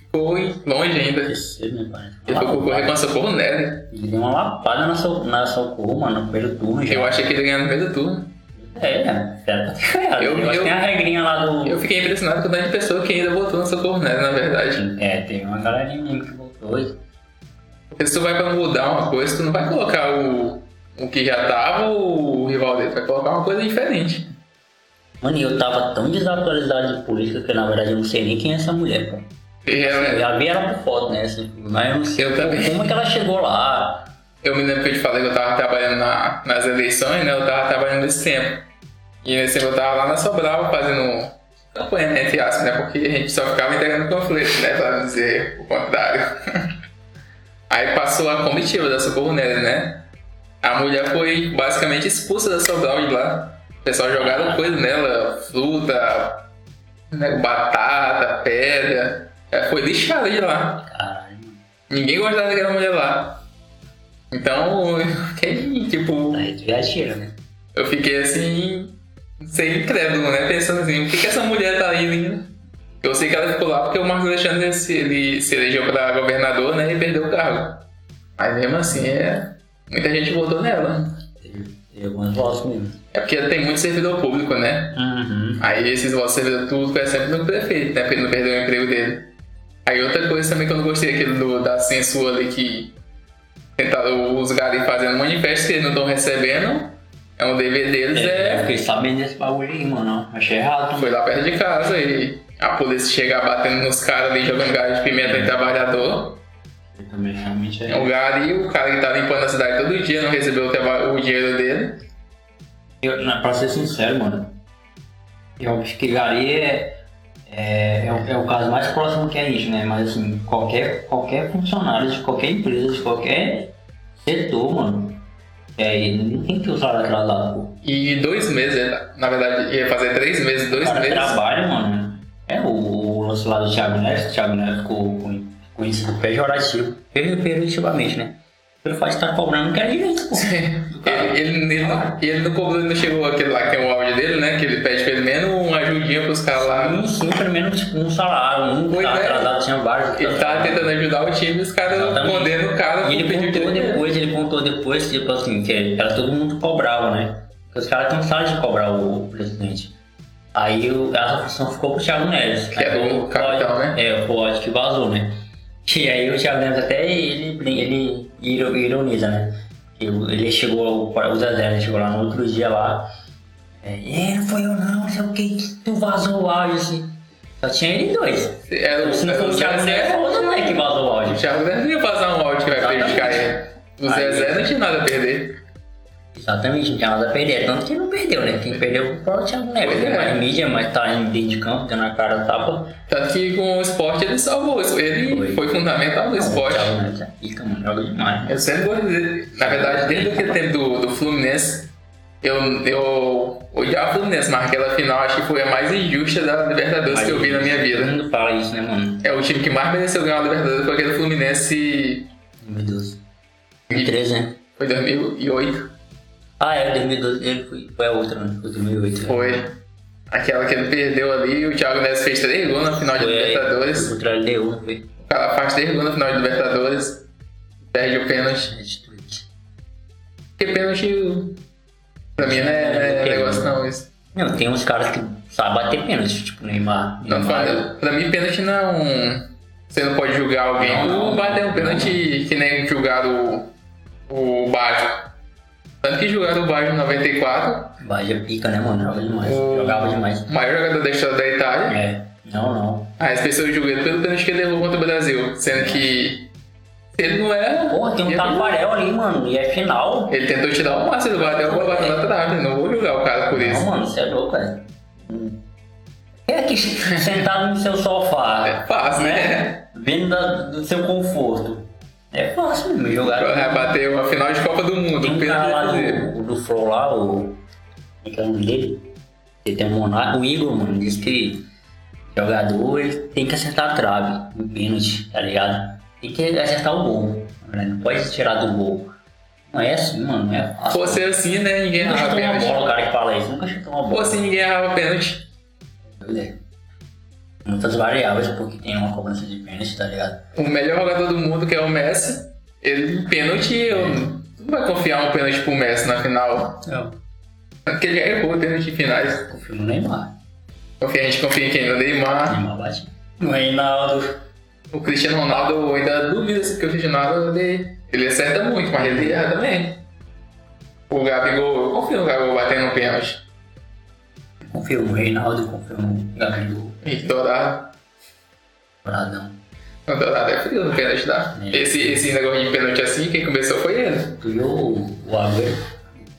ficou em- longe ainda. Ele
Esqueceu, né, parece?
foi concorrer com a Socorro Nery.
Ele deu uma lapada na sua, na sua cor, mano, no primeiro turno já.
Eu achei que ele ganhou no primeiro turno.
É, cara, tá
Eu-
eu,
eu-
Tem a regrinha lá do.
Eu fiquei impressionado com o tanto de pessoa que ainda votou no Socorro Nery, na verdade.
É, tem uma galerinha mesmo que voltou. e-
Porque se tu vai pra mudar uma coisa, tu não vai colocar o, o que já tava ou o rival dele, tu vai colocar uma coisa diferente.
Mano, e eu tava tão desatualizado de política que na verdade eu não sei nem quem é essa mulher, cara.
E
Eu
realmente,
já vi ela por foto, né? assim, mas eu não sei
Eu também.
como é que ela chegou lá.
eu me lembro que eu te falei que eu tava trabalhando na- nas eleições, né? Eu tava trabalhando nesse tempo. E nesse tempo eu tava lá na Sobral fazendo campanha, né, entre aspas, né? Porque a gente só ficava entregando panfleto, né? Pra não dizer o contrário. [laughs] Aí passou a comitiva da Socorro Nery, né? A mulher foi basicamente expulsa da Sobral de lá. O pessoal jogaram coisa nela, fruta, né, batata, pedra. Ela foi lixada de lá.
Caralho, mano.
Ninguém gostava daquela mulher lá. Então, [laughs] eu fiquei, tipo,
Aí tu já tira, tá né?
eu fiquei assim, sem incrédulo, né? Pensando assim, por que, que essa mulher tá aí, né? Eu sei que ela ficou lá porque o Marcos Alexandre se, ele se elegeu pra governador, né? E perdeu o cargo. Mas mesmo assim, é. Muita gente votou nela.
Teve teve algumas votos mesmo.
É porque tem muito servidor público, né?
Uhum.
Aí esses votos de servidor público é sempre no prefeito, né? Porque ele não perdeu o emprego dele. Aí outra coisa também que eu não gostei, aquele do, da censura ali que tentaram os garis fazendo manifesto que eles não estão recebendo. É um dever deles,
É, eu
é.
fiquei sabendo desse bagulho aí, mano. Achei errado.
Foi lá perto de casa e a polícia chegar batendo nos caras ali, jogando gás de pimenta em trabalhador.
Eu também realmente é.
O gari, o cara que tá limpando a cidade todo dia, não recebeu o, traba- o dinheiro dele.
Eu, na- pra ser sincero, mano, eu acho que Gari é, é, é, o, é o caso mais próximo que a gente, né? Mas assim, qualquer, qualquer funcionário de qualquer empresa, de qualquer setor, mano, é, ele não tem que usar daquela lá, pô.
E dois meses, tá, na verdade, ia fazer três meses,
O
dois
cara
meses.
trabalha, mano. É o, o lance lá do Thiago Neves, o Thiago Neves ficou com- conhecido pejorativo, per- pejorativamente, né? Pelo fato de estar cobrando que era direito, pô.
Ele, ele, ele, não, ele não cobrou, ele não chegou aquele lá que tem o áudio dele, né? Que ele pede pelo menos uma ajudinha pros caras lá.
Um, sim, pelo menos tipo, um salário, um
Pois
tá
é.
atrasado, tinha vários.
Ele tava tentando ajudar o time e os caras
Exatamente.
condenam o cara
E ele
por pedir o
contou
dinheiro.
depois, ele contou depois, tipo assim, que era todo mundo que cobrava, né? Porque Os caras cansaram de cobrar o presidente. Aí o, a função ficou pro Thiago Neves.
Que é do
Aí o
capitão,
ódio-
né?
É, o ódio que vazou, né? E aí o Thiago Neves até ele, ele iro- ironiza, né? Que o- Ele chegou, o Zezé né? chegou lá no outro dia lá. É, "É, não foi eu não, não sei o que, que tu vazou o áudio assim. Só tinha ele dois.
Era É, o,
Se não
era
for
o
o Thiago né? Neves,
Zezé.
foi o Zezé é que vazou o áudio.
né? O Thiago Neves não ia passar um áudio que vai
Exatamente.
prejudicar ele. O
Aí-
Zezé não tinha nada a perder.
Exatamente, não tinha nada a perder. É Tanto que não perdeu, né? Quem perdeu foi o Thiago Neves.
Pois é.
Tem mais mídia, mas tá em dentro de campo, dando a cara da tapa.
Tanto que com o esporte ele salvou. isso. Ele foi,
Foi.
fundamental no esporte.
O Thiago Neves é pica, mano. Joga demais. né?
Eu sempre gosto dele. Na verdade, desde aquele tempo do, do Fluminense, eu, eu odiava o Fluminense, mas aquela final acho que foi a mais injusta da Libertadores É que eu vi na minha vida.
Todo mundo fala isso, né, mano?
É o time que mais mereceu ganhar a Libertadores foi aquele Fluminense.
2012. 2013, né?
Foi 2008?
Ah, é, 2012. Ele foi, foi a outra, né? Foi 2008. né?
Foi. Aquela que ele perdeu ali, o Thiago Neves fez três gols na final de
Foi aí,
Libertadores.
Contra a LDU, não foi?
O cara faz três gols na final de Libertadores, perde o pênalti.
Destruído.
Porque pênalti, pra mim, não é, não é negócio não isso.
Não, tem uns caras que sabem bater pênalti, tipo Neymar.
Não,
Neymar.
pra, pra mim, pênalti não é um. Você não pode julgar alguém
Não, não,
por bater um
não.
pênalti que nem julgaram o, o Baggio. Tanto que julgaram o Baggio em 94,
Bahia pica, né, mano? Joga demais.
O-
Jogava demais.
o maior jogador da história da Itália.
É. Não, não.
Aí as pessoas julgam ele pelo pênalti que ele levou contra o Brasil, sendo que ele não era.
Porra, tem um Taquarel ali, mano, e é final.
Ele tentou tirar o máximo do bateu o bateu na trave, não vou julgar o cara por
Não,
isso.
mano, você é louco, velho. Quem é que [laughs] sentado no seu sofá,
É fácil, né?
vendo da- do seu conforto, É fácil mesmo, jogar.
Vai bater uma final de Copa do Mundo.
Tem um
pena
cara
de
lá
fazer.
do, do Flow lá, o. Como é que é o nome dele? Ele tem um monarca. O Igor, mano, diz que jogador ele tem que acertar a trave, no pênalti, tá ligado? Tem que acertar o gol. né? Não pode tirar do gol. Não é assim, mano, não é
Se
fácil.
fosse assim, né? Ninguém
nunca
errava
chutou uma bola, o
pênalti.
cara que fala isso, nunca chutou uma
Se
bola.
fosse assim, ninguém errava pênalti.
É. Muitas variáveis, porque tem uma cobrança de pênalti, tá ligado?
O melhor jogador do mundo, que é o Messi, ele pênalti. Eu... tu Não vai confiar um pênalti pro Messi na final. É
Eu
Porque ele já errou pênalti em finais.
confio no Neymar.
Confia, a gente confia em quem? No Neymar.
Neymar bate. No Reinaldo.
O Cristiano Ronaldo eu ainda duvida porque o Cristiano Ronaldo ele, ele acerta muito, mas ele erra também. O Gabigol, eu confio no Gabigol batendo um pênalti.
Confio no Reinaldo, confio no Gabigol.
E Dourado.
Bradão.
O Dourado é frio no pênalti, tá?
É.
Esse, esse negócio de pênalti assim, quem começou foi ele.
Tu viu o, o Agüero?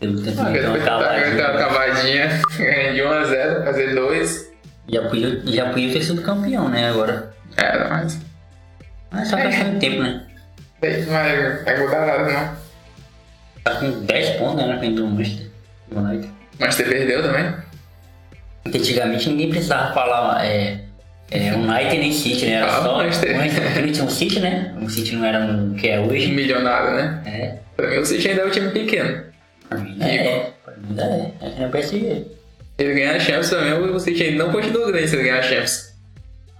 Ele tentou
Ah, ele
dar
foi
uma
tentar aquela
cavadinha.
cavadinha, [laughs] ganhando de 1 a 0, fazer 2.
Já podia, já podia ter sido campeão, né, agora.
Era, mas.
Mas
É.
só questão de tempo, né?
Mas é né? não vai mudar nada, não.
Tá com 10 pontos, né, na frente do Manchester United.
Mas você perdeu também?
Porque antigamente ninguém precisava falar é, é, United nem City, né? Era
Ah,
só
Manchester.
Manchester. Porque não tinha um City, né? O City não era o que é hoje.
Milionário, né?
É,
Pra mim o City ainda é um time pequeno.
pra mim ainda é. Pra mim ainda é. Acho que não PSG.
Ele ganhar a Champions também, o City ainda não continua grande se ele ganhar a Champions.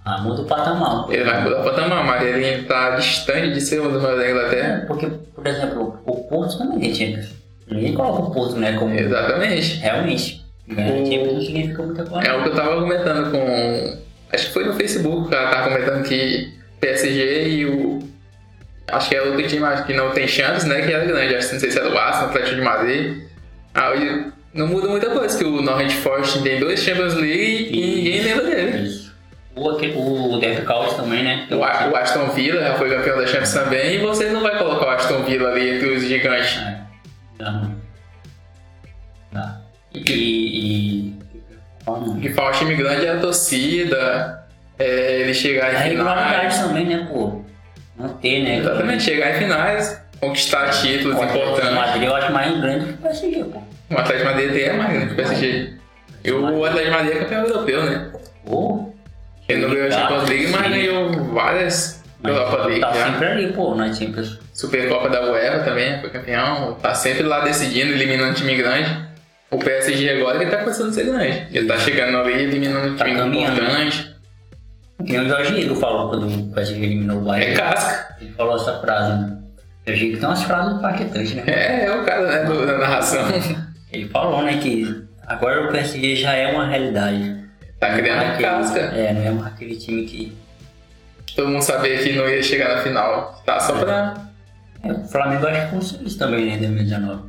Ah, muda o patamar.
Ele vai mudar o patamar, mas ele tá distante de ser um dos maiores da Inglaterra.
É, Porque, por exemplo, o Porto também tinha. Ninguém coloca o Porto, né? Como
Exatamente.
realmente. Ganhar
É. O-
Champions não significa muita coisa.
É o que eu tava comentando com. Acho que foi no Facebook, o cara tava comentando que PSG e o. Acho que é outro time acho que não tem chance, né? Que era grande. Acho que não sei se era o Arsenal, Atlético de Madrid. Aí não muda muita coisa, que o Norwich Forest tem dois Champions League e ninguém lembra dele.
Isso. O, aquele- o Derby County também, né?
O A- o Aston Villa já foi campeão da Champions também, e você não vai colocar o Aston Villa ali entre os gigantes.
É. Dá, mano. Dá. E. e... Qual o nome?
que fala o time grande é a torcida, é, ele chegar
A
em finais.
regularidade também, né, pô? Não ter, né?
Exatamente, chegar em finais, conquistar títulos
Contra o Atlético de
importantes.
Madrid eu acho mais grande que o PSG, pô.
O Atlético de Madrid é mais grande que o PSG. E o Atlético de Madrid é campeão europeu, né?
Pô,
Ele não ganhou a Champions League, mas
Tá, Sim.
ganhou várias
mas
Europa League né?
tá
já.
sempre ali, pô, na Champions.
Supercopa da UEFA também foi campeão. Tá sempre lá decidindo, eliminando um time grande. O PSG agora que tá começando a ser grande. Ele tá chegando ali, eliminando um
Tá
time
caminhando.
importante.
Que nem o Jorge Igor falou quando o PSG eliminou o
É
Bayern.
casca.
Ele falou essa frase, né? Eu digo que tem umas frases impactantes, né?
É, é o cara né, do- da
[laughs]
narração.
Ele falou, né, que agora o PSG já é uma realidade.
Tá criando
Aquele-
casca.
É, não é mais aquele time que...
Todo mundo sabia que não ia chegar na final. Tá só pra.
É, o Flamengo acho que conseguiu isso também, né, em 2019.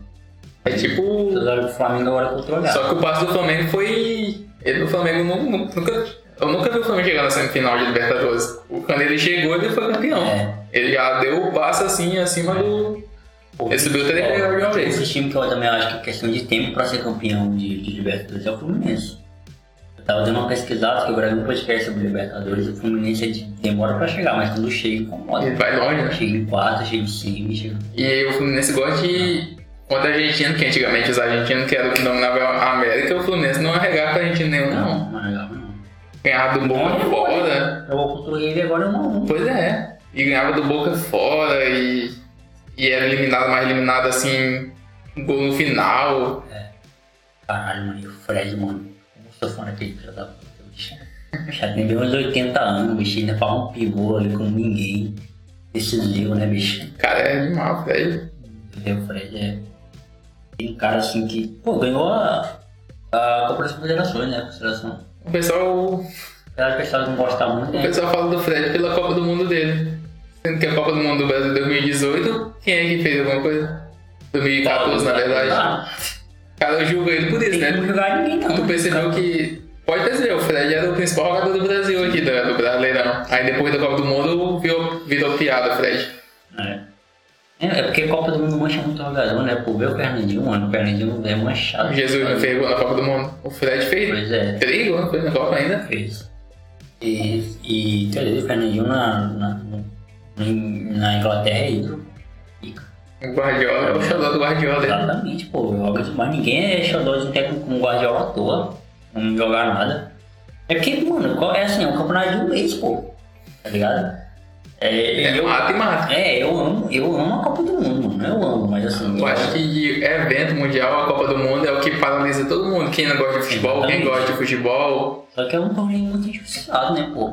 É tipo.
Toda hora que o Flamengo agora controlado.
Só que o passo do Flamengo foi. Ele do Flamengo nu- nu- nunca. Eu nunca vi o Flamengo chegar na semifinal de Libertadores. O- Quando ele chegou, ele foi campeão.
É.
Ele já deu o passo assim acima do. Ele subiu até ele ganhou de uma vez.
Esse time que eu também acho que é questão de tempo pra ser campeão de, de Libertadores é o Fluminense. Eu tava dando uma pesquisada, que eu gravei um podcast sobre Libertadores, o Fluminense é de- demora pra chegar, mas quando chega incomoda.
Ele vai longe, né?
Chega em quarto, chega em semi, chega...
E o Fluminense gosta de. Contra a Argentina, que antigamente os argentinos que eram que dominavam a América, o Fluminense não arregava pra Argentina nenhum, não.
Não, não é legal, não.
Ganhava do Boca
Não.
fora.
Eu vou contra o River agora um eu não.
Pois é. E ganhava do Boca fora e, e era eliminado, mas eliminado assim, um gol no final.
Caralho, mano, e o Fred, mano, como sou fã daquele filho da puta, bicho. [laughs] Já tem bem uns 80 anos, bicho, ainda faz um pivô ali como ninguém. Decisivo, né, bicho?
Cara, é demais, velho.
Entendeu? O Fred é. Tem um cara assim que, pô, ganhou a, a Copa das Confederações, né? A seleção.
O pessoal,
Apesar que as pessoas não gostam muito,
o
né?
pessoal fala do Fred pela Copa do Mundo dele. Sendo que a Copa do Mundo do Brasil é 2018, quem é que fez alguma coisa? 2014, na verdade.
Ah,
O cara julga ele por isso,
Tem que
né?
não jogar ninguém, não.
Tu percebeu que. Pode perceber, o Fred era o principal jogador do Brasil aqui, da- do Brasileirão. Aí depois da Copa do Mundo virou, virou piada o Fred.
É. É, é porque a Copa do Mundo mancha muito o jogador, né? Pô, vê o Fernandinho, mano. O Fernandinho é manchado.
Jesus não fez gol na Copa do Mundo. O Fred fez
Pois é.
Três gols foi na Copa ainda?
fez. E, e quer dizer, o Fernandinho na, na, no em- na Inglaterra é e fica.
O Guardiola é o xodó do Guardiola.
Exatamente, pô. Joga demais. Ninguém é xodó de um técnico como Guardiola à toa. Não jogar nada. É porque, mano, qual- é assim, é um campeonato de um mês, pô. Tá ligado? É,
É
eu,
mata e mata.
é, eu amo, eu amo a Copa do Mundo, mano. Eu amo, mas assim.
Eu
eu-
acho que de evento mundial, a Copa do Mundo é o que paralisa todo mundo. Quem não gosta de futebol, quem
Exatamente.
gosta de futebol.
Só que é um torneio muito injustiçado, né, pô?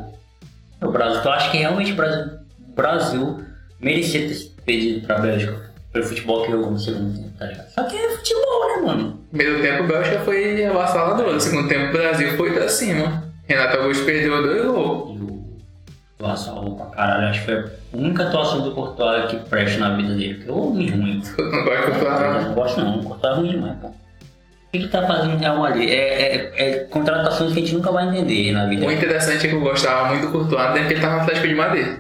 O Brasil, então, eu acho que realmente o Brasil, o Brasil merecia ter sido perdido pra Bélgica pelo futebol que jogou no segundo tempo, tá ligado? Só que é futebol, né, mano?
Primeiro tempo, a Bélgica foi avassaladora. No segundo tempo, o Brasil foi pra cima. Renato Augusto perdeu dois gols.
E o Courtois salvou pra caralho. Acho que foi a única atuação do Courtois que presta na vida dele, porque é homem ruim.
Eu não gosto de
Eu
falar.
não gosto não, o Courtois é ruim demais, pô. O que ele tá fazendo em Real Madrid? É, é, é contratações que a gente nunca vai entender na vida.
O interessante é que eu gostava muito do Courtois no tempo que ele tava no Atlético de Madrid.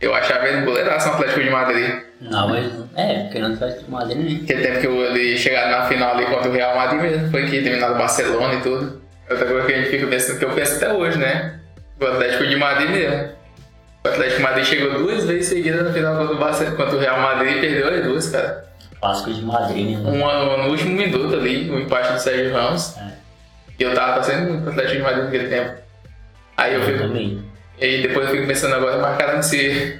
Eu achava ele um goleiraço no Atlético de Madrid.
Não, mas... É, porque não faz tomada, né?
Aquele tempo que ele chegaram na final ali contra o Real Madrid mesmo, foi que eliminaram o Barcelona e tudo. Outra coisa que a gente fica pensando, que eu penso até hoje, né? O Atlético de Madrid mesmo. O Atlético de Madrid chegou duas vezes seguidas na final contra o, Barce- contra o Real Madrid e perdeu as duas, cara.
Clássico de Madrid, né? mano?
Uma no último minuto ali, o empate do Sérgio Ramos.
É.
E eu tava torcendo muito pro Atlético de Madrid naquele tempo. Aí eu
Eu
fico.
também.
E aí depois eu fico pensando agora, mas caramba, se.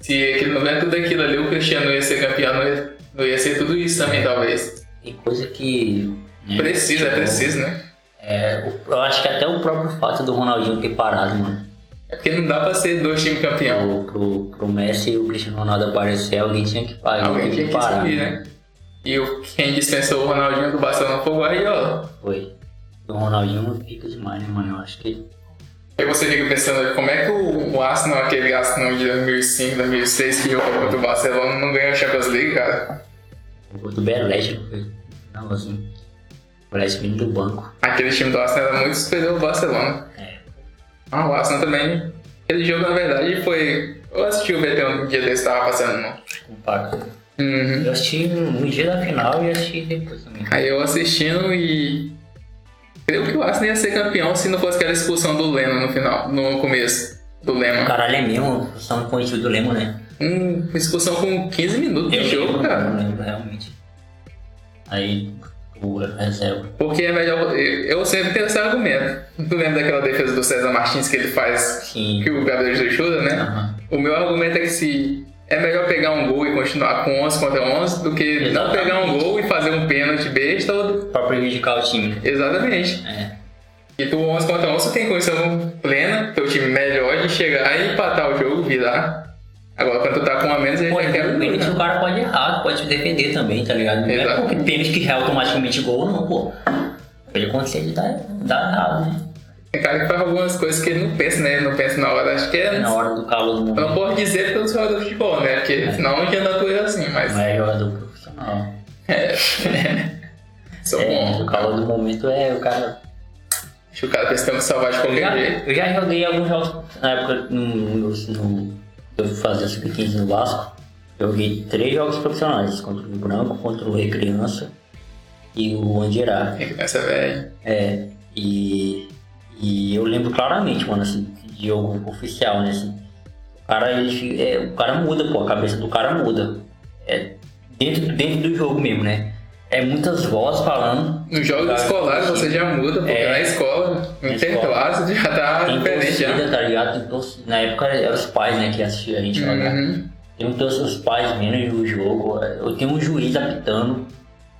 Se aquele não é tudo aquilo ali, o Cristiano ia ser campeão, não ia, não ia ser tudo isso também, talvez.
Tem coisa que. né,
Precisa, é
tipo,
preciso, né?
é, o- eu acho que até o próprio fato do Ronaldinho ter parado, mano.
É porque não dá pra ser dois times campeão.
Pro, pro, pro Messi e o Cristiano Ronaldo aparecer, alguém tinha que parar.
Alguém
tinha
tinha que
parar.
subir, né? E o- quem dispensou o Ronaldinho do Barcelona foi o Guardiola.
Foi. O Ronaldinho fica demais, né, mano? Eu acho que.
Aí você fica pensando, como é que o o Arsenal, aquele Arsenal de 2005, 2006, que jogou contra o Barcelona, não ganhou a Champions League, cara?
O gol do Belete não foi. Não, assim. Parece vindo do banco.
Aquele time do Arsenal era muito superior ao Barcelona.
É.
Ah, o Arsenal também... Aquele jogo, na verdade, foi... Eu assisti o VT um dia desse, tava passando... no-
Compacto.
Uhum.
um Eu assisti no, no dia da final e assisti depois também.
Aí eu assistindo e. Creio que o Arsenal ia ser campeão se não fosse aquela expulsão do Leno no final, no começo do Lema.
Caralho, é mesmo. São com o do Lemo, né?
Um, uma expulsão com 15 minutos de jogo,
lembro,
cara.
Eu lembro, realmente. Aí, o reserva.
Porque é melhor. Eu eu sempre tenho esse argumento. Tu lembra daquela defesa do César Martins que ele faz,
Sim.
que o Gabriel Jesus chuta, né?
Aham.
O meu argumento é que se. É melhor pegar um gol e continuar com 11 contra 11 do que não
Exatamente.
pegar um gol e fazer um pênalti besta. ou-
Pra prejudicar o time.
Exatamente.
É.
E tu 11 contra 11 tem condição plena, teu time melhor de chegar e empatar o jogo, virar. Agora quando tu tá com um a menos, ele
Pô,
já quer
no pênalti
tudo.
o cara pode errar, pode se defender também, tá ligado? Não é
Exato.
porque pênalti que é automaticamente gol, não, pô. Pode acontecer de dar, dar errado, né?
Tem cara que faz algumas coisas que ele não pensa, né? Ele não pensa na hora, acho que é.
Na
Não.
hora É. do calor do
Eu não
momento.
posso dizer pelos jogadores de futebol, né? Porque senão não adianta tu ir assim, mas.
Não é jogador profissional.
[laughs] É. Sou
É,
bom.
o calor do momento é o cara
Acho que o cara pensa que salvar de
Eu
qualquer
já,
jeito.
eu já joguei alguns jogos na época no, no, no, eu fazia sub-15 no Vasco. Joguei três jogos profissionais, contra o Branco, contra o Recriança e o Andirá.
Tem criança velha.
É, e, e eu lembro claramente, mano, assim, de jogo oficial, né? Assim, o, cara, ele, fi- é, o cara muda, pô, a cabeça do cara muda. É, dentro, dentro do jogo mesmo, né? É muitas vozes falando.
Nos jogos
Cara,
escolares você já muda, porque
É.
na escola, no
Na
interclasse, já tá
Tem
diferente já.
torcida, tá ligado? Tem torcida. Na época eram os pais, né, que assistiam a gente jogar.
Uhum.
Tem todos os pais vendo o jogo, eu tenho um juiz apitando.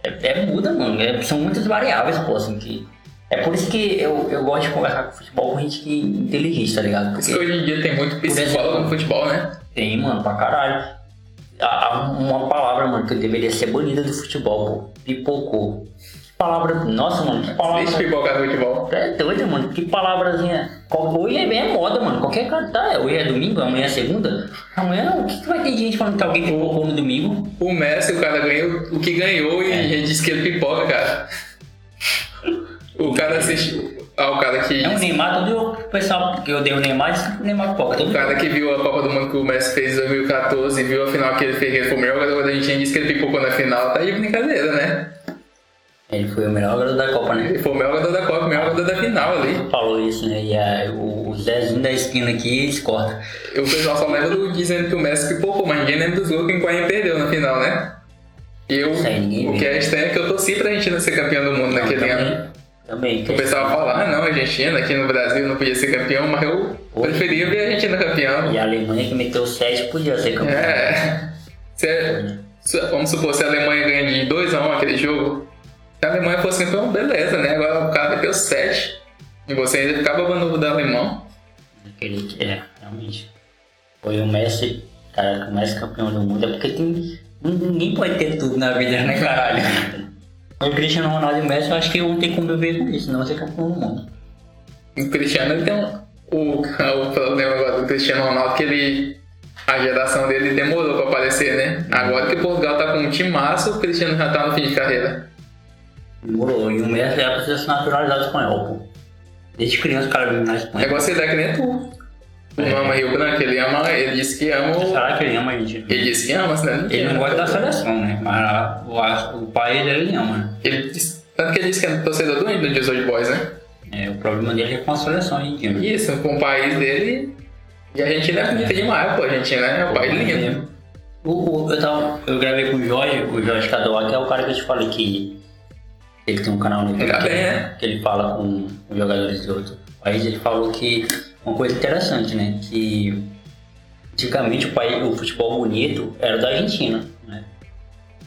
É, é muda, mano. É- são muitas variáveis, pô, assim, que. É por isso que eu, eu gosto de conversar com futebol com gente que inteligente, tá ligado?
Por isso que
Porque
hoje em dia tem muito psicólogo no futebol, né?
tem, mano, pra caralho. A- a- uma palavra, mano, que deveria ser banida do futebol, pô. Pipocou. Que palavra. Nossa, mano, que palavra.
Deixa pipocar no futebol.
É doido, mano. Que palavrazinha. Qual- Hoje é bem a moda, mano. Qualquer cara tá. Hoje é domingo, amanhã é segunda. Amanhã o que, que vai ter gente falando que alguém pipocou no domingo?
O Messi, o cara ganhou o que ganhou e a gente disse que ele pipoca, cara. O cara assiste. Ah, o cara que.
É o Neymar, todo o pessoal que eu dei o Neymar, disse que o Neymar pipoca. Todo
O cara que viu a Copa do Mundo que o Messi fez em 2014 viu a final que ele fez, que ele foi o melhor jogador da Argentina e disse que ele pipocou na final, tá de brincadeira, né?
Ele foi o melhor jogador da Copa, né?
Ele foi o melhor jogador da Copa, o melhor jogador da final ali.
Falou isso, né? E a, o, o Zezinho da esquina aqui, eles cortam.
E o pessoal só lembra do dizendo que o Messi pipocou, mas ninguém lembra dos gols que o Higuaín perdeu na final, né? E eu,
Isso aí, ninguém
o que é estranho é que eu torci pra Argentina ser campeã do mundo
é
naquele ano.
também, também.
O pessoal fala, ah não, a Argentina aqui no Brasil não podia ser campeão, mas eu preferia ver a Argentina campeão.
E a Alemanha que meteu 7 podia ser campeão.
É.
É.
Se- se- vamos supor, se a Alemanha ganha de 2x1 aquele jogo, se a Alemanha fosse campeão, beleza, né? Agora o cara meteu 7. E você ainda ficava banando do alemão.
Aquele, é, realmente. Foi o Messi, cara, o Messi campeão do mundo. É porque tem, ninguém pode ter tudo na vida, né, caralho? [laughs] O Cristiano Ronaldo e o Messi, eu acho que vão ter que conviver com isso, não vai ser campeão do mundo.
E o Cristiano ele tem um. O, [laughs] o problema agora do Cristiano Ronaldo é que ele. A geração dele demorou pra aparecer, né? Agora que Portugal tá com um time massa, o Cristiano já tá no fim de carreira.
Demorou. E o Messi era pra ser naturalizado espanhol, pô. Desde criança o cara vive na
O
Espanha.
negócio é dar que nem tu. Tu
É.
não ama Rio Branco, ele ama, ele disse que ama. o-
Será que ele ama a gente?
É Ele disse que ama, senão ele
Ele
ama.
não gosta da seleção, né? Mas a- o, a- o pai dele ele ama, né?
Ele disse- tanto que ele disse que é torcedor do Inter dos Old Boys, né?
É, o problema dele é com a seleção, hein, Guilherme?
Isso, com o país dele. E a Argentina é bonita demais, pô. A Argentina é um país lindo.
O, o- eu, tava- eu gravei com o Jorge, o Jorge Cadoa, que é o cara que eu te falei que ele tem um canal no YouTube
Ainda
que,
bem, né?
que ele fala com os jogadores de outro país. Ele falou que uma coisa interessante, né? Que antigamente o, país, o futebol bonito era da Argentina, né?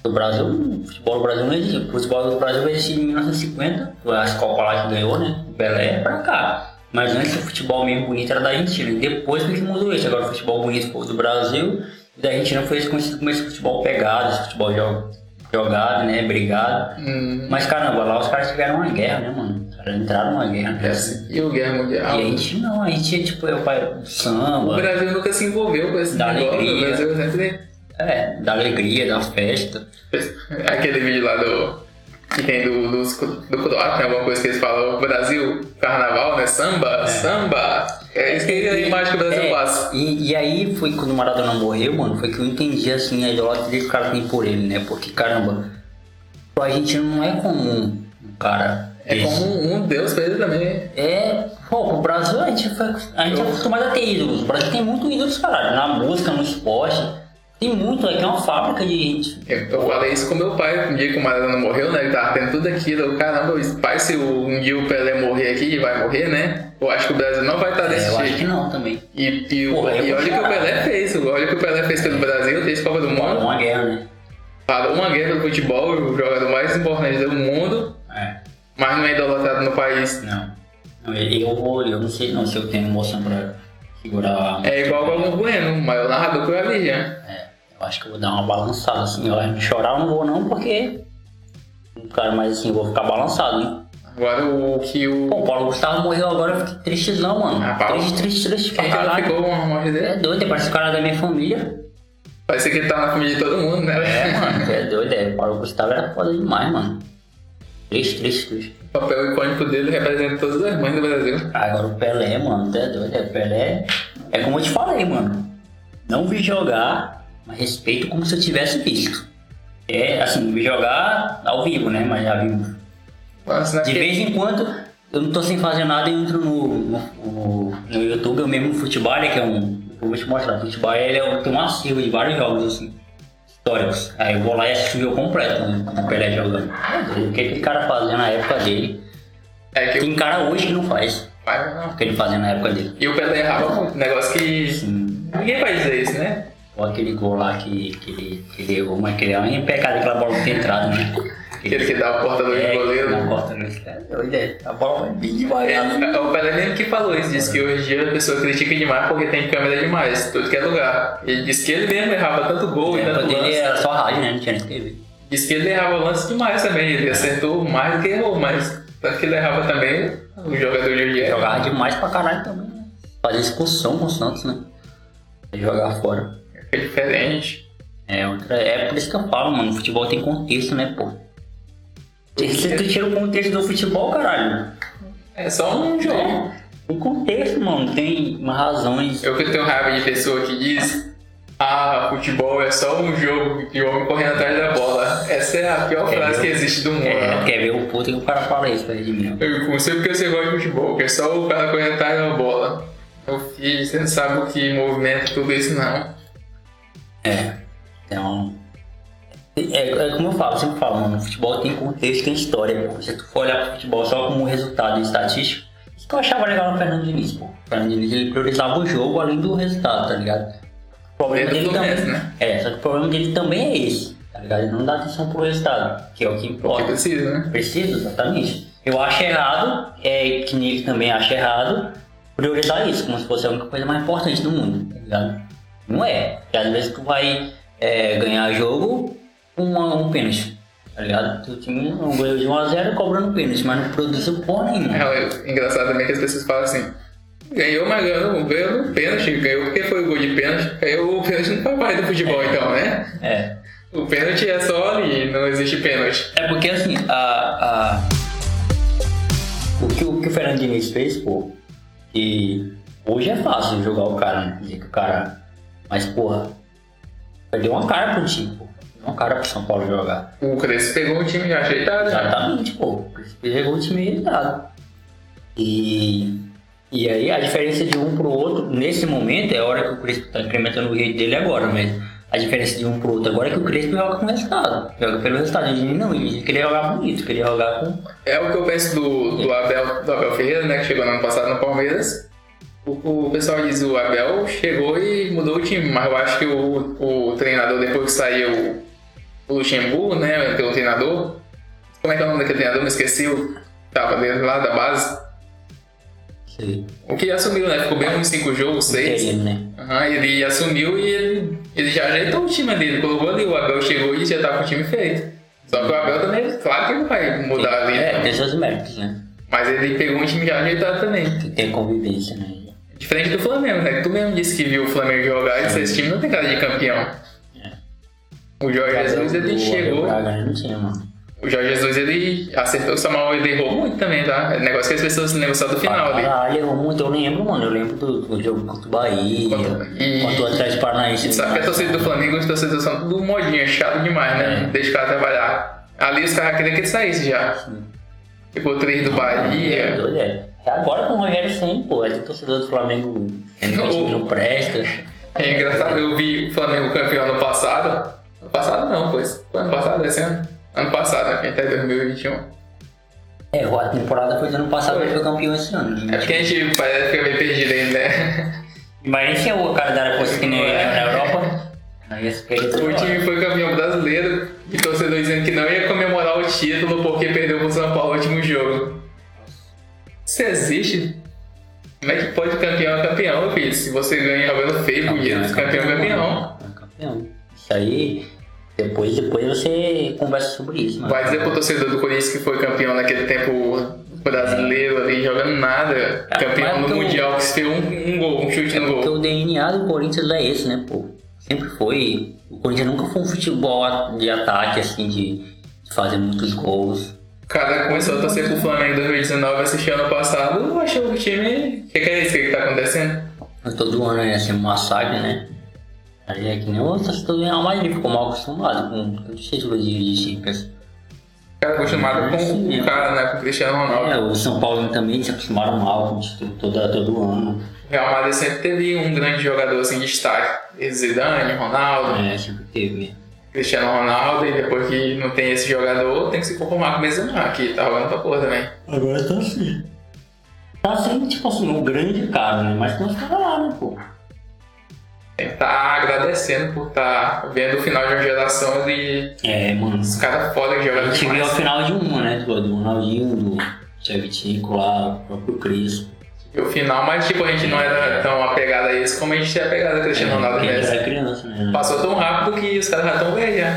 Do Brasil, o futebol do Brasil não existe. O futebol do Brasil existe em 1950, as Copas lá que ganhou, né? O Pelé pra cá. Mas antes o futebol mesmo bonito era da Argentina. E depois que a gente mudou isso. Agora o futebol bonito foi do Brasil e da Argentina foi conhecido como esse futebol pegado, esse futebol jo- jogado, né? Brigado.
Hum,
Mas caramba, lá os caras tiveram uma guerra, né, mano? Os caras entraram numa guerra.
essa- E o Guerra
E a
Mundial.
gente não, a gente é tipo, é o pai do
O
samba.
Brasil nunca se envolveu com esse
Da
negócio. O
alegria.
Brasil sempre. [laughs]
É, da alegria, da festa.
Aquele vídeo lá do. Que tem do, dos- do croata, né? Alguma coisa que eles falam. O Brasil, carnaval, né? Samba, samba. É isso que é [laughs] a imagem que o Brasil
É,
passa.
E, e aí foi quando o Maradona morreu, mano, foi que eu entendi assim a idolatria que o cara tem por ele, né? Porque, caramba, pro argentino não é comum um cara.
É
desse.
como um, um deus pra ele também.
É, pô, pro Brasil a gente, foi, a gente é acostumado a ter ídolos. O Brasil tem muito ídolos, caralho. Na música, no esporte. Tem muito, aqui é uma fábrica de gente.
Eu, eu falei isso com meu pai, um dia que o Maradona morreu, né? Ele tava tendo tudo aquilo. Eu, caramba, eu disse, pai, se o- um dia o Pelé morrer aqui, ele vai morrer, né? Eu acho que o Brasil não vai estar
É,
desse
eu acho que
jeito.
não também.
E, e, o-
Porra, eu
e olha o que o Pelé fez, olha o que o Pelé fez pelo Brasil, fez Copa do
É
Mundo.
uma guerra, né?
Parou uma guerra do futebol, o jogador mais importante do mundo,
É,
mas não é idolatrado no país.
não. Não, Eu, eu vou, eu não sei não se eu tenho emoção pra segurar.
É igual o Galvão Bueno, o maior narrador que eu já vi, né?
É, eu acho que eu vou dar uma balançada assim. Eu chorar eu não vou não, porque. Cara, mas assim, eu vou ficar balançado, hein?
Agora o que o...
Pô, o Paulo Gustavo morreu agora, eu fiquei tristezão, mano.
Ah, Paulo.
Triste, triste, triste.
Quem
pra
que não
caralho.
ficou uma morte
É
dele?
doido, é parece o cara da minha família.
Parece que ele tá na família de todo mundo, né?
É, mano, você é doido, é. O Paulo Gustavo era foda demais, mano. Triste, triste, triste.
O papel icônico dele representa todas as mães do Brasil.
Agora o Pelé, mano, tu é doido, é. O Pelé é como eu te falei, mano. Não vi jogar, mas respeito como se eu tivesse visto. É, assim, vi jogar ao vivo, né? Mas já vi
Nossa,
De
naquele-
vez em quando, eu não tô sem fazer nada e entro no, no, no- no YouTube, eu mesmo no Futebol, que é um. Eu vou te mostrar, o Futebol ele é um, tem um arquivo de vários jogos assim, históricos. Aí eu vou lá e assisto o jogo completo, né, do Pelé jogando. O que aquele cara fazia na época dele?
É que o
Tem cara hoje que não faz
pai não.
o que ele fazia na época dele.
E o Pelé errava muito. um Negócio que
Assim,
ninguém vai dizer isso, né?
ou aquele gol lá que, que, ele, que ele errou, mas que ele é um pecado aquela bola não ter entrado, né?
Aquele que dá a porta do
é,
goleiro.
na porta, né? Doido, A bola vai bem devagar, né?
É, O Pelé mesmo que falou isso, disse que hoje em dia a pessoa critica demais porque tem câmera demais, tudo que é lugar. Ele disse que ele mesmo errava tanto gol e
Na
tanto
época dele
lance.
era só rádio, né? Não tinha nem TV.
Disse que ele errava lance demais também, ele acertou mais do que errou, mas tanto que ele errava também, o jogador de hoje é em dia.
Jogava demais pra caralho também, né? Fazia excursão com o Santos, né? Jogar fora.
é diferente.
É, outra, é por isso que eu falo, mano. Futebol tem contexto, né, pô? Se- Se tu tira o contexto do futebol, caralho.
É só um jogo.
É. Tem contexto, mano. Tem razões.
Eu que tenho raiva de pessoa que diz Ah, futebol é só um jogo de homem correndo atrás da bola. Essa é a pior
Quer
frase que
ver o-
existe do mundo.
É, quer ver o puto que o cara fala isso perto de mim.
Eu não sei porque você gosta de futebol, que é só o cara correr atrás da bola. Meu filho, você não sabe o que movimenta tudo isso, não.
É. Então. É, é como eu falo, eu sempre falo, mano, futebol tem contexto, tem história. pô. Se tu for olhar pro futebol só como resultado e estatístico, isso que eu achava legal no Fernando Diniz, pô. O Fernando Diniz ele priorizava o jogo além do resultado, tá ligado? O problema dele
Dentro do
também.
Fluminense, né?
É, só que o problema dele também é esse, tá ligado? Ele não dá atenção pro resultado, que é o que
Porque
importa.
precisa, né?
Preciso, exatamente. Eu acho errado, é que ele também acha errado, priorizar isso, como se fosse a única coisa mais importante do mundo, tá ligado? Não é. Porque às vezes tu vai é, ganhar jogo com uma- um pênalti, tá ligado? Tu time não ganhou de 1x0 cobrando pênalti, mas não produziu porra nenhuma.
É, engraçado também que as pessoas falam assim. Ganhou, mas ganhou, ganhou no pênalti, ganhou porque foi o gol de pênalti, ganhou o pênalti no papai do futebol então, né?
É.
O pênalti é só ali, não existe pênalti.
É porque assim, a. a- O, que, o que o Fernando Diniz fez, pô, que hoje é fácil jogar o cara, né? Dizer que o cara. Mas, porra, perdeu uma cara pro time, pô. Deu Uma cara pro São Paulo jogar.
O Crespo pegou um time já ajeitado, já.
Exatamente, pô. Pegou o time irritado. E. E aí a diferença de um pro outro, nesse momento, é a hora que o Crespo tá incrementando o rate dele agora, mas a diferença de um pro outro agora é que o Crespo joga com resultado. Joga pelo resultado. Ele não, ele queria jogar bonito, queria jogar com.
É o que eu penso do, do, Abel, do Abel Ferreira, né? Que chegou no ano passado no Palmeiras. O, o pessoal diz o Abel chegou e mudou o time, mas eu acho que o, o treinador, depois que saiu o Luxemburgo, né? Pelo treinador. Como é que é o nome daquele treinador? Me esqueci. o- Tava dentro lá da base.
Sei.
O que assumiu, né? Ficou bem uns 5 jogos, 6.
Interino, né?
ele assumiu e ele, ele já ajeitou o time dele. Colocou ali, o Abel chegou e já tava com o time feito. Só que o Abel também, claro que não vai mudar ali.
É,
né?
tem seus méritos, né?
Mas ele pegou um time já ajeitado também.
Tem que ter convivência, né?
Diferente do Flamengo, né? Tu mesmo disse que viu o Flamengo jogar e disse, esse time não tem cara de campeão. O Jorge Jesus, ele
O
chegou.
Braga não tinha, mano.
O Jorge Jesus, ele acertou o Samuel, ele errou muito também, tá? É negócio que as pessoas lembram só do final ali.
Caralho, Ah, errou muito, eu lembro, mano. Eu lembro do, do jogo contra o Bahia,
Contra- e-
contra o Atlético Paranaense.
E sabe que a
né?
torcida do Flamengo, os torcedores são tudo modinha, chato demais, né? Deixa o cara trabalhar. Ali os caras queriam que ele saísse já. Ficou três do
É,
Bahia.
doido, é. É Agora com o Rogério Senna, pô, é que o torcedor do Flamengo é que o time não presta.
É engraçado, eu vi o Flamengo campeão ano passado. Ano passado não, foi. Foi ano passado, esse ano? Ano passado, né? Que a gente tá em 2021.
É, a temporada foi do ano passado, mas foi campeão esse ano.
É
né?
porque a gente parece que é meio perdido ainda, [laughs] né?
Mas se o cara da área fosse que nem é na Europa, não ia se perder
O
toda hora.
time foi campeão brasileiro e torcedor dizendo que não ia comemorar o título porque perdeu pro São Paulo no último jogo. Isso existe? Como é que pode campeão é campeão, meu filho? Se você ganha jogando feio, bonito, campeão é campeão.
Campeão. Isso aí, depois, depois você conversa sobre isso, mano.
Vai dizer pro torcedor do Corinthians que foi campeão naquele tempo brasileiro ali, jogando nada.
É,
Campeão
mas
no
tu-
Mundial, que se fez um, um gol, um chute no
Porque
gol.
o DNA do Corinthians é esse, né, pô? Sempre foi. O Corinthians nunca foi um futebol a- de ataque, assim, de de fazer muitos gols.
O cara começou a torcer pro Flamengo em 2019, assistiu ano passado, achou que o time. O que, que é isso? O que, que tá acontecendo?
Mas todo ano é assim, um massacre, né? Aí é que nem o torcedor do Real Madrid, ficou mal acostumado com com o título de, de Champions.
O cara é acostumado com o cara, né? Com o Cristiano Ronaldo.
É, o São Paulo também se acostumaram mal com o título toda, todo ano.
O Real Madrid sempre teve um grande jogador assim, de destaque. Zidane, Ronaldo,
É, sempre teve mesmo.
Cristiano Ronaldo, e depois que não tem esse jogador, tem que se conformar com o Benzema, que tá jogando pra porra também.
Agora tá assim. Tá sendo, tipo assim, um grande cara, né? Mas tem uns caras lá, né, pô?
Tem que tá agradecendo por estar vendo o final de uma geração de
É, mano.
Os caras foda que
A
jogaram
gente viu a
demais.
final de uma, né? Do, do Ronaldinho, do Tchevchenko lá, o próprio Cris.
E o final, mas tipo, a gente não
É.
era tão apegado a isso como a gente é apegado a Cristiano Ronaldo
Porque a gente
mesmo.
era criança, né?
Passou tão rápido que os caras já estão velhos já.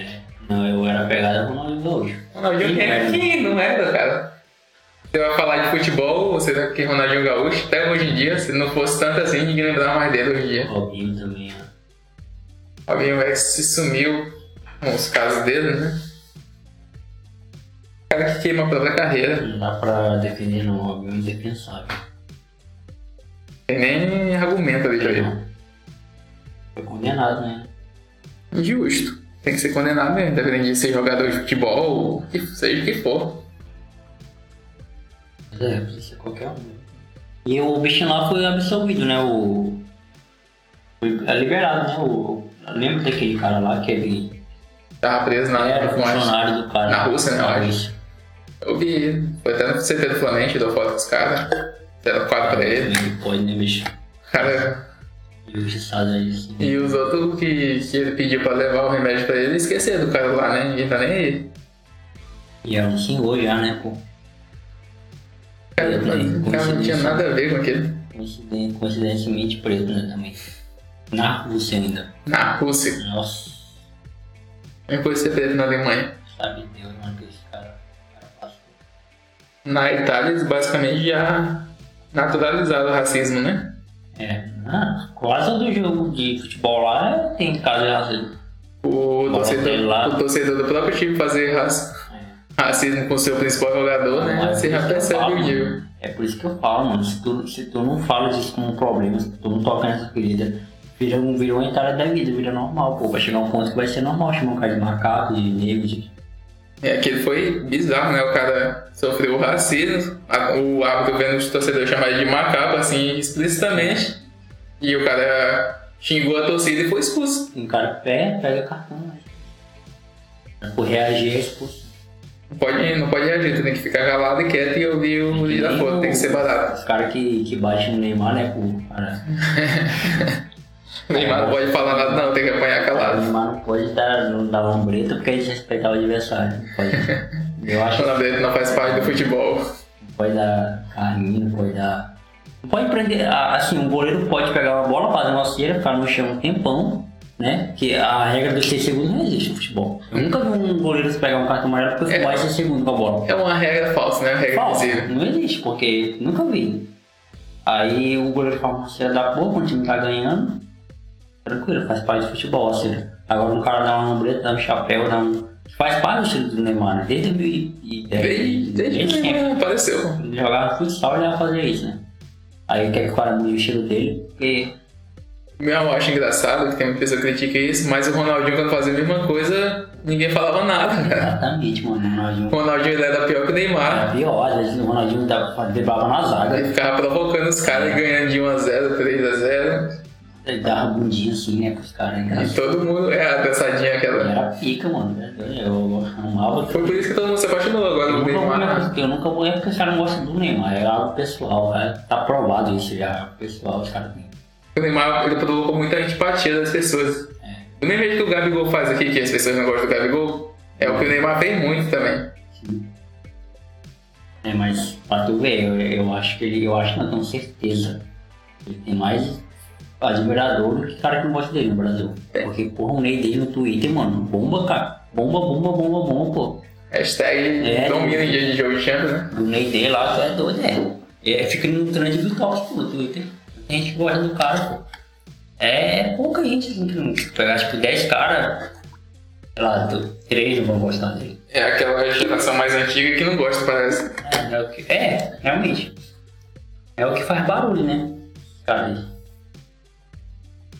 É. Não, eu era pegada com o Ronaldinho Gaúcho.
Ronaldinho
Sim,
é
é.
que não era, cara. Você vai falar de futebol, você vai que Ronaldinho Gaúcho, até hoje em dia, se não fosse tanto assim, ninguém lembrava mais dele hoje em dia.
Robinho também, né?
Alguém vai se sumiu com os casos dele, né? O cara que queima a própria carreira.
Não dá pra defender não, Robinho é indefensável.
Tem nem argumento ali pra ele.
Foi quando condenado, né?
Injusto. Tem que ser condenado mesmo, dependendo de ser jogador de futebol, ou que seja o que for.
Mas É, precisa ser qualquer um. né? E o bichinho lá foi absolvido, né? O. Foi é liberado, né? O... Lembra daquele cara lá que ele
Tava preso na,
era
no Flash.
É, funcionário do cara.
Ah, Na Rússia, né, eu
Na
acho.
Rússia.
Eu vi. Foi até no CT do Flamengo, deu foto dos caras. Deram quadro Ah, pra ele.
Ele pode, né, bicho?
Cara,
Injustiçado aí, assim.
e os outros que, que ele pediu pra levar o remédio pra ele, esqueceram do cara lá, né? Ninguém tá nem aí.
E era um senhor já, né, pô?
Cara,
Eu também,
o cara não tinha
coincidência.
nada a ver com aquele.
Coincidente- Coincidentemente preto, né, também. Na Rússia ainda.
Na Rússia.
Nossa,
Mesma coisa que você fez na Alemanha.
sabe Deus, mano, que esse cara, cara passou.
Na Itália, eles basicamente já naturalizaram o racismo, né?
É, ah, quase do jogo de futebol lá tem caso de racismo.
O
Bora ter lá.
torcedor, o torcedor do próprio time fazer raci- racismo com o seu principal jogador, né?
Mas
Você
é
já
isso que eu
percebe
falo,
o nível.
mano. É por isso que eu falo, mano. Se tu, se tu não fala disso como um problema, se tu não toca nessa ferida, vira, um- vira uma entrada da vida, vira normal, pô. Vai chegar um ponto que vai ser normal chamar um cara de macaco, de negro, de.
E aquele É, foi bizarro, né? O cara sofreu racismo, a- o árbitro vendo os torcedores chamar ele de macaco, assim, explicitamente. E o cara xingou a torcida e foi expulso.
Um cara pé, pega cartão, né? Por reagir é expulso.
Não pode, não pode reagir, tu tem que ficar calado e quieto e ouvir o vídeo da foto, tem que ser barato.
Os caras que, que batem no Neymar, né, pô? Cara,
Neymar não pode falar nada, não, tem que apanhar
o
calado.
Neymar não pode estar no- dar lambreta porque ele respeitar o adversário. Não pode. Eu acho
O nome dele não faz parte do futebol.
Não pode dar carrinho, não pode dar. Não pode prender. a- Assim, um goleiro pode pegar uma bola, fazer uma cera, ficar no chão um tempão, né? Que a regra dos 6 segundos não existe no futebol. Eu nunca vi um goleiro pegar um cartão amarelo porque ficou mais de 6 segundos com a bola.
É uma regra falsa, né? Uma regra
Falta,
invisível.
não existe, porque nunca vi. Aí o goleiro fala uma cera da porra, quando o time tá ganhando. Tranquilo, faz parte do futebol, a cera. Agora um cara dá uma lambreta, dá um chapéu, dá um. Faz parte do estilo do Neymar, né? Desde 2010.
Desde desde que o
sempre.
Neymar apareceu.
Ele é jogava futsal ele ia fazer isso, né? Aí quer que o cara mude o estilo dele, porque
Eu acho engraçado que tem uma pessoa que critica isso, mas o Ronaldinho, quando fazia a mesma coisa, ninguém falava nada, cara.
exatamente, mano, o Ronaldinho
O Ronaldinho ele era pior que o Neymar.
era pior, às vezes o Ronaldinho dava- driblava na
Ele
zaga,
ficava provocando os caras e ganhando de 1x0, 3x0.
ele dava bundinha assim, né, pros caras, era,
E todo mundo é a dançadinha aquela.
era pica, mano, né? eu amava,
Foi por isso que todo mundo se apaixonou agora
eu
no
nunca morri,
Neymar.
porque eu nunca morri porque os caras não gostam do Neymar, é algo pessoal, é, tá provado isso já, é algo pessoal, os caras têm.
O Neymar ele provocou muita antipatia das pessoas. Do mesmo jeito que o Gabigol faz aqui, que as pessoas não gostam do Gabigol, é o que o Neymar fez muito também.
É, mas pra tu ver, eu, eu acho que ele, eu acho não, eu tenho certeza. Ele tem mais admirador do que cara que não gosta dele no Brasil. Porque, porra, o Ney dele no Twitter, mano, bomba, cara. Bomba, bomba, bomba, bomba, pô.
Hashtag
É.
domina em dia de jogo de Champions, né?
O Ney dele lá, tu é doido, é. É, fica no trend do top, pô, no Twitter. Tem gente que gosta do cara, pô. É, é pouca gente, assim, que não- pegar, tipo, 10 caras, sei lá, 3 vão gostar dele.
É aquela geração mais antiga que não gosta, parece.
É, é o que- é, realmente. É o que faz barulho, né? Cara,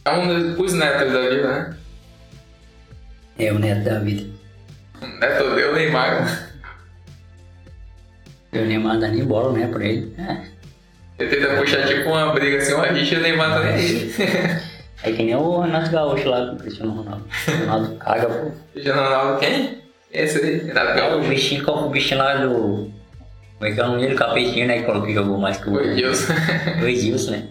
É um dos netos da vida, né?
é o neto da vida.
Um Neto deu Neymar.
Eu nem mando nem bola, né, pra ele. É.
Ele tenta puxar tipo uma briga assim, uma rixa e o Neymar tá nem aí. [laughs]
É que nem o Renato Gaúcho lá com o Cristiano Ronaldo. O Ronaldo caga, pô.
Cristiano Ronaldo quem? Esse aí, Renato
É o
Gaúcho.
bichinho como o bichinho lá do. Como é que é o nome dele? Capetinho, né? Que falou que jogou mais que o.
O Edilson.
O Edilson, né?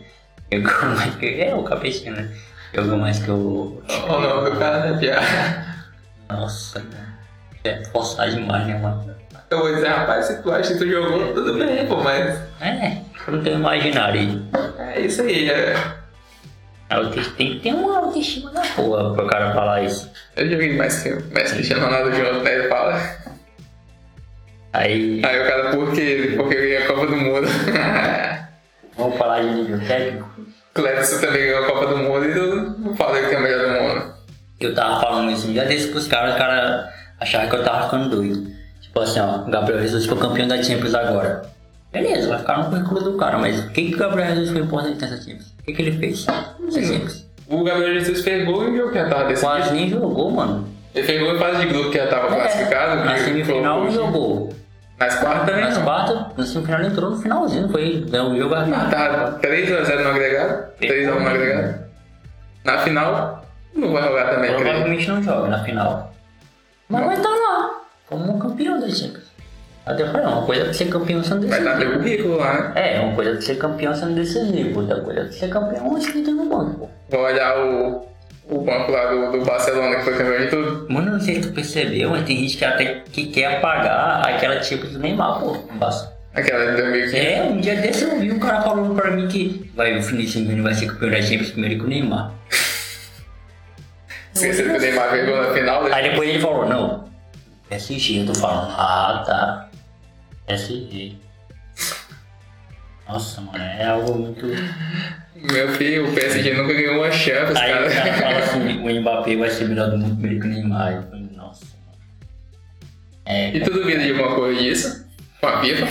Jogou mais que. É, o Capetinho, né? Jogou mais que o.
[laughs] Olha o nome do cara, né, piada.
Nossa, né? É forçar demais, né, mano?
Eu vou dizer, rapaz, se tu acha que tu jogou, tudo bem, pô, mas
É, não tem imaginário aí.
é isso aí. É.
Autoestima- Tem que ter uma autoestima da porra pro cara falar isso.
Eu joguei mais que o Messi Cristiano Ronaldo junto, né? Ele fala.
Aí,
Aí o cara, por quê? Porque eu ganhei a Copa do Mundo. [laughs]
vamos falar de nível técnico.
Cléberson também ganhou a Copa do Mundo e eu não fala que é o melhor do mundo.
Eu tava falando isso um dia desse pros caras, os caras achavam que eu tava ficando doido. Tipo assim, ó, o Gabriel Jesus foi campeão da Champions agora. Beleza, vai ficar no currículo do cara, mas o que, que o Gabriel Jesus foi importante nessa Champions? O que, que ele fez nessa Champions?
O Gabriel Jesus fez gol e o jogo já tava decidido.
Quase nem jogou, mano.
Ele fez gol em fase de grupo que já tava
É.
classificado. né? Ah,
Na
que
semifinal não
colocou-
jogou.
Nas quartas também
Nas
não.
quartas, na semifinal ele entrou no finalzinho, foi. Não, o jogo
Ah,
armado.
Tá 3x0 no agregado, 3x1 no agregado. Na final, não vai jogar também, creio.
Provavelmente não joga na final. Mas vai estar lá, como um campeão das Champions. Até falei, uma coisa é ser campeão sendo
Vai estar pelo
decisivo.
currículo lá, né?
É, uma coisa é ser campeão sendo decisivo, outra coisa é ser campeão escrito no banco.
Vão olhar o, o banco lá do, do Barcelona, que foi campeão de tudo.
Mano, não sei se tu percebeu, mas tem gente que até que quer apagar aquela tipo do Neymar, pô. Basta.
Aquela de 2015.
É, um dia desse eu vi um cara falando pra mim que vai, o Vinícius Júnior vai ser campeão da Champions primeiro que o Neymar.
Esqueceu que o Neymar pegou na final. né?
Aí depois ele falou, não, PSG, eu tô falando, ah tá, PSG. Nossa, mano, é algo muito...
Meu filho, o PSG nunca ganhou uma Champions,
Aí o cara
cara.
fala assim, o Mbappé vai ser melhor do mundo primeiro que o Neymar, eu falei, nossa, mano. É,
E tu duvida de alguma coisa disso? Com a FIFA?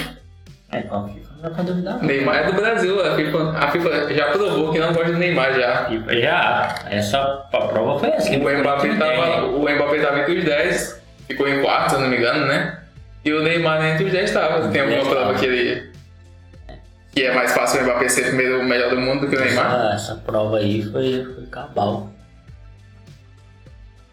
é com a FIFA não dá pra duvidar não.
Neymar é do Brasil, a FIFA, a FIFA já provou que não gosta do Neymar já.
FIFA Tipo, já, essa a prova foi essa. É, que
O Mbappé tava, o Mbappé tava entre os 10, ficou em quarto, se eu não me engano, né? E o Neymar nem entre os 10 tava. Tem alguma prova que ele. Que é mais fácil o Mbappé ser primeiro o melhor do mundo do que o Neymar?
essa, essa prova aí foi, foi cabal.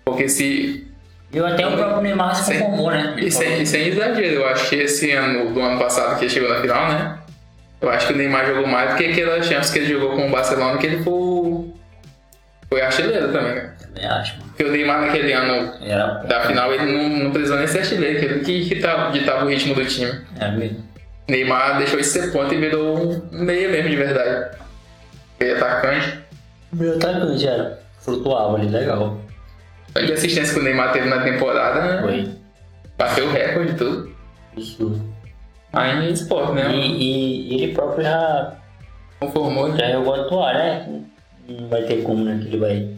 Porque se
E até o próprio Neymar se
Sim.
conformou, né? Ele
E sem,
falou,
e sem exagero, eu acho que esse ano, do ano passado que ele chegou na final, né? Eu acho que o Neymar jogou mais do que aquela chance que ele jogou com o Barcelona, que ele foi, o- foi artilheiro também, né?
Também acho, mano.
Porque o Neymar naquele ano
Era
da final, ele não, não precisou nem ser artilheiro, que ele que, tá, que tava- ditava o ritmo do time.
É mesmo.
Neymar deixou isso ser ponto e virou um meia mesmo de verdade. Meio atacante.
Meu atacante era. Flutuava ali, legal.
A de assistência que o Neymar teve na temporada, né?
Foi.
bateu o recorde e tudo.
Absurdo.
Uhum. Aí é esporte,
E,
né?
e ele próprio já,
Conformou.
já jogou a toalha, né? Não vai ter como, né? Que ele vai.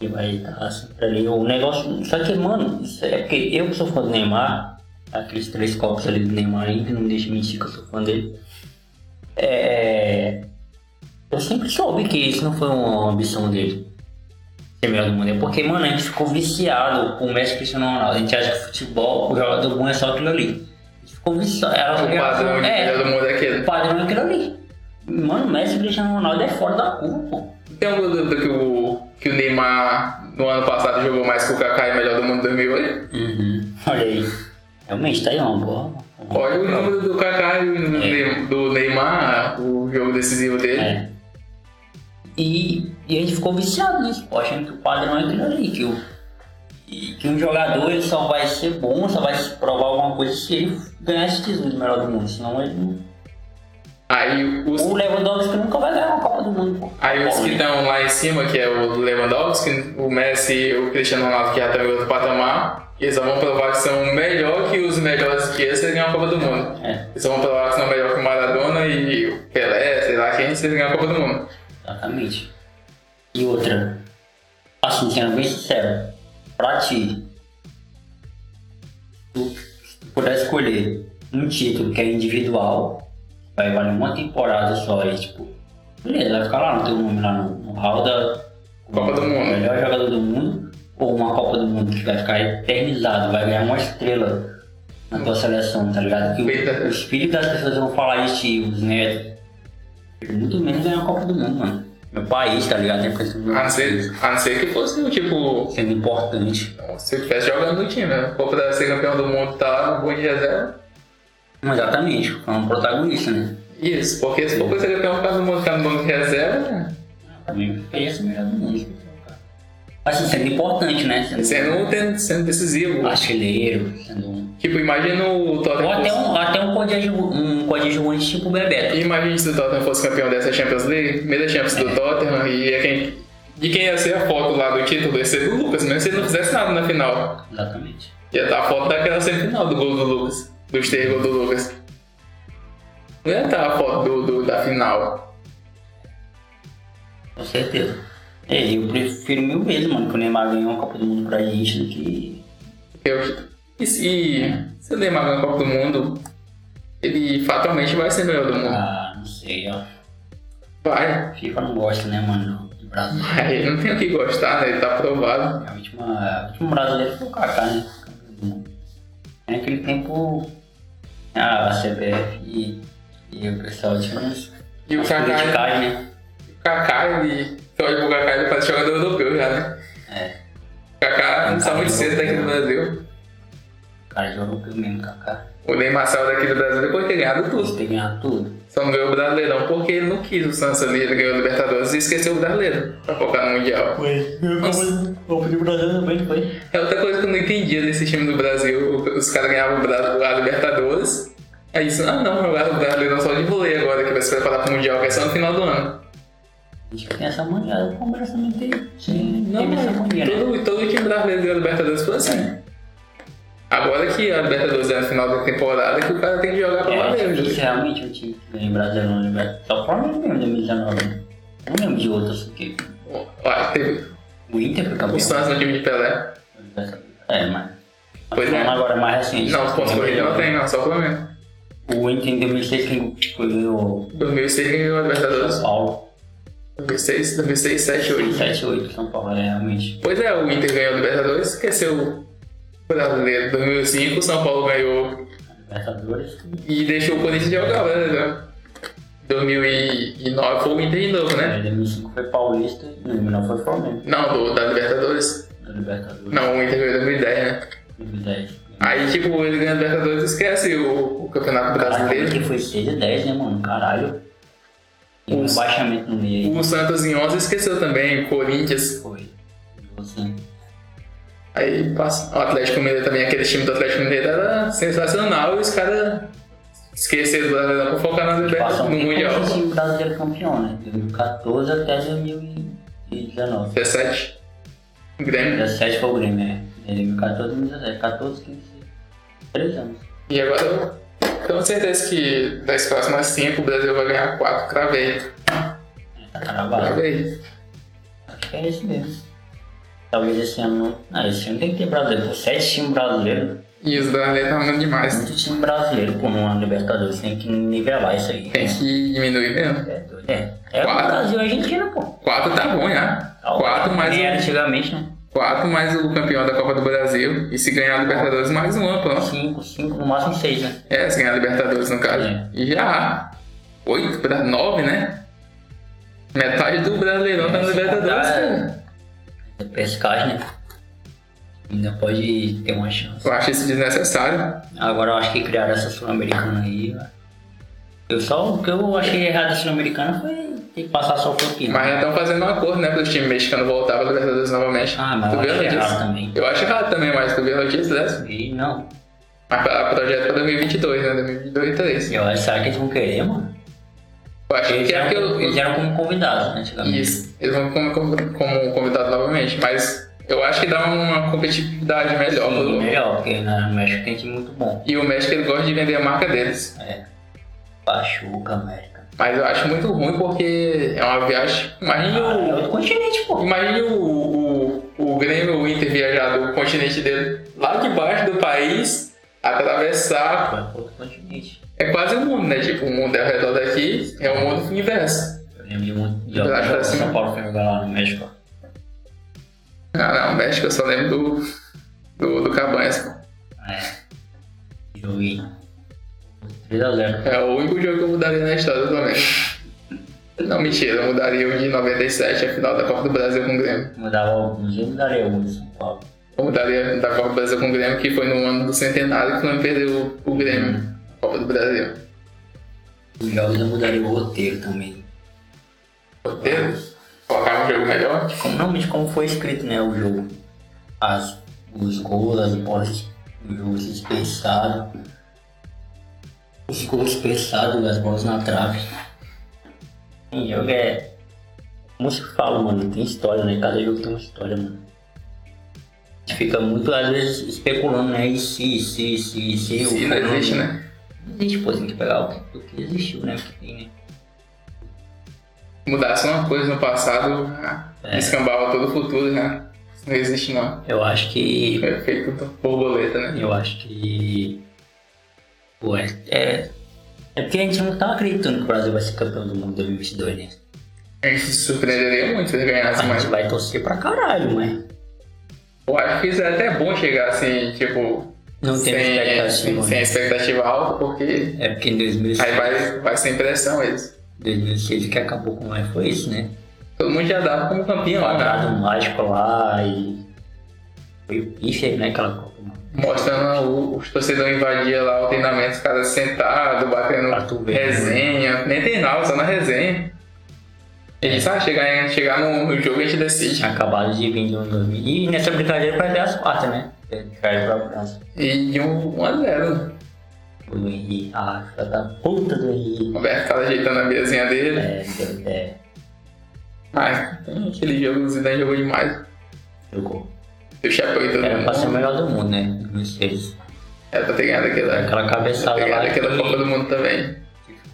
Ele vai estar sempre ali. O negócio. Só que, mano, isso é porque eu que sou fã do Neymar, aqueles três copos ali do Neymar ainda não me deixa mentir que eu sou fã dele. É. Eu sempre soube que isso não foi uma ambição dele. ser melhor do mundo. É porque, mano, a gente ficou viciado com o Messi e Cristiano Ronaldo. A gente acha que futebol, o jogador bom é só aquilo ali. A gente ficou viciado. Era
O padrão de
é,
melhor do mundo é aquele.
o padrão é aquilo ali. Mano, o Messi e Cristiano Ronaldo é fora da curva, pô.
Tem alguma dúvida que o, que o Neymar no ano passado jogou mais que o Kaká e melhor do mundo em 2008?
Olha aí. Realmente, tá aí uma boa.
Olha o número do Kaká e o Ney- do Neymar, o jogo decisivo dele.
É. E, e a gente ficou viciado nisso, pô, achando que o padrão é aquilo ali, que, o, e que um jogador ele só vai ser bom, só vai se provar alguma coisa se ele ganhar esse título de melhor do mundo, senão ele não.
Aí os,
O Lewandowski nunca vai ganhar uma Copa do Mundo, pô.
aí os
Bom,
que
né?
estão lá em cima, que é o Lewandowski, o Messi e o Cristiano Ronaldo, que já estão em outro patamar, eles só vão provar que são melhor que os melhores que eles se eles ganharem a Copa do Mundo.
É,
Eles só vão provar que são melhor que o Maradona e o Pelé, sei lá quem, se eles ganharem a Copa do Mundo.
exatamente. E outra, assim, sendo bem sincero, pra ti, tu, se tu puder escolher um título que é individual, vai valer uma temporada só e tipo, beleza, vai ficar lá no teu nome, lá no, no hall da
Copa do Mundo.
melhor jogador do mundo, ou uma Copa do Mundo que vai ficar eternizado, vai ganhar uma estrela na tua seleção, tá ligado? Que o- os filhos das pessoas vão falar isso, e os netos. Muito menos ganhar a Copa do Mundo, mano. Meu país, tá ligado? Tem coisa
A não ser, a não ser que fosse o tipo
sendo importante.
Se ele estivesse jogando no time, né? Copa deve ser campeão do mundo, tá lá no banco de reserva.
Exatamente, é um protagonista, né?
Isso, porque se for pra ser campeão do mundo, tá no banco de reserva, né?
Também fez o melhor do mundo. Mas assim, sendo importante, né? Sendo,
sendo, um tendo- sendo decisivo.
artilheiro, sendo um.
Tipo, imagina o
Ou
Tottenham.
até
Fosse,
um, até um coadjuvo- um coadjuvante tipo o Bebeto.
Imagina se o Tottenham fosse campeão dessa Champions League, meia Champions do Tottenham, e ia quem, de quem ia ser a foto lá do título ia ser do Lucas, mesmo se ele não fizesse nada na final.
Exatamente.
Ia estar a foto daquela semifinal do gol do Lucas, do terceiro gol do Lucas. Não ia estar a foto do, do- da final.
Com certeza. É, eu prefiro mil vezes, mano, que o Neymar ganhou uma Copa do Mundo pra gente do que.
Eu- e se, se o Neymar ganhar a Copa do Mundo, ele fatalmente vai ser melhor do mundo.
Ah, não sei, ó.
Vai.
FIFA não gosta, né, mano, do Brasil.
Aí não tem o que gostar, né? Ele tá aprovado.
A última, a última brasileira foi o Kaká, né? campeão do mundo. Aí, Naquele tempo, né, a CBF e, e o pessoal tinha uns
E o Kaká,
criticais, né?
O Kaká, ele. Só olha pro Kaká, ele parece jogador europeu já, né?
É,
O Kaká não está muito
Kaká.
cedo daqui do Brasil.
o cara jogou pelo mesmo Kaká.
O Neymar saiu daqui do Brasil depois de ter ganhado tudo.
Você tem que ganhar tudo.
Só não ganhou o Brasileirão porque ele não quis o Santos ali, ele ganhou o Libertadores e esqueceu o Brasileiro pra focar no Mundial.
Foi. Eu fui pro Brasil também, foi.
É outra coisa que eu não entendia desse time do Brasil. o- Os caras ganhavam o Bra- a Libertadores. Aí isso, ah não, jogar o Brasileirão só de rolê agora, que vai se preparar pro Mundial, que é só no final do ano.
A gente tem essa mania, o Palmeiras também tem, tem,
Não,
tem essa
mas
mania, né?
todo, todo time brasileiro ganhou a Libertadores foi assim. Agora que a Libertadores é no final da temporada, que o cara tem que jogar pra né? lá
É,
mesmo.
isso realmente um time que ganha em Brasileirão e Libertadores. Só o Palmeiras mesmo, 2019. né? Não lembro de outras, porque
Olha, teve
o Inter foi campeão.
o Santos no time de Pelé.
É, mas.
Pois é.
Falando agora mais recente.
Não, posso correr, não
tem.
tem, não, só o Flamengo.
O Inter em 2006 quem foi ganhou
2006 ganhou a
o
Libertadores.
São Paulo.
2006, 2006, 7, 8.
7 8 São Paulo, é, realmente.
Pois é, o Inter ganhou a Libertadores, esqueceu o brasileiro. 2005, o São Paulo ganhou
Libertadores.
e deixou o Corinthians jogar, né? 2009 foi o Inter de novo, né?
Aí, 2005 foi Paulista e 2009 foi Flamengo.
Não, do, da Libertadores.
Da Libertadores.
Não, o Inter ganhou em 2010, né?
2010.
Aí, tipo, ele ganha a Libertadores e esquece o, o Campeonato
Caralho,
Brasileiro.
que foi 6 e 10, né, mano? Caralho. E um
Os-
baixamento no meio aí.
O Santos em 11 esqueceu também, o Corinthians.
Foi. Então, Assim,
Aí passa. O Atlético Mineiro também, aquele time do Atlético Mineiro era sensacional e os caras esqueceram do Brasileirão pra focar na
passou
Libertadores, no
um tempo
Mundial.
como time brasileiro campeão, né? 2014 até 2019.
17. O Grêmio.
17 foi o Grêmio, né? Em 2014, 2017, 14, 15, 3 anos.
E agora eu tenho certeza que das próximas 5 o Brasil vai ganhar 4. Cravei.
Tá cravado.
Cravei. Tá
Acho que é esse mesmo. Talvez esse ano não. Não, esse ano tem que ter brasileiro. Pô, 7 times brasileiros,
E os brasileiros estão andando demais.
muito time brasileiro por um ano Libertadores. Tem que nivelar isso aí.
Tem que diminuir mesmo.
É doido, é. É o
Quatro.
Brasil e a Argentina, pô.
4 tá bom já. 4 mais
Nem
um.
era antigamente, né?
4 mais o campeão da Copa do Brasil. E se ganhar a Libertadores, mais um ano, pronto.
5, 5, no máximo 6, né?
É, se ganhar a Libertadores, no caso.
É.
E já. 8 para 9, né? Metade do Brasileirão tá na
Esse
Libertadores,
cara-
cara.
É pescagem, né? Ainda pode ter uma chance.
Eu acho isso desnecessário.
Agora eu acho que criaram essa Sul-Americana aí. ó. Eu só, o que eu achei errado da Sul-Americana foi ter que passar só o Campinas.
Mas já estão fazendo um acordo, né? Para os times mexicanos voltar para Libertadores novamente.
Ah, mas
tu
eu
viu a
achei errado
notícia?
também.
Eu acho errado também, mas tu viu a notícia dessa?
E não.
Mas pra- projeto para 2022, né? 2022 e 2023.
Eu acho, será que eles vão querer, mano?
Eu acho
Eles
que é
eram,
porque eu,
eles eram como convidados, né, antigamente.
Isso, eles vão como, como, como convidado novamente, mas eu acho que dá uma competitividade melhor.
Sim, né?
pro-
melhor, porque na México tem time muito bom.
E o México ele gosta de vender a marca deles.
É. Pachuca, América.
Mas eu acho muito ruim porque é uma viagem. Imagine
Ah, é
o,
outro continente, pô.
imagine o, o, o Grêmio o Inter viajar do continente dele lá de baixo do país,
Vai
atravessar.
pro É outro continente.
É quase o mundo, né? Tipo, o mundo é ao redor daqui, é o mundo inverso.
Eu lembro de um de
Eu
algum
acho
jogo que
assim.
São Paulo foi jogar lá no México. ó.
Ah, não, o México eu só lembro do, do, do Cabanhas. pô.
É. Joguei. 3x0.
É o único jogo que eu mudaria na história do Flamengo. Não, mentira, eu mudaria o de 97, a final da Copa do Brasil com o Grêmio.
Mudava alguns, eu mudaria alguns em São Paulo.
Eu mudaria da Copa do Brasil com o Grêmio, que foi no ano do centenário que o Flamengo perdeu o Grêmio, na Copa do Brasil.
Os jogos eu mudaria o roteiro também.
Roteiro? Colocar um jogo melhor?
Como, realmente como foi escrito, né, o jogo. As, os gols, as bolas, o jogo dispersado. Os gols dispersados, as bolas na trave. Tem jogo é... Como se fala, mano, tem história, né? Cada jogo tem uma história, mano. A gente fica muito, às vezes, especulando, né? E se, se, se, se...
Se
o
não
fulano-
existe, né?
Não existe, pô, tem que pegar o que, o que existiu, né? O que tem, né?
Mudasse uma coisa no passado, ah,
É.
descambava todo o futuro, né? Isso não existe, não.
Eu acho que
É feito borboleta, né?
Eu acho que. Pô, é, é. é porque a gente não tá acreditando que o Brasil vai ser campeão do mundo em 2022, né?
A gente se surpreenderia muito se ele ganhasse,
A
mas
gente vai torcer pra caralho, mas
eu acho que isso é até bom chegar assim, tipo,
não tem
sem,
expectativa.
sem
né?
expectativa alta, porque
É porque em 2006,
aí vai, vai sem pressão é eles.
2006 que acabou com o Life foi isso, né?
Todo mundo já dava como campeão, né?
Quadrado mágico lá e. Foi o pife, né? Aquela Copa.
Mostrando o- os torcedores invadiam lá o treinamento, os caras sentados, batendo
Pra tu ver, né?
resenha, nem tem nada, só na resenha. "Ah, E a gente sabe, chegar, chegar no, no jogo a gente decide.
Tinha acabado de vir no 2000. E nessa brincadeira vai ter as quartas, né? Caiu pra França.
E de 1 um, a 0.
O do Henrique, ah, filha da puta do Henrique.
Roberto tava ajeitando a mesinha dele.
É, deu- é,
Mas tem aquele jogo, o Zidane jogou demais.
jogou.
Deu chapéu em todo
Era É, pra ser o
mundo.
melhor do mundo, né? 2006.
Era pra ter ganhado aquela,
Aquela cabeçada
ter
lá.
ganhado aquela
que-
Copa do Mundo também.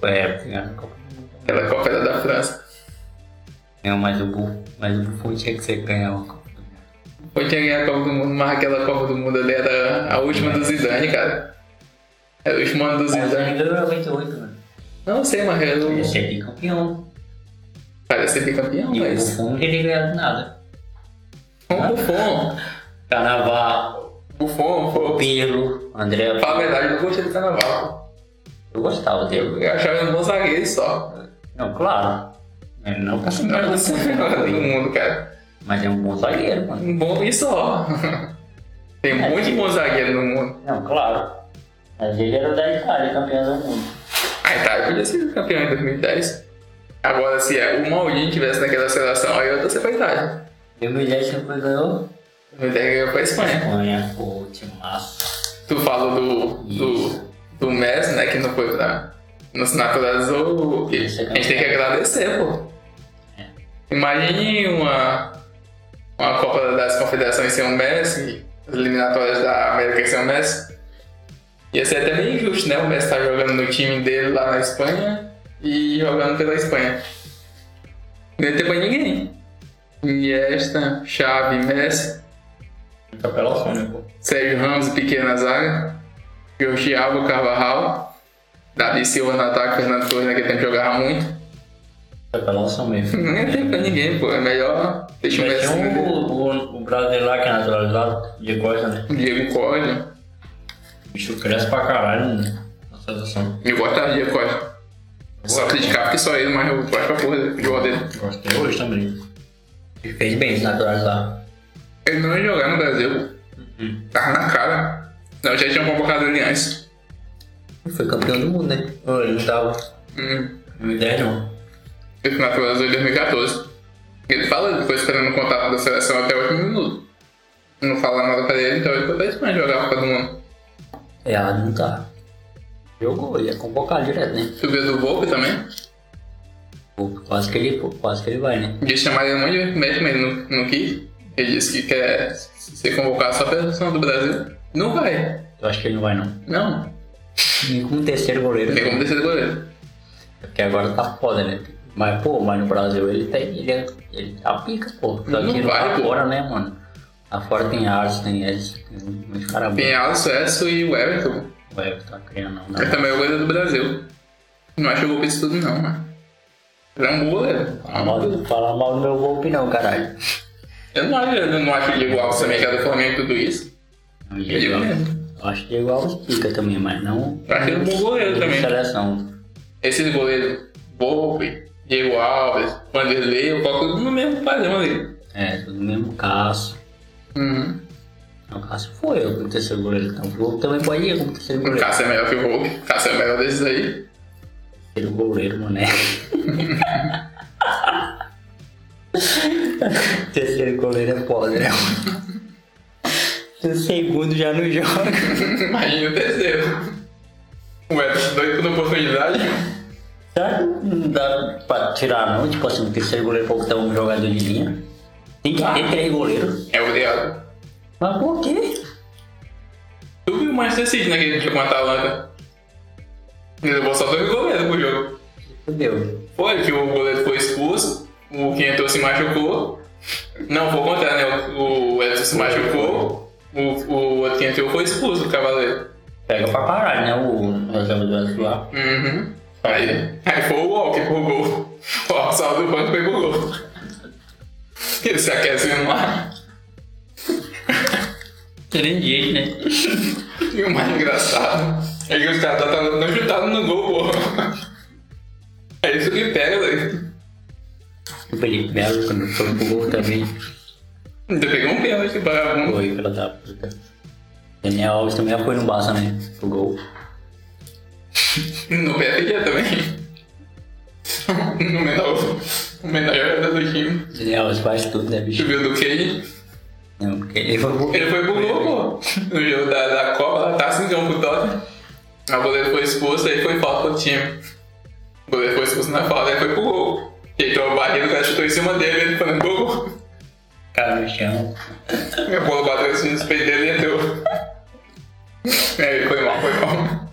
É, ganharam a Copa do Mundo.
Aquela Copa era da França.
Não, mas o Buffon, mas o Buffon tinha é que ser ganhar uma Copa do Mundo.
Eu tinha ganhado a Copa do Mundo, mas aquela Copa do Mundo ali era a última do Zidane, cara. Era o último ano do
Mas
Zidane.
ainda era 98, né?
Não sei, mas eu...
Ia ser bicampeão.
cara ia ser bicampeão,
E o
mas...
Buffon não teria ganhado nada.
Com o Buffon.
Carnaval,
Buffon, pô.
Pirlo, André.
Fala a verdade, eu não gostei do Carnaval.
Eu gostava dele.
Eu achava ele um bom zagueiro só.
Não, claro. Ele não tá sendo
Não é
melhor né?
o melhor [laughs] do mundo, cara.
Mas é um bom zagueiro, mano.
Um bom e só. [laughs] Tem muito bom zagueiro no mundo.
Não, claro. Mas ele era da Itália, campeão do mundo.
A Itália Ah, tá, podia ser campeã em 2010. Agora, se é, o Maldini tivesse naquela seleção, aí eu torcer pra Itália.
2010 sempre ganhou.
2010 ganhou pra Espanha.
Espanha, pô, timaço.
Tu falou do, do, do Messi, né, que não foi pra... Não se naturalizou. e A
Esse é
gente tem que agradecer, pô. Imagine uma, uma Copa das Confederações sem o Messi, as eliminatórias da América sem o Messi. Ia ser até meio injusto, né? O Messi tá jogando no time dele lá na Espanha e jogando pela Espanha. Não ia ter pra ninguém. Iniesta, Xavi, Messi,
Capelação, né, pô?
Sérgio Ramos e Piquet na zaga, Jorge Alba, Carvajal, Davi Silva no ataque, Fernando Torres né, naquele tempo jogava muito.
Capelação mesmo.
Não ia ter pra ninguém, pô. É melhor deixar o
Mas é um
Messi
tinha
no
o, o, o brasileiro lá que é naturalizado, de costa, né?
Diego Costa.
O bicho cresce pra caralho, né? Na seleção.
Eu gostava de Diego Costa. Só criticar porque só ele, mas eu gosto pra porra do jogo dele.
Gosto até hoje também. Ele fez bem se naturalizar.
Ele não ia jogar no Brasil.
Uhum.
Tava na cara. Não, já tinha convocado ele antes.
Ele foi campeão do mundo, né? Ô, Ele não tava.
Hum.
2010 não.
Ele foi naturalizado em 2014. Ele fala que foi esperando o contato da seleção até o último minuto. Não fala nada pra ele, então ele foi pra Espanha jogar a Copa do Mundo.
É, ela não tá. Jogou, ele é convocado direto, né?
Tu viu do Volpe também?
Pô, Quase que ele, pô, quase que ele vai, né?
Disse chamar ele um monte de médico, mas ele não, não quis. Ele disse que quer ser convocado só pela seleção do Brasil. Não vai.
Eu acho que ele não vai, não.
Não.
Nem como terceiro goleiro.
Tem como descer do goleiro.
Porque agora tá foda, né? Mas, pô, mas no Brasil ele tem. Ele, é- ele tá pica, pô. Só
Não
que não
vai,
tá
pô.
fora, né, mano? Lá fora tem Ars, tem Edson, tem muito cara bom.
Tem Alisson, Edson e o Everton.
O Everton, a criança não,
Mas
né?
também é o goleiro do Brasil. Não acho que o Volpe isso tudo não, mano. Ele é um bom goleiro.
Fala mal, fala mal do meu golpe, não, caralho.
Eu não acho, eu não acho o Diego Alves também que é do Flamengo e tudo isso.
Não,
Eu digo
Diego Alves-
mesmo.
Eu acho que Diego Alves pica também, mas não.
Eu acho ele um bom goleiro
de
também.
Seleção.
Esses goleiros, Volpe, Diego Alves, Vanderlei, eu coloco tudo no mesmo padrão ali.
É, tudo mesmo Cássio.
Uhum.
Não, O Cássio foi eu como terceiro goleiro, então. O Globo também pode ir como terceiro
O
goleiro.
Cássio é melhor que o Volpe. O Cássio é o melhor desses aí.
Terceiro goleiro, mané. [laughs] terceiro goleiro é foda, né? O [laughs] segundo já não joga.
Imagina o terceiro. Ué, tá doido por oportunidade?
Será que Tá? não dá pra tirar, não? Tipo assim, o terceiro goleiro pra botar um jogador de linha. Tem que ter três goleiros.
É o ideal.
Mas por quê?
Tu viu o Manchester City naquele jogo com né, a Atalanta? Ele levou só dois goleiros pro jogo.
Fudeu.
Foi que o goleiro foi expulso, o que entrou se machucou. Não, foi o contrário, né? O o Edson se machucou, o, o outro que entrou foi expulso do Cavaleiro.
Pega pra caralho, né? O reserva do Edson lá.
Uhum.
Só
Aí, aí foi o Walker pro gol. O Alçal do banco pegou o gol. Ele se aquecendo lá.
Teria jeito, né?
E o mais engraçado é que os caras tá- tá- não chutaram no gol, porra. É isso que pega, velho.
O Felipe Melo, quando foi pro gol também,
Ainda pegou um pênalti pra um.
foi pela da puta. Daniel Alves também foi no Barça, né? Pro gol.
No PSG também. No menor. O menor jogador do time.
Daniel Alves faz tudo, né, bicho?
Subiu do Kane.
Não, porque ele foi pro gol.
Ele foi pro gol, pô. No jogo da, da Copa, ela tá 5 pro Tottenham. Aí O goleiro foi expulso, aí foi falta pro time. O goleiro foi expulso na falta, aí foi pro gol. Deitou a barriga, o cara chutou em cima dele, ele falando gol.
Cara no chão.
Minha bola bateu assim nos peitos dele e entrou. Aí É, foi mal, foi mal.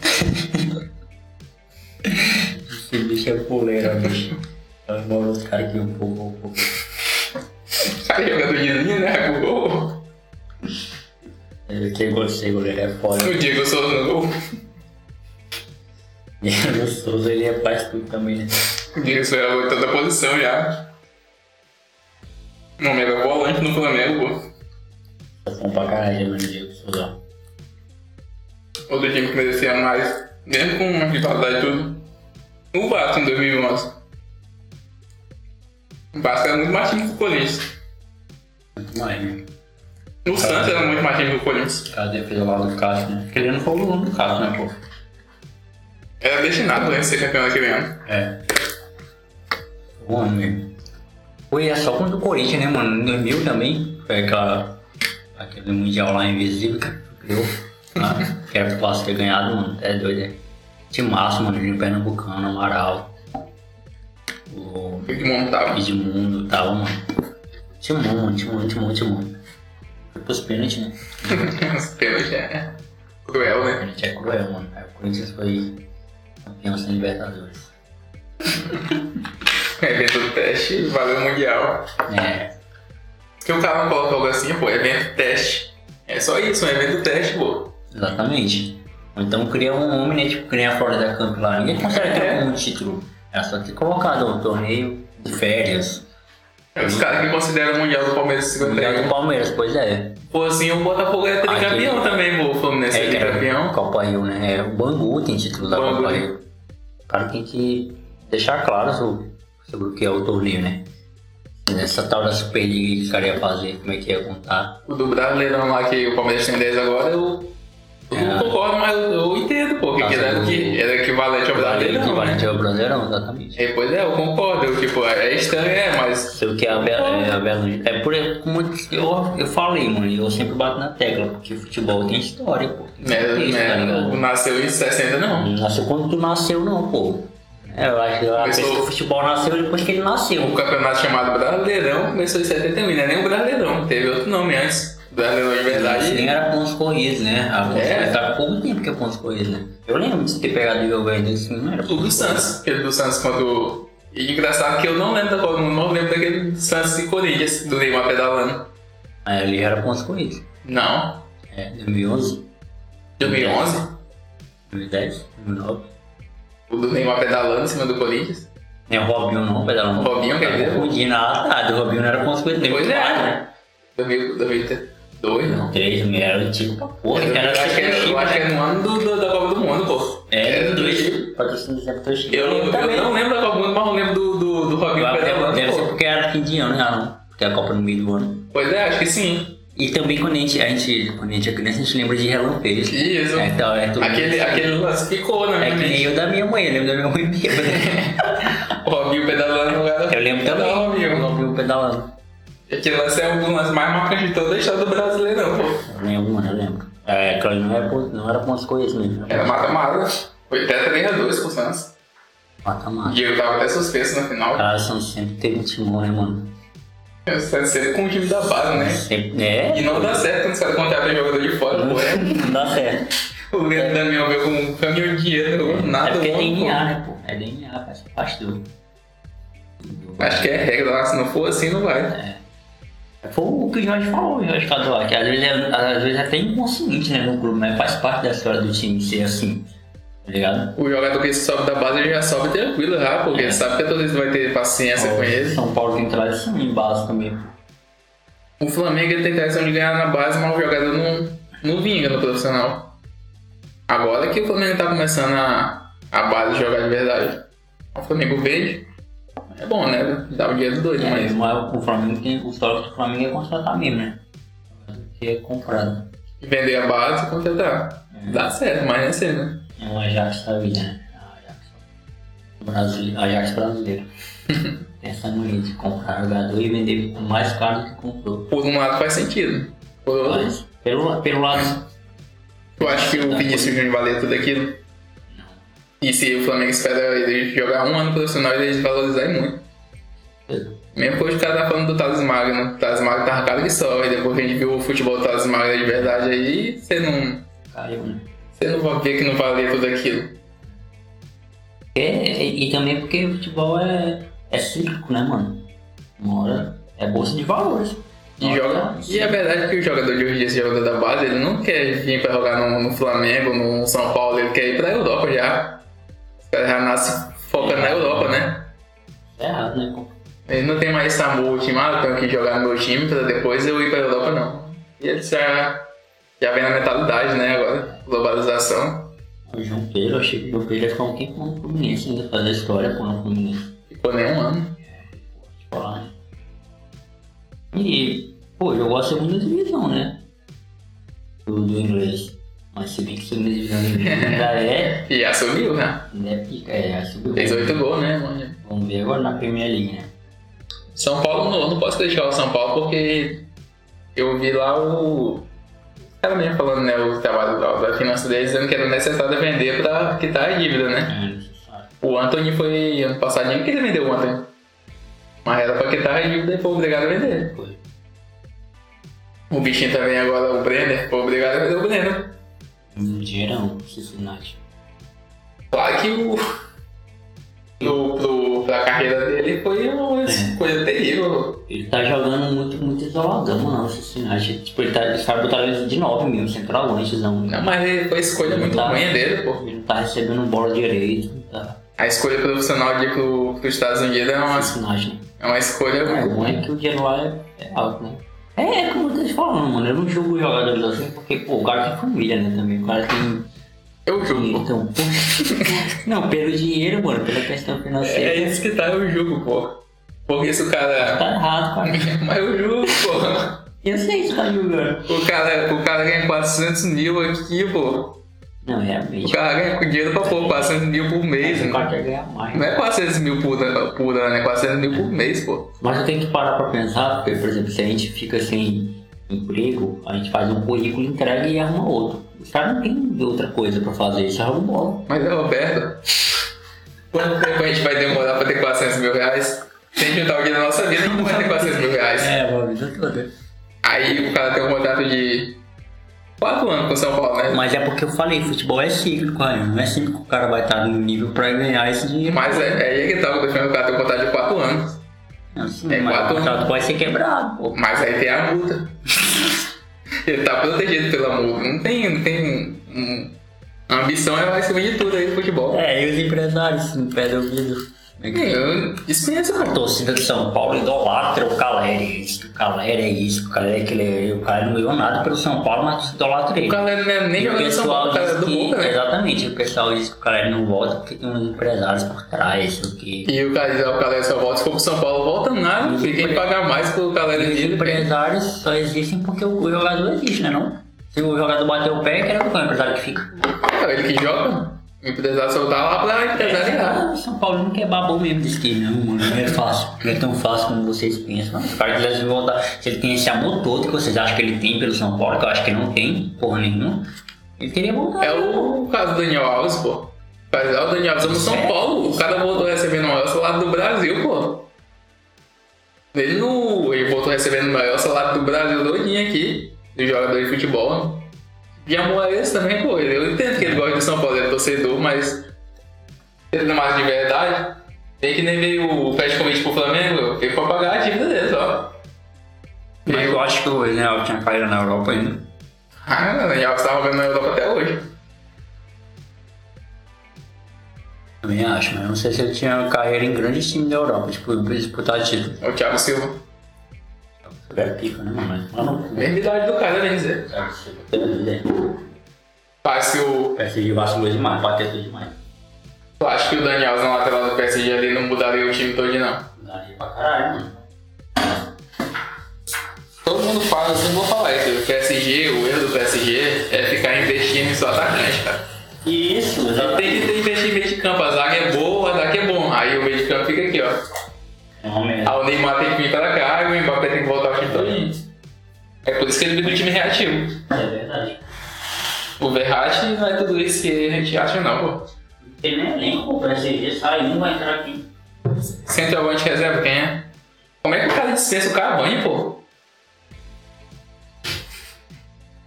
Esse bicho é puleiro, bicho. É igual os caras que o povo, o povo.
Cara, jogador de linha, né? Pro gol.
Ele tem gostei, goleiro é foda.
O Diego Souza no gol.
E o Souza, ele é faz tudo também, né?
O Diego Souza era toda a posição já. Não, melhor volante no Flamengo,
Tá Bom pra caralho, mano, é Diego Souza.
pô. Outro time que merecia mais, mesmo com a rivalidade e tudo. O Vasco em 2011. O Vasco era muito mais time que o Corinthians.
Mas, né?
O Santos era muito mais time que o Corinthians.
O cara defesa lá do Cássio, né? Porque ele não foi o nome do Cássio, né, pô?
Era destinado a ser campeão daquele ano.
É. Bom, amigo. Foi é só contra o Corinthians, né, mano? Em 2000 também. Foi aquela. Aquele Mundial lá invisível, cara. que Deu. Ah, que era fácil ter ganhado, mano. É doido, é. Timaço, mano. Juninho Pernambucano, Amaral. O
O que montava.
Edmundo e tal, mano. um Timão, mano. Timão, Timão, Timão. um Foi pros pênaltis, né?
Os pênaltis é cruel,
O
né?
Corinthians é cruel, mano. Aí O Corinthians foi campeão sem Libertadores.
Um Evento do teste, valeu mundial.
É.
Porque o cara não coloca algo assim, pô, evento teste. É só isso, um evento teste, pô.
Exatamente. Ou então cria um homem, né? Tipo, cria fora da campo lá. Ninguém consegue ter um título. É só ter colocado um torneio de férias.
É Os caras que consideram o mundial do Palmeiras
Mundial
51.
do Palmeiras, pois é.
Pô, assim, o Botafogo é tricampeão
Aquele-
também, pô. O Fluminense é
É, cara,
tricampeão.
Copa Rio, né? É, o Bangu tem título da
Bangu,
Copa
né?
Rio. O cara tem que deixar claro sobre, sobre o que é o torneio, né? Essa tal da Superliga que o cara ia fazer, como é que ia contar.
O do Brasileirão lá que o Palmeiras tem 10 agora, eu. Eu
É.
concordo, mas eu entendo, pô, porque
Tá
era,
sendo-
que, era equivalente ao Brasileirão. né?
Valente é o Brasileirão, exatamente.
É, pois é, eu concordo. Eu, tipo, é estranho, é, mas
Sei o que é a Bela, é a Bela É por como eu, eu falei, mano, eu sempre bato na tecla, porque futebol tem história, pô. Tem
né,
contexto, tá
né,
ligado?
não nasceu em 60, não.
Não nasceu quando tu nasceu, não, pô. É, Eu acho que a
Começou-
pessoa que o futebol nasceu depois que ele nasceu.
O campeonato chamado Brasileirão começou em 71, não é nem o Brasileirão, teve outro nome antes. Brasileirão de
Isso nem
verdade.
era pontos corridos, né? A pontos
É.
corridos tava pouco tempo que é pontos corridos, né? Eu lembro de ter pegado o jogo ainda assim, não era
O do
pontos
Santos, aquele do Santos quando. E engraçado que eu não lembro da Copa do Mundo, não lembro daquele do Santos e Corinthians, do Neymar pedalando.
corridos. Aí ali era pontos corridos.
Não.
É, 2011,
2011,
2010, 2009.
o do Neymar pedalando em cima do Corinthians.
Nem o Robinho não, pedalou não.
O Robinho, quer dizer?
O Dino, ah, tá, do Robinho não era pontos corridos,
Pois é.
quatro, né?
2000 2002, não.
3 mil era o tipo pra porra,
Eu
cara.
acho que é- eu acho que é no ano do- do- da Copa do Mundo, pô.
É,
do Chile.
2. Patrocínio sempre do Chile.
Eu, não- eu não lembro da Copa do Mundo, mas eu lembro do, do, do Robinho
Deve,
pedalando.
deve ser
pô.
porque era fim de ano, né? Ah, não. Porque a Copa no meio do ano.
Pois é, acho que sim.
E também quando a gente, a gente, quando a gente é criança, a gente lembra de relampejos.
Isso.
É, então, é tudo.
Aquele, aquele lance ficou né? na
É
minha
que nem
mente.
eu da minha mãe, eu lembro da minha mãe
[laughs]
bêbada.
O Robinho pedalando no lugar do-
Eu lembro
do
também. Eu
Robinho.
lembro pedalando.
Aquele lance é um dos lances mais marcantes de toda a história do Brasileirão, pô.
Eu lembro, mano, eu lembro. É, claro, não era, por- não era com as coisas mesmo. né?
Era mata-mata. Foi até 3x2 pro Santos. O
Mata-mata.
Diego tava até suspenso na final.
Cara, são sempre teve um timão, né, mano?
O Santos sempre com o time da base, né?
Sempre, é,
[laughs] E não dá certo quando os caras contratam um jogador de fora, pô. É.
não dá certo.
O Leandro Damião veio com um caminhão de dinheiro, nada
é porque é
bom,
DNA, né, pô? É DNA, faz parte do.
pô. Acho que é regra lá, se não for assim, não vai.
É. Foi o que o Jorge falou, o Jorge Cadoa, que às vezes, é, às vezes é até inconsciente né, no clube, mas faz parte da história do time ser assim. Tá ligado?
O jogador que sobe da base ele já sobe tranquilo já, porque
É.
sabe que a torcida vai ter paciência com ele.
São Paulo tem tradição em base também.
O Flamengo ele tem tradição de ganhar na base, mas o jogador não, não vinga no profissional. Agora que o Flamengo tá começando a, a base jogar de verdade. O Flamengo vende. É bom, né? Dá o dinheiro doido,
É, Mas,
mas
o Flamengo tem. O histórico do Flamengo é contratar mesmo, né? Que é comprado.
vender a base e contratar. Dá certo, mas não é assim, né?
É um Ajax da vida, né? Ajax. Brasile... Ajax brasileiro. tem essa mania de comprar jogador e vender mais caro do que comprou.
Por um lado faz sentido. Por outro,
Mas, pelo, pelo lado.
tu acha que o Vinícius Júnior valia tudo aquilo? E se o Flamengo espera ele jogar um ano profissional, ele desvalorizar muito. Mesmo que hoje o cara tá falando do Thales Magno, o Thales Magno tava caro que só, e depois que a gente viu o futebol do Thales Magno de verdade aí, você não,
Caiu, né?
você não vai ver que não valia tudo aquilo.
É, e, e também porque o futebol é, é cíclico, né, mano? Uma hora é bolsa de valores.
E, joga, e é verdade que o jogador de hoje em dia, esse jogador da base, ele não quer vir pra jogar no, no Flamengo, no São Paulo, ele quer ir pra Europa já. Os caras já nascem focando na Europa, né?
É errado, né? pô?
Ele não tem mais esse amor time, ah, eu tenho que jogar no meu time pra depois eu ir pra Europa, não. E ele já, já vem na mentalidade, né, agora, globalização.
O João Pedro, eu achei que o João Pedro ia ficar um tempo no Fluminense, ainda fazer história com o Fluminense.
Ficou nem um ano.
Falar, né? E, pô, jogou a segunda divisão, né? Do, do inglês. Mas se bem que segunda divisão do inglês ainda é,
E já subiu, né?
ainda é pica, é, subiu.
Fez oito gols, né, mano?
Vamos ver agora na Premier League, né?
São Paulo, não, não posso criticar o São Paulo porque eu vi lá o. O cara mesmo falando, né, o trabalho da, da finança deles, dizendo que era necessário vender pra quitar a dívida, né?
É necessário.
O Anthony foi. Ano passado ninguém queria vender o Anthony. Mas era pra quitar a dívida e foi obrigado a vender.
Foi.
O bichinho também agora, o Brenner, foi obrigado a vender o Brenner.
Um dinheirão, Cincinnati.
Claro que o. Pro, pro, pra carreira dele foi uma coisa terrível.
Ele tá jogando muito, muito isoladão, mano, o Cincinnati. Tipo, ele tá, os caras botaram ele de 9 mesmo, centralantezão.
Não, mas ele- foi escolha muito
Tá.
ruim dele, pô.
Ele não tá recebendo bola direito, não tá?
A escolha profissional de ir pro, pros Estados Unidos é uma,
Cincinnati, né?
é uma escolha
É,
muito
o é que o dinheiro lá é, é alto, né? É, é como eu tô te falando, mano. Eu não julgo jogadores assim, porque, pô, o cara tem família, né, também. O cara tem.
Eu julgo.
Então, pô. [laughs] não, pelo dinheiro, mano, pela questão financeira.
É isso que tá, eu julgo, pô. Porque se o cara. [laughs]
Tá errado, cara.
Mas eu julgo, pô.
Eu sei que você tá julgando.
O cara, o cara ganha 400 mil aqui, pô.
Não,
O
realmente.
cara ganha com dinheiro pra pôr 400 mil por mês,
O
né?
cara quer ganhar mais.
Não é 400 mil por, ano- por ano, é 400 mil por mês, pô.
Mas eu tenho que parar pra pensar, porque, por exemplo, se a gente fica sem emprego, a gente faz um currículo, entrega e arruma outro. Os caras não tem outra coisa pra fazer, eles arrumam um bola.
Mas é Roberto. Quanto tempo a gente vai demorar pra ter 400 mil reais? Sem juntar o dinheiro da nossa vida, não vai ter 400 mil reais.
É, uma vida toda.
Aí o cara tem um contrato de 4 anos com o São Paulo, né?
Mas é porque eu falei, futebol é cíclico, cara. Não é sempre que o cara vai estar no nível pra ganhar esse dinheiro.
Mas é, é aí que tá, o cara tem um contrato de 4 anos.
Não, sim,
É
mas
quatro
o contrato pode ser quebrado, pô.
Mas aí tem
[laughs]
a multa. Ele tá protegido pela multa. Não tem. Não tem um- a ambição é mais cima de tudo aí do futebol.
É, e os empresários se pedem ouvido. Como é que- é?
Eu desconheço,
A
não.
torcida de São Paulo idolatra o Caleri, diz que o Caleri é isso, o Caleri é aquilo, o cara não ganhou nada pelo São Paulo, mas idolatra ele.
O cara não é nem
E o
jogador do São
pessoal
Paulo, o cara é
diz
do
que,
Boca, né?
Exatamente, o pessoal diz que o Caleri não volta porque tem uns empresários por trás, o que...
E o cara, o cara só volta, se for pro São Paulo, volta nada. E quem paga mais pro é galera
Os
de
empresários só existem porque o o jogador existe, né não? Se o jogador bater o pé, quer ver o empresário que fica.
É ele que joga. O empresário só tá lá pra empresariar.
Ah, o São Paulo não quer babou mesmo diz que não, mano, não é fácil, não é tão fácil como vocês pensam. Mas o cara que deve voltar, se ele tem esse amor todo que vocês acham que ele tem pelo São Paulo, que eu acho que não tem, porra nenhuma, ele teria voltado.
É o caso do Daniel Alves, pô. Mas é o Daniel Alves é no São Paulo. O cara voltou recebendo o maior salário do Brasil, pô. Ele não. Ele voltou recebendo o maior salário do Brasil doidinho aqui, do jogador de futebol. E amor a esse também, pô. Eu entendo que ele gosta do São Paulo, ele é torcedor, mas. Ele não é mais de verdade. Tem que nem veio o Fast Convite pro Flamengo, veio pra pagar a dívida dele, ó.
Mas eu acho que o Daniel tinha caído na Europa ainda.
Ah, o Daniel Alves tá jogando na Europa até hoje.
Também acho, mas não sei se ele tinha carreira em grandes times da Europa, tipo, disputar título.
O Thiago Silva.
É pica, né, mano? Mas não.
Mesma idade do cara, né, dizer. Passe o.
PSG É, vacilou demais, pateta demais.
Eu acho que o Daniel na lateral do PSG ali não mudaria o time todo, não.
Daria pra caralho, mano.
Todo mundo fala, eu sempre vou falar isso. O PSG, o erro do PSG é ficar investindo em só atacante, cara.
Isso,
Tem que ter investir em meio de campo. A zaga é boa, o ataque é bom. Aí o meio de campo fica aqui, ó.
um Homem,
Ah, o Neymar tem que vir pra cá e o Mbappé tem que voltar o time
então,
todinho. É por isso que ele vira um time reativo.
é verdade.
O Verratti não é tudo isso que a gente acha, não, pô.
Não tem nem elenco, o PSG sai um, vai entrar aqui.
Centroavante reserva, quem é? Como é que o cara dispensa o Cavani, pô?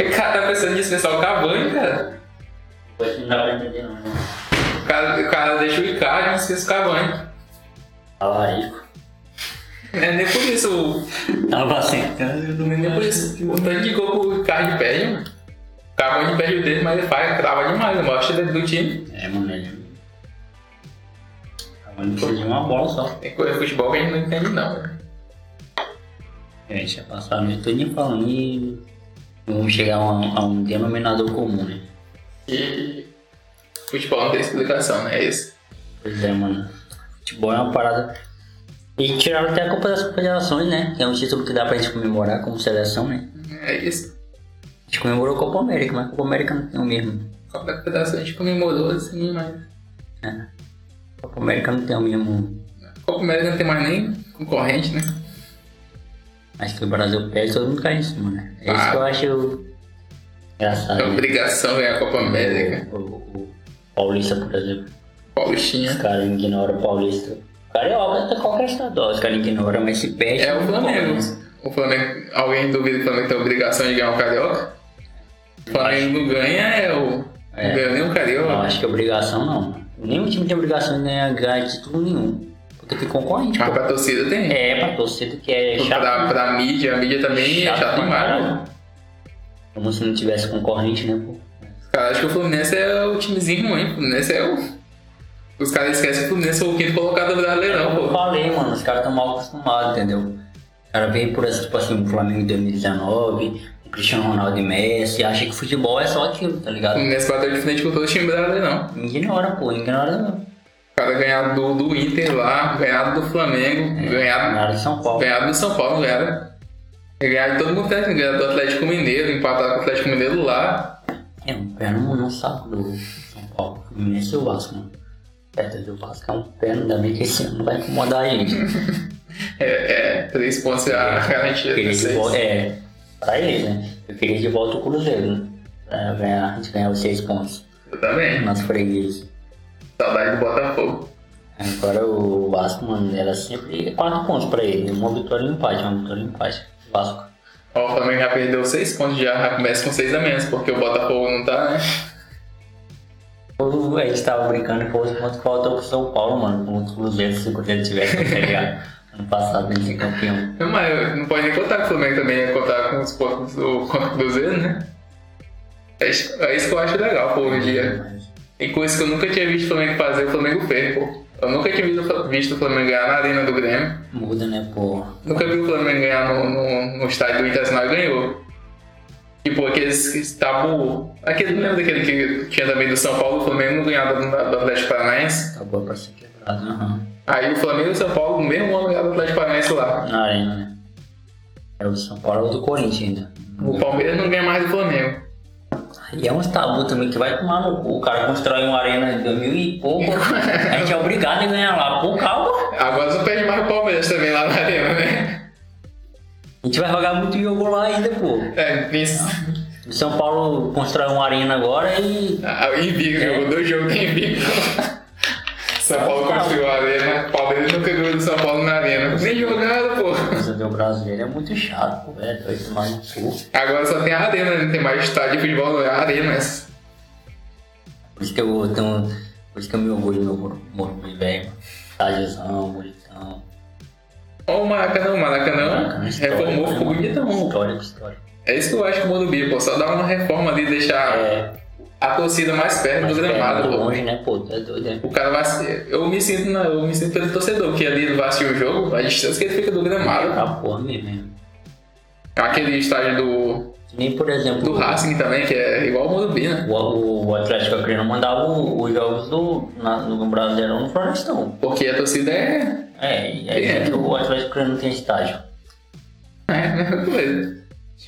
O cara tá pensando em dispensar o Cavani, cara.
Depois não dá pra entender, não. né?
O cara, o cara deixa o Icardi e dispensa o Cavani.
Tá Alarico.
Não é nem por isso, é
Tava assim.
nem por isso. O tanto de gol que o Icardi perde, mano. O Cavani perde o dedo, mas ele faz, trava demais, o maior cheiro do time.
É, mano, ele. Tava indo de uma bola só.
Tem coisa de futebol que a gente não entende, não. velho.
Gente, é passar a noite todinha falando e. Vamos chegar a um, a um denominador comum, né?
E futebol não tem explicação, né? É isso.
Pois é, mano. Futebol é uma parada. E tiraram até a Copa das Confederações, né? Que é um título que dá pra gente comemorar como seleção, né?
É isso.
A gente comemorou a Copa América, mas a Copa América não tem o mesmo.
Copa da Federação a gente comemorou assim, mas.
A Copa América não tem o mesmo.
Copa América não tem mais nem concorrente, né?
Acho que o Brasil perde todo mundo cai em cima, né? É isso
Ah.
que eu acho engraçado.
É
né?
obrigação ganhar a Copa América.
O, o Paulista, por exemplo. Os
Paulistinha.
caras ignoram o Paulista. Carioca tá qualquer estadual, os caras ignoram, mas se perde.
É o
não
Flamengo.
pode, né?
O Flamengo. Alguém duvida que o Flamengo tem a obrigação de ganhar o Carioca? O Flamengo não ganha é o.
É.
Não ganhou nem o
Não,
Carioca.
acho que é obrigação não. Nenhum time tem obrigação de ganhar, ganhar título nenhum. Porque tem concorrente,
Mas
pô.
pra torcida tem.
É, pra torcida que é chato.
Pra, pra mídia, a mídia também é chato demais.
caralho. Como se não tivesse concorrente, né, pô?
Cara, acho que o Fluminense é o timezinho ruim. O Fluminense é o. Os caras esquecem que o Fluminense é o quinto colocado do Brasileirão,
Como eu
pô.
falei, mano, os caras estão mal acostumados, entendeu? O cara vem por essa, tipo assim, o Flamengo em 2019, o um Cristiano Ronaldo e Messi, acha que futebol é só aquilo, tá
O
ligado?
Fluminense bateu de frente com todo o time brasileirão.
Ignora, pô, ignora não.
O cara ganhar do, do Inter lá, ganhar do Flamengo, ganhar
Ignora de São Paulo.
Ganhar do São Paulo, ganhar. Ganhar de todo mundo técnico, ganhar do Atlético Mineiro, empatar com o Atlético Mineiro lá.
É, um pé no, no saco do São Paulo. Fluminense e o Vasco, mano. Perto do Vasco é um pé, ainda bem que esse ano não vai incomodar né? a gente.
[laughs] É, é três pontos já
Eu
garantidos.
queria
não
de
sei.
volta. É, pra eles, né? Eu queria de volta o Cruzeiro, né? Pra ganhar, a gente ganhar os seis pontos.
Eu também.
Nas freguesias.
Saudade do Botafogo.
Agora o Vasco, mano, era sempre quatro pontos pra ele. Uma vitória e um empate, uma vitória e um empate. Vasco.
Ó, o Flamengo já perdeu seis pontos, já já começa com seis a menos, porque o Botafogo não tá, né?
O- A gente tava brincando com os pontos que faltou pro São Paulo, mano. Com os Cruzeiro, se o Cruzeiro
[laughs]
tivesse, tá ligado? Ano passado, ele ser campeão.
Mas não pode nem contar com o Flamengo também, né? Contar com os pontos do [laughs] contra o Cruzeiro, né? É isso, é isso que eu acho legal, pô, hoje em dia.
Mas,
Tem coisa que eu nunca tinha visto o Flamengo fazer, o Flamengo fez, pô. Eu nunca tinha visto- visto o Flamengo ganhar na arena do Grêmio.
muda, né, pô?
Nunca vi o Flamengo ganhar no, no, no estádio do Internacional e ganhou. Tipo, aqueles que estavam. Aquele, lembra daquele que tinha também do São Paulo, o Flamengo não ganhava do, do Atlético Paranaense?
Tá boa pra ser quebrado, aham.
Aí o Flamengo e o São Paulo, no mesmo ano, ganharam do Atlético Paranaense lá.
Na arena, né? Era o São Paulo ou do Corinthians ainda.
O Palmeiras não ganha mais do Flamengo.
E é um tabu também que vai tomar no cu. O cara constrói uma arena de 2000 e [laughs] pouco. A gente é obrigado a ganhar lá. Pô, calma.
Agora não perde mais o Palmeiras também lá na Arena, né?
A gente vai jogar muito jogo lá ainda, pô.
É, Vince.
O São Paulo constrói uma arena agora e.
Ah, o Invigo jogou dois jogos em Invigo. [laughs] São Paulo construiu a Arena. O Palmeiras nunca ganhou do São Paulo na Arena. Nem jogaram, pô.
Coisa do brasileiro é muito chato, pô. É doido tomar no cu.
Agora só tem a arena, não tem mais estádio de futebol, não é arenas.
Por isso que eu tenho. Por isso que eu me orgulho do meu mor- morumbi velho. Estádiozão, bonitão.
Ó o Maracanã, o Maracanã é
Bacana, histórico,
reformou,
né,
ficou
mano?
bonitão.
Histórico, histórico.
É isso que eu acho que o Morumbi, pô, só dá uma reforma ali, deixar
É.
a torcida mais perto
Mas
do
perto,
gramado, pô.
longe, né, pô? Tu é doido, né?
O cara vai. se- Eu me sinto, na- eu me sinto pelo torcedor, porque ali ele vai assistir o jogo, a distância que ele fica do gramado.
Tá porra mesmo. né?
Aquele estádio do,
Que Nem, por exemplo,
do Racing também, que é igual o Morumbi, né?
o, o, o Atlético Acreano mandava o- os jogos do, na, no Brasileirão no Florestão.
Porque a torcida é.
É, e aí
É.
que o Atlético Acreano tem estádio.
[laughs] É, né? Coisa.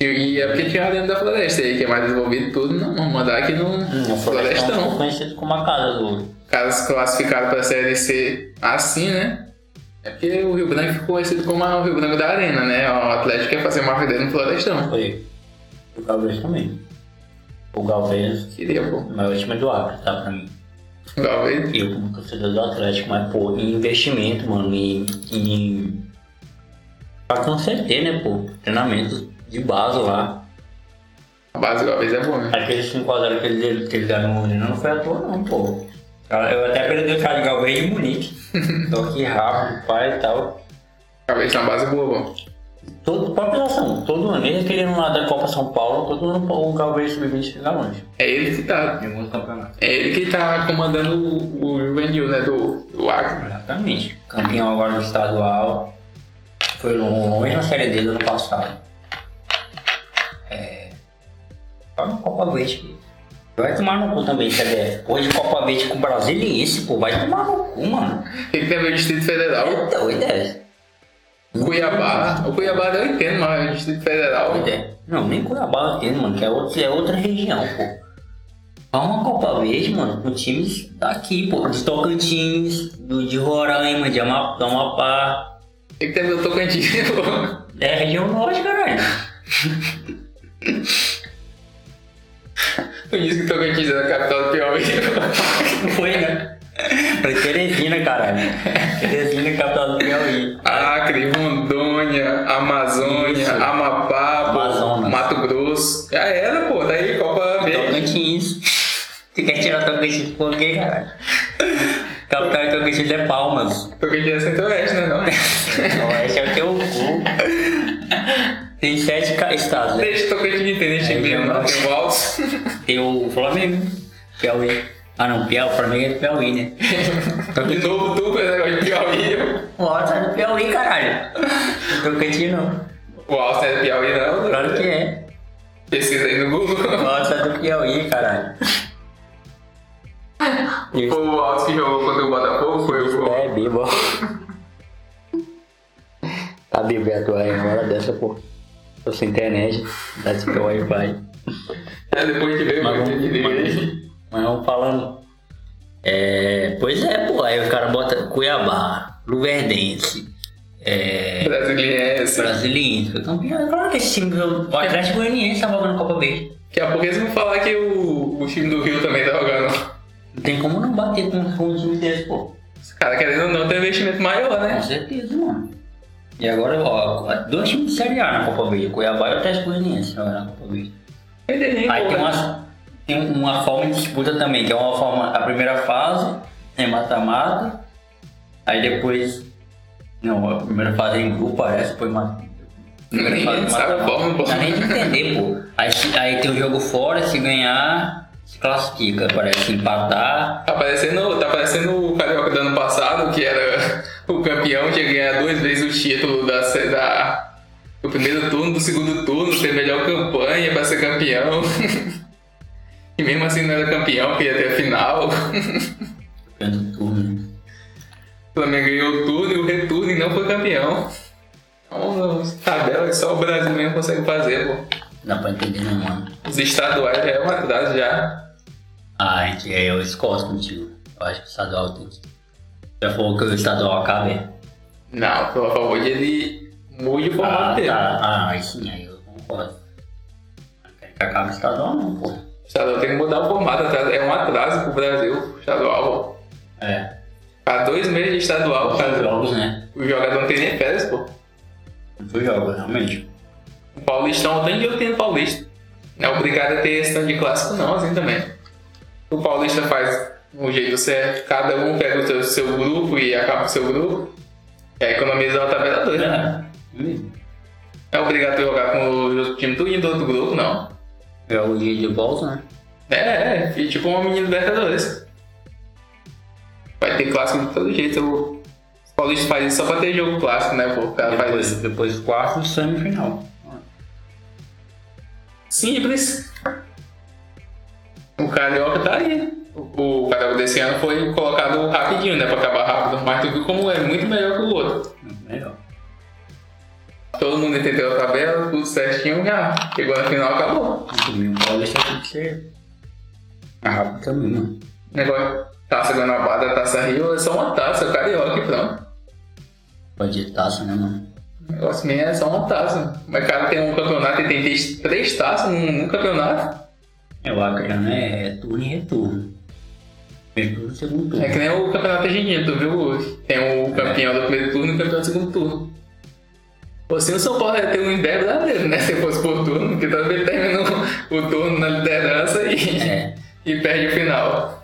E- E é porque tinha dentro da Floresta aí, que é mais desenvolvido e tudo, não vamos mandar aqui no
O Florestão
Florestão.
ficou conhecido como a casa do...
Caras classificados pra Série C assim, né? É porque o Rio Branco ficou conhecido como o Rio Branco da Arena, né? O Atlético quer fazer marca dele no Florestão.
Foi. O Galvez também. O Galvez
Queria, pô.
é o maior time do Acre, tá? Pra mim.
Talvez.
Eu como torcedor do Atlético, mas, pô, em investimento, mano, em... em... Pra consertar, né, pô? Treinamento de base lá.
A base talvez é boa, né?
Aquele 5x0 que eles que ele deram no União não foi à toa, não, pô. Eu até perdi o cara de Galvez de Munique. Toque rápido, pai e tal.
Talvez na base boa, pô.
Todo, população, todo ano, mesmo que ele não lá da Copa São Paulo, todo ano o Galvez sub-20 fica longe.
É ele que tá.
Em alguns campeonatos.
É ele que tá comandando o, o juvenil, né? Do, do Acre.
Exatamente. Campeão agora do estadual. Foi longe na Série D do ano passado. É. Só no Copa Verde. Vai tomar no cu também, CBF. Hoje Copa Verde com o Brasiliense, pô. Vai tomar no cu, mano.
Tem que ter o Distrito Federal.
Então, ideia.
Cuiabá. O Cuiabá eu entendo, mas o Distrito Federal.
ideia. Não, nem Cuiabá tem, mano, que é, outro, é outra região, pô. Vai uma Copa Verde, mano, com times daqui, pô. Dos Tocantins, do, de Roraima, de Ama- do Amapá.
Tem É que ter o Tocantins, né, pô.
É região norte, caralho. [laughs]
Tu disse que o Tocantins é a capital do Piauí, pô.
Não foi, né? Foi Teresina, caralho. Teresina, capital do Piauí.
Acre, Rondônia, Amazônia,
Isso.
Amapá, pô,
Amazonas. Então
Mato Grosso. Já era, pô. Daí Copa Verde.
Tocantins. Tu quer tirar Tocantins por quê, caralho? Capital de Tocantins é Palmas.
Tocantins é centro-oeste, né? Não?
Oeste é o teu cu. Tem sete ca- estados. né?
Deixa o Tocantins entender,
É,
tem mesmo,
não.
não tem volta.
Tem o Flamengo, Piauí. Ah não, Piauí, Flamengo é Piauí, né?
De novo, tu com esse negócio de Piauí.
O Alto é do Piauí, caralho. Tocantins não.
O Alce é do Piauí, não?
Claro que é.
Pesquisa aí no Google.
O Alto é do Piauí, caralho. E
Foi
o
o Alce que jogou contra o Botafogo, foi o.
É, Bibo. Tá Bibeto aí, na hora dessa, pô. Tô sem internet, dá esse teu Wi-Fi.
É, depois que veio,
Mas
mas
vamos- né?
ele
Mas vamos falando. É, pois é, pô, aí o cara bota Cuiabá, Luverdense, é,
Brasiliense.
Brasiliense, foi campeão. É Claro que esse time, do- o Atlético Goianiense tava jogando Copa Verde.
Daqui a pouco eles vão falar que o, o time do Rio também tá jogando.
Não tem como não bater com com um time desse, pô.
Os caras querendo ou não tem um investimento maior,
Com
né?
certeza, mano. E agora, ó, dois times de Série A na Copa Verde, Cuiabá e o Atlético Goianiense agora na Copa Verde.
Ele
Aí tem uma, tem uma forma de disputa também, que é uma forma, a primeira fase é mata-mata, aí depois. Não, a primeira fase é em grupo, parece, foi mata.
Nem [laughs] sabe a forma, pô.
Não dá nem de entender, pô. Aí, se- aí tem o jogo fora, se ganhar, se classifica, parece se empatar.
Tá parecendo, tá parecendo o Carioca do ano passado, que era [laughs] o campeão, tinha ganhado duas vezes o título da, se- da, do primeiro turno, do segundo turno, teve melhor campanha pra ser campeão. [laughs] E mesmo assim não era campeão, que ia ter a final.
Ganhando turno.
O Flamengo ganhou o turno e o retorno e não foi campeão. Então, tabela que só o Brasil mesmo consegue fazer, pô.
Não dá pra entender, não, mano.
Os estaduais já é uma verdade já.
Ah, gente, é, eu escolho contigo. Eu acho que o estadual tem que. Já falou que o estadual acabe.
Não, pelo favor de ele mude o formato
Ah,
dele.
tá. Ah, aí sim, aí eu concordo. Não quero que acabe o estadual, não, pô.
O estadual tem que mudar o formato, atrás- é um atraso pro Brasil, o estadual. pô.
É.
Há dois meses de estadual,
São
cara.
jogos, né?
O jogador não tem nem férias, pô.
São jogos, realmente.
O Paulistão, tem eu tenho Paulista. Não é obrigado a ter esse tanto de clássico, não, assim também. O Paulista faz o jeito certo, cada um pega o seu, seu grupo e acaba o seu grupo. É economizar a tabela 2, né?
É.
Não é obrigado a jogar com o outro time tudo do outro grupo, não.
Jogo de, de volta, né?
É, é, e tipo uma menina Libertadores. Vai ter clássico de todo jeito. O os paulistas fazem isso só pra ter jogo clássico, né, pô? O
É,
cara faz
Depois,
isso.
depois quarto, semifinal. Ah,
Simples. O Carioca tá aí. O o Carioca desse ano foi colocado rapidinho, né, pra acabar rápido. Mas tu viu como é muito melhor que o outro.
Melhor.
Todo mundo entendeu a tabela, tudo certinho, já. Chegou na final, acabou.
Domingo Paulista tem que ser É rápido também, né? mano.
Negócio, tá taça Guanabara, taça Rio, é só uma taça, o Carioca e pronto.
Pode ir taça, né, mano?
O negócio mesmo é só uma taça. Mas o cara tem um campeonato e tem três, três taças num, num campeonato.
É, o Acreano é, é turno e retorno. Primeiro turno, segundo turno.
É que nem o campeonato argentino, tu viu? Tem o campeão do primeiro turno e o campeão do segundo turno. Você o São Paulo ia ter um líder brasileiro, né? Se fosse por turno, porque talvez ele termina o, o turno na liderança e,
É,
e perde o final.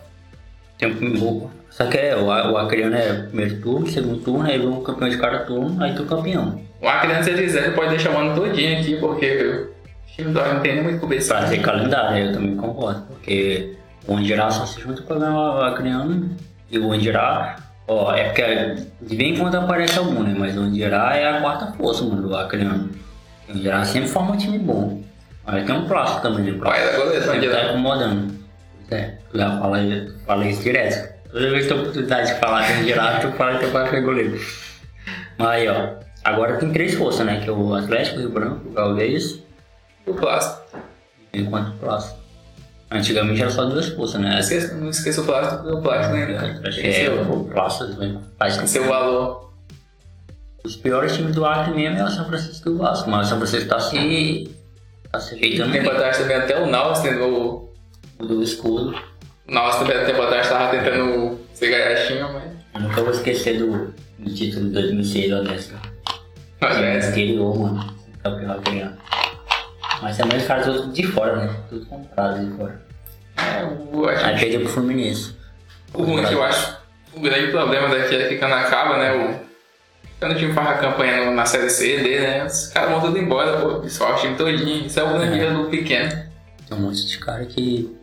tem um pouco. Só que é, o, A- o Acreano é primeiro turno, segundo turno, aí vem o campeão de cada turno, aí tu é campeão.
O Acreano, se ele quiser, ele pode deixar o ano todinho aqui, porque o time do Acreano tem nem muito cabeça.
Fazer calendário, eu também concordo, porque o Andirá só se junta pra ganhar o Acreano e o Andirá, ó, é porque de vez em quando aparece algum, né? Mas o Andirá é a quarta força, mano, do Acreano. O Andirá sempre forma um time bom. Mas tem um plástico também, né?
Pai da goleira,
Ele tá
Andirá.
incomodando. Pois É, tu já fala, fala isso direto. Toda vez que tem oportunidade de falar que girar, tu fala que eu faço goleiro. Mas aí, ó. Agora tem três forças, né? Que é o Atlético, o Rio Branco, o Gaules
O Plástico.
e enquanto o Plástico. Antigamente era só duas forças, né?
Não esqueça, não esqueça o Plástico, porque o Plástico, né?
Acho que
Esse
é
é o-
o Plástico também. Faz
Seu valor.
Os piores times do Acre mesmo é o São Francisco e o Vasco. Mas o São Francisco tá se. tá se ajeitando
Tempo
bem.
atrás também até o Naus tentou
do escudo.
Nossa, também tempo atrás tava tentando ser gaiatinho, mas.
Eu nunca vou esquecer do, do título de 2006 do Odessa.
Mas é, assim,
exterior, mano. Tá Campeão italiano. Mas é também os caras todos de fora, né? Tudo comprado de fora.
é, eu acho-
Aí perdeu pro Fluminense.
o ruim é que eu acho. O grande problema daqui é que quando acaba, né? O, quando o time faz a campanha no- na série C, D, né? Os caras vão tudo embora, pô. Pessoal, o time todinho. Isso é o grande erro do pequeno.
Tem um monte de cara que.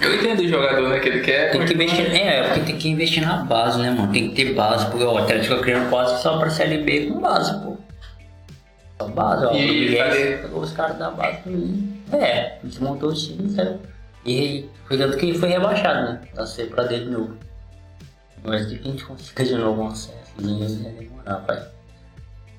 Eu entendo o jogador, né? Que ele quer.
Tem que
continuar.
investir. É, é, porque tem que investir na base, né, mano? Tem que ter base, porque ó, o Atlético tá criando quase só pra Série B com base, pô. Só base, ó.
E
Fluminense
cadê?
pegou os caras da base e. É, desmontou o time, sabe? E foi tanto que ele foi rebaixado, né? Pra ser pra dele de novo. Mas que a gente consiga de novo um acesso, né? Vai demorar, pai.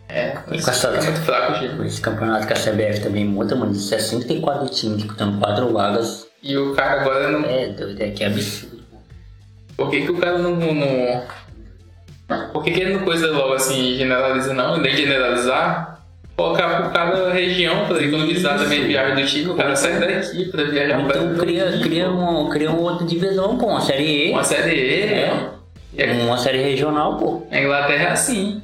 É,
Tem
mas
que passar.
é muito fraco o time.
Com Esse campeonato que a CBF também monta, mano, 64 times disputando 4 vagas.
E o cara agora não.
É doido, é que absurdo. mano.
Por que, que o cara não. não- Por que, que ele não coisa logo assim, generaliza não? Em vez de generalizar, colocar por cada região pra economizar também a viagem do time, o cara sai daqui pra viajar pra
Então
outro
cria,
time.
cria, um, cria uma outra divisão, pô, uma série E,
uma série E,
É.
né? E aqui
uma série regional, pô.
na Inglaterra é assim.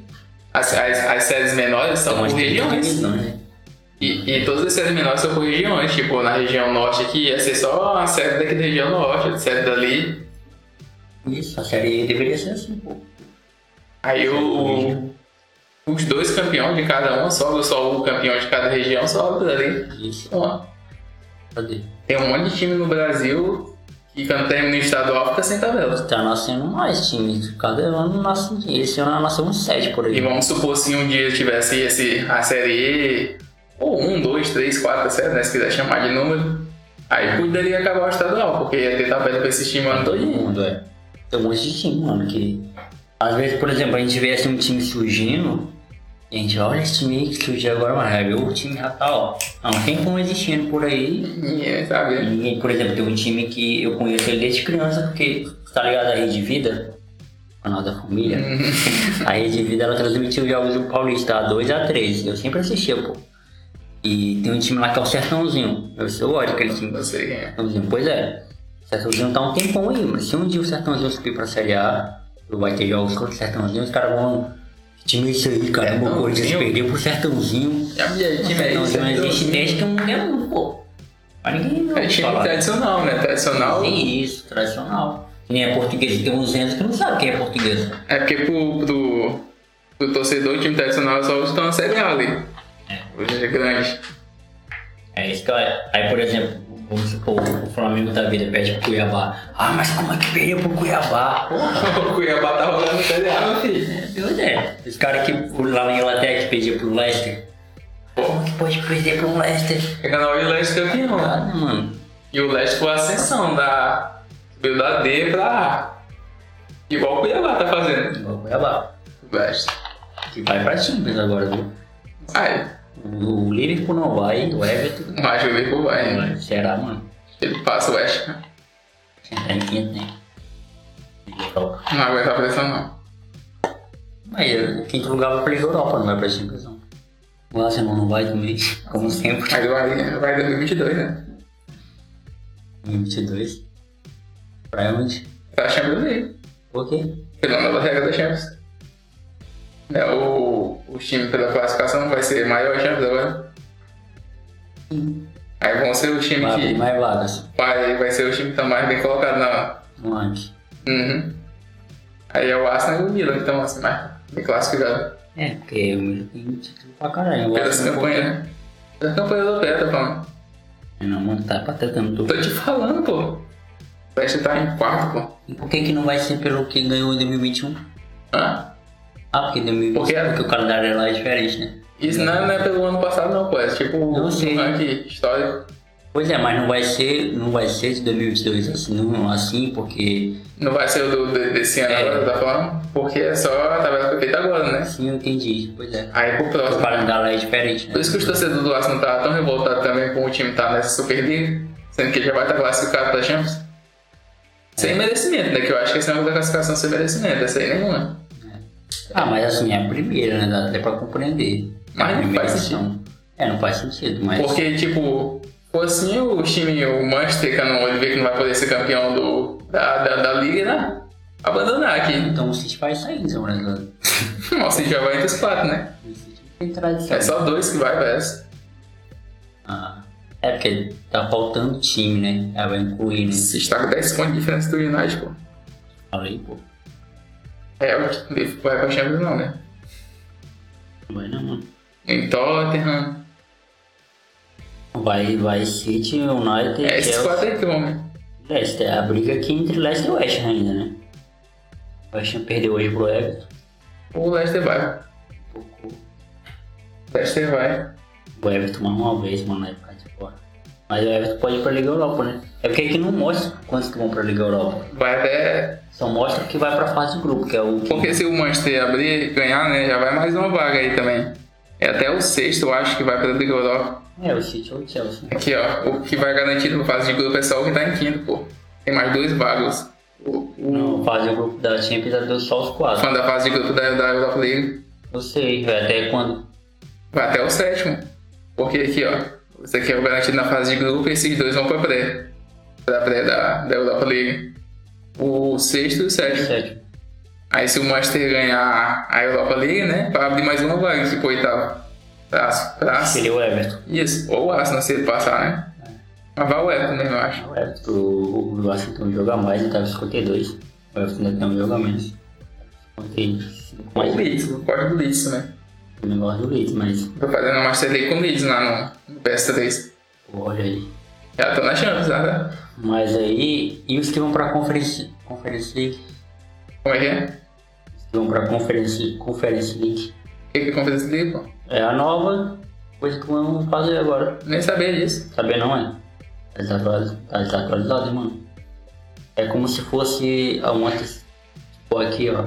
As, as, as séries menores são por
umas
regiões.
divisões, né?
E, e todas as séries menores são por regiões, tipo, na região norte aqui ia ser só a série daqui da região norte, a série dali.
Isso, a série E deveria ser assim, pô.
Aí o, o- os dois campeões de cada uma, só, só o campeão de cada região, só dali.
Isso,
Ó,
cadê?
Tem um monte de time no Brasil que quando termina o estadual fica sem tabela.
Tá nascendo mais times, cada ano nasce, esse ano nasceu uns 7 por
E
aí.
vamos supor se um dia tivesse esse, a série E, ou um, dois, três, quatro, série, né? Se quiser chamar de número, aí poderia acabar o estadual, porque ia ter tabela pra esse time o ano
todo
todo.
mundo, é. Tem um monte de time, mano, que... Às vezes, por exemplo, a gente vê assim, um time surgindo, e a gente olha esse time aí que surgiu agora, mas aí o time já tá, ó, há um tempão existindo por aí.
Ninguém sabe.
E, por exemplo, tem um time que eu conheço ele desde criança, porque, tá ligado, a Rede Vida, o canal da família, [laughs] a Rede Vida, ela transmitiu os jogos do Paulista, a 2 a 3 eu sempre assistia, pô. E tem um time lá que é o Sertãozinho, eu eu gosto daquele time.
Não sei quem é.
Sertãozinho, pois é. O Sertãozinho tá um tempão aí, mas se um dia o Sertãozinho subir pra Série A, vai ter jogos contra o Sertãozinho, os caras vão. Que Time é isso aí, caramba, o Corinthians
Sertãozinho?
perdeu pro Sertãozinho.
Já vi aí,
O
time aí.
Sertãozinho existe
Sertãozinho.
desde que o mundo é mundo, pô. Mas ninguém
É
ouve
time
falar.
tradicional, né? Tradicional.
Tem isso, tradicional. Que Nem é português, tem uns anos que não sabe quem é português.
É porque pro, pro, pro torcedor, o time tradicional só os que É. estão na série A ali. Hoje é grande.
É isso que eu- Aí, por exemplo, Vamos supor, o Flamengo da vida perde pro Cuiabá. Ah, mas como é que perdeu pro Cuiabá? Porra!
[laughs] O Cuiabá tá rolando Série A, meu filho.
Pois é. Os caras que lá na Inglaterra que perdiam pro Leicester. Como que pode perder pro Leicester?
Chega na hora e o É Leste campeão.
Nada, mano.
E o Leste foi a ascensão da. Veio da D pra A. Igual o Cuiabá tá fazendo.
Igual o Cuiabá.
O Leste.
Que vai pra simples agora, viu?
Vai.
O Liverpool não vai, o Everton
Mas o Liverpool vai.
não
né?
vai. Será, mano?
Ele passa o West. né? Ham.
Tá em quinto, né? Europa.
Não aguenta a pressão, não.
Mas eh, quinto lugar vai pra Liga Europa, não vai pra simples não. O Arsenal não vai também, [laughs] como sempre.
Mas vai, vai em 2022, né?
Em 22. Pra onde?
Tá Champions League.
Por quê?
Pela nova regra da Champions. É, o, o time pela classificação vai ser maior Champions agora. Aí vão ser o time
Vai abrir
que.
mais vagas.
Vai, vai ser o time que tá mais bem colocado na,
Um antes.
Uhum. Aí é o Arsenal e o Milan, então, assim, mais bem classificado.
É, porque o Milan tem título pra caralho. Eu
Pelas
acho que não
campanhas, né? Pelas campanhas do Pé, tá falando.
vou- Não, mano, tá patetando. Tô...
Tô te falando, pô. O Leste tá em quarto, pô.
E por que que não vai ser pelo que ganhou em 2021?
Ah,
Ah, porque 2021
Porque-
porque, o calendário lá é diferente, né?
isso não é, não é pelo ano passado, não, pô. É tipo
Eu
um
sei.
ranking histórico.
Pois é, mas não vai ser, não vai ser de 2022 assim, não, assim porque
Não vai ser o do, de- desse ano
É.
agora, tá falando? Porque é só a tabela foi feita agora, né?
assim eu entendi. Pois é.
Aí pro
O
próximo.
calendário lá é diferente, né?
Por isso que os torcedores do Arsenal tá tão revoltados também com o time tá nessa Super League, sendo que ele já vai estar classificado pra Champions.
É.
Sem merecimento, né? Que eu acho que esse negócio da classificação sem merecimento, essa aí é. nenhuma.
Ah, mas assim, é a primeira, né? Dá até pra compreender.
Mas não
a primeira
faz
edição. É, não faz sentido, mas.
Porque, tipo, pô, assim o time, o Manchester, que não, ele vê que não vai poder ser campeão do, da, da, da Liga, né? Abandonar aqui. [laughs]
Então o City vai sair, então, né? do-
Nossa, já vai entre os quatro, né?
O City tem tradição.
É só dois que vai, velho.
Ah, é porque tá faltando time, né? Aí vai incluir, né?
Se está com 10 pontos de diferença do United, pô.
Falei, pô.
É, o Liverpool vai pra Champions não, né?
Não vai não, mano.
Em Tottenham.
Vai, vai City, United,
É esses
Chelsea,
quatro aí que vão, né?
Leicester. É A briga aqui entre Leicester e West Ham ainda, né? O West Ham perdeu hoje pro Everton.
O Leicester vai. O Leicester vai.
O Everton mais uma vez, mano, vai ficar de fora. Mas o Everton pode ir pra Liga Europa, né? É porque aqui não mostra quantos que vão pra Liga Europa.
Vai até.
Só mostra que vai pra fase de grupo, que é o que...
Porque se o Manchester abrir e ganhar, né? Já vai mais uma vaga aí também. É até o sexto, eu acho, que vai pra Liga Europa.
É, o City ou o Chelsea. né?
Aqui, ó. O que vai garantido pra fase de grupo é só o que tá em quinto, pô. Tem mais dois vagas. O, o
Não, fase de grupo da Champions já deu só os quatro.
fã da fase de grupo da, da Europa League
Eu sei, velho, até quando?
vai até o sétimo. Porque aqui, ó. Isso aqui é o garantido na fase de grupo e esses dois vão pra pré. Pra pré da, da Europa League. O sexto e o sétimo.
Sétimo.
Aí se o Manchester ganhar a Europa League, né? Vai abrir mais uma vaga, tipo oitavo. Pra, pra,
Seria é o Everton.
isso, ou o Arsenal se ele passar, né? Mas vai o Everton mesmo, eu acho.
É O Everton, o Washington joga mais, ele tá com 52. O Everton ainda tem um jogo a menos. 55,
Ou o
mas
Leeds, eu gosto do Leeds também.
o um negócio do Leeds, mas
Tô fazendo a Master League com o Leeds lá no, no PS3.
olha aí.
Já tô na Champions, né?
Mas aí, e os que vão pra Conference, Conference League?
Como é que é?
Os que vão pra Conference, Conference League?
O que que acontece esse livro, pô?
É a nova coisa que vamos fazer agora.
Nem sabia disso.
Saber não é? Tá desatualizado, tá desatualizado, mano. É como se fosse a uma que- tipo, aqui, ó.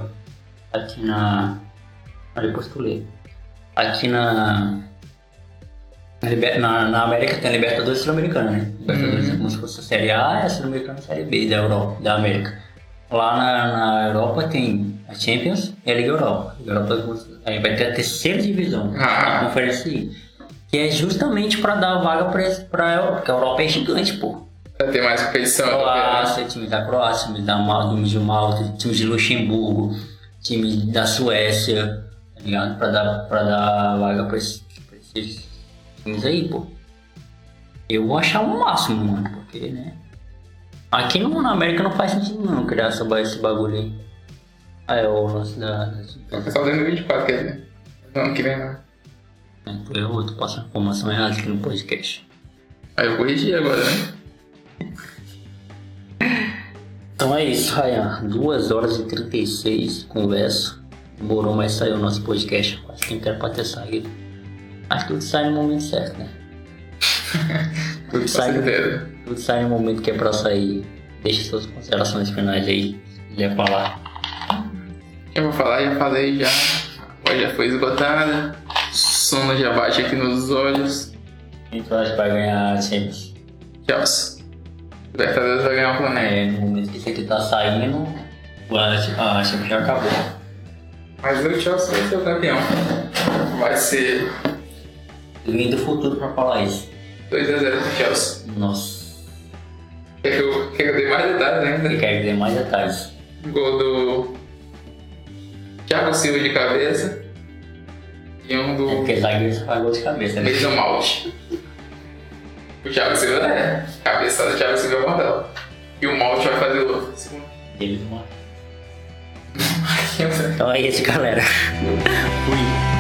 Aqui na. Ah, depois tu lê. Aqui na. Na, Liber- na- na América tem a Libertadores Sul-Americana, né? Libertadores é como se fosse a Série A, a Sul-Americana e a Série B da, Europa, da América. Lá na, na Europa tem a Champions e a Liga Europa. Liga Europa é como se- aí vai ter a terceira divisão
Ah.
da Conference League. Que é justamente pra dar vaga pra, esse- pra Europa, porque a Europa é gigante, pô.
Pra ter mais competição. tô vendo.
Croácia, time da Croácia, time, da Mal, time de Malta, time de Luxemburgo, time da Suécia, tá ligado? Pra dar, pra dar vaga pra, esses- pra esses times aí, pô. Eu vou achar o máximo, mano, porque, né? Aqui no, na América não faz sentido não criar essa, ba- esse bagulho aí. Ah, é o lance da. da
Vai ficar só 2024, quer dizer. Não, não queria não.
tipo, é eu vou passar informação errada aqui no podcast.
Aí eu corrigi agora, né?
Então é isso, Rayan. 2 horas e 36 conversa. Demorou, mas saiu o nosso podcast. Quase tempo era pra ter saído. Mas tudo sai no momento certo, né? tudo,
Com
sai, no-
certeza.
tudo sai no momento que é pra sair. Deixa suas considerações finais aí. Quer falar?
Eu vou falar, já falei já. A voz já foi esgotada. Sono já bate aqui nos olhos.
Quem tu acha que vai ganhar a Champions?
Chelsea. Libertadores vai ganhar o Flamengo.
É, no momento que isso aqui tá saindo, a a Champions já acabou.
Mas o Chelsea vai ser o campeão. Vai ser
Vem do futuro pra falar isso.
2x0 pro Chelsea.
Nossa,
Quer que eu, quer que eu dê mais detalhes ainda?
eu quero ver mais detalhes.
Gol do Thiago Silva de cabeça. E um
É
do
porque zagueiro só faz gol de cabeça, né?
Mason Mount. O Thiago Silva é. Cabeça do Thiago Silva é bordel. E o Malt vai fazer o outro. Segundo.
Eles não- Então é isso, galera. Fui.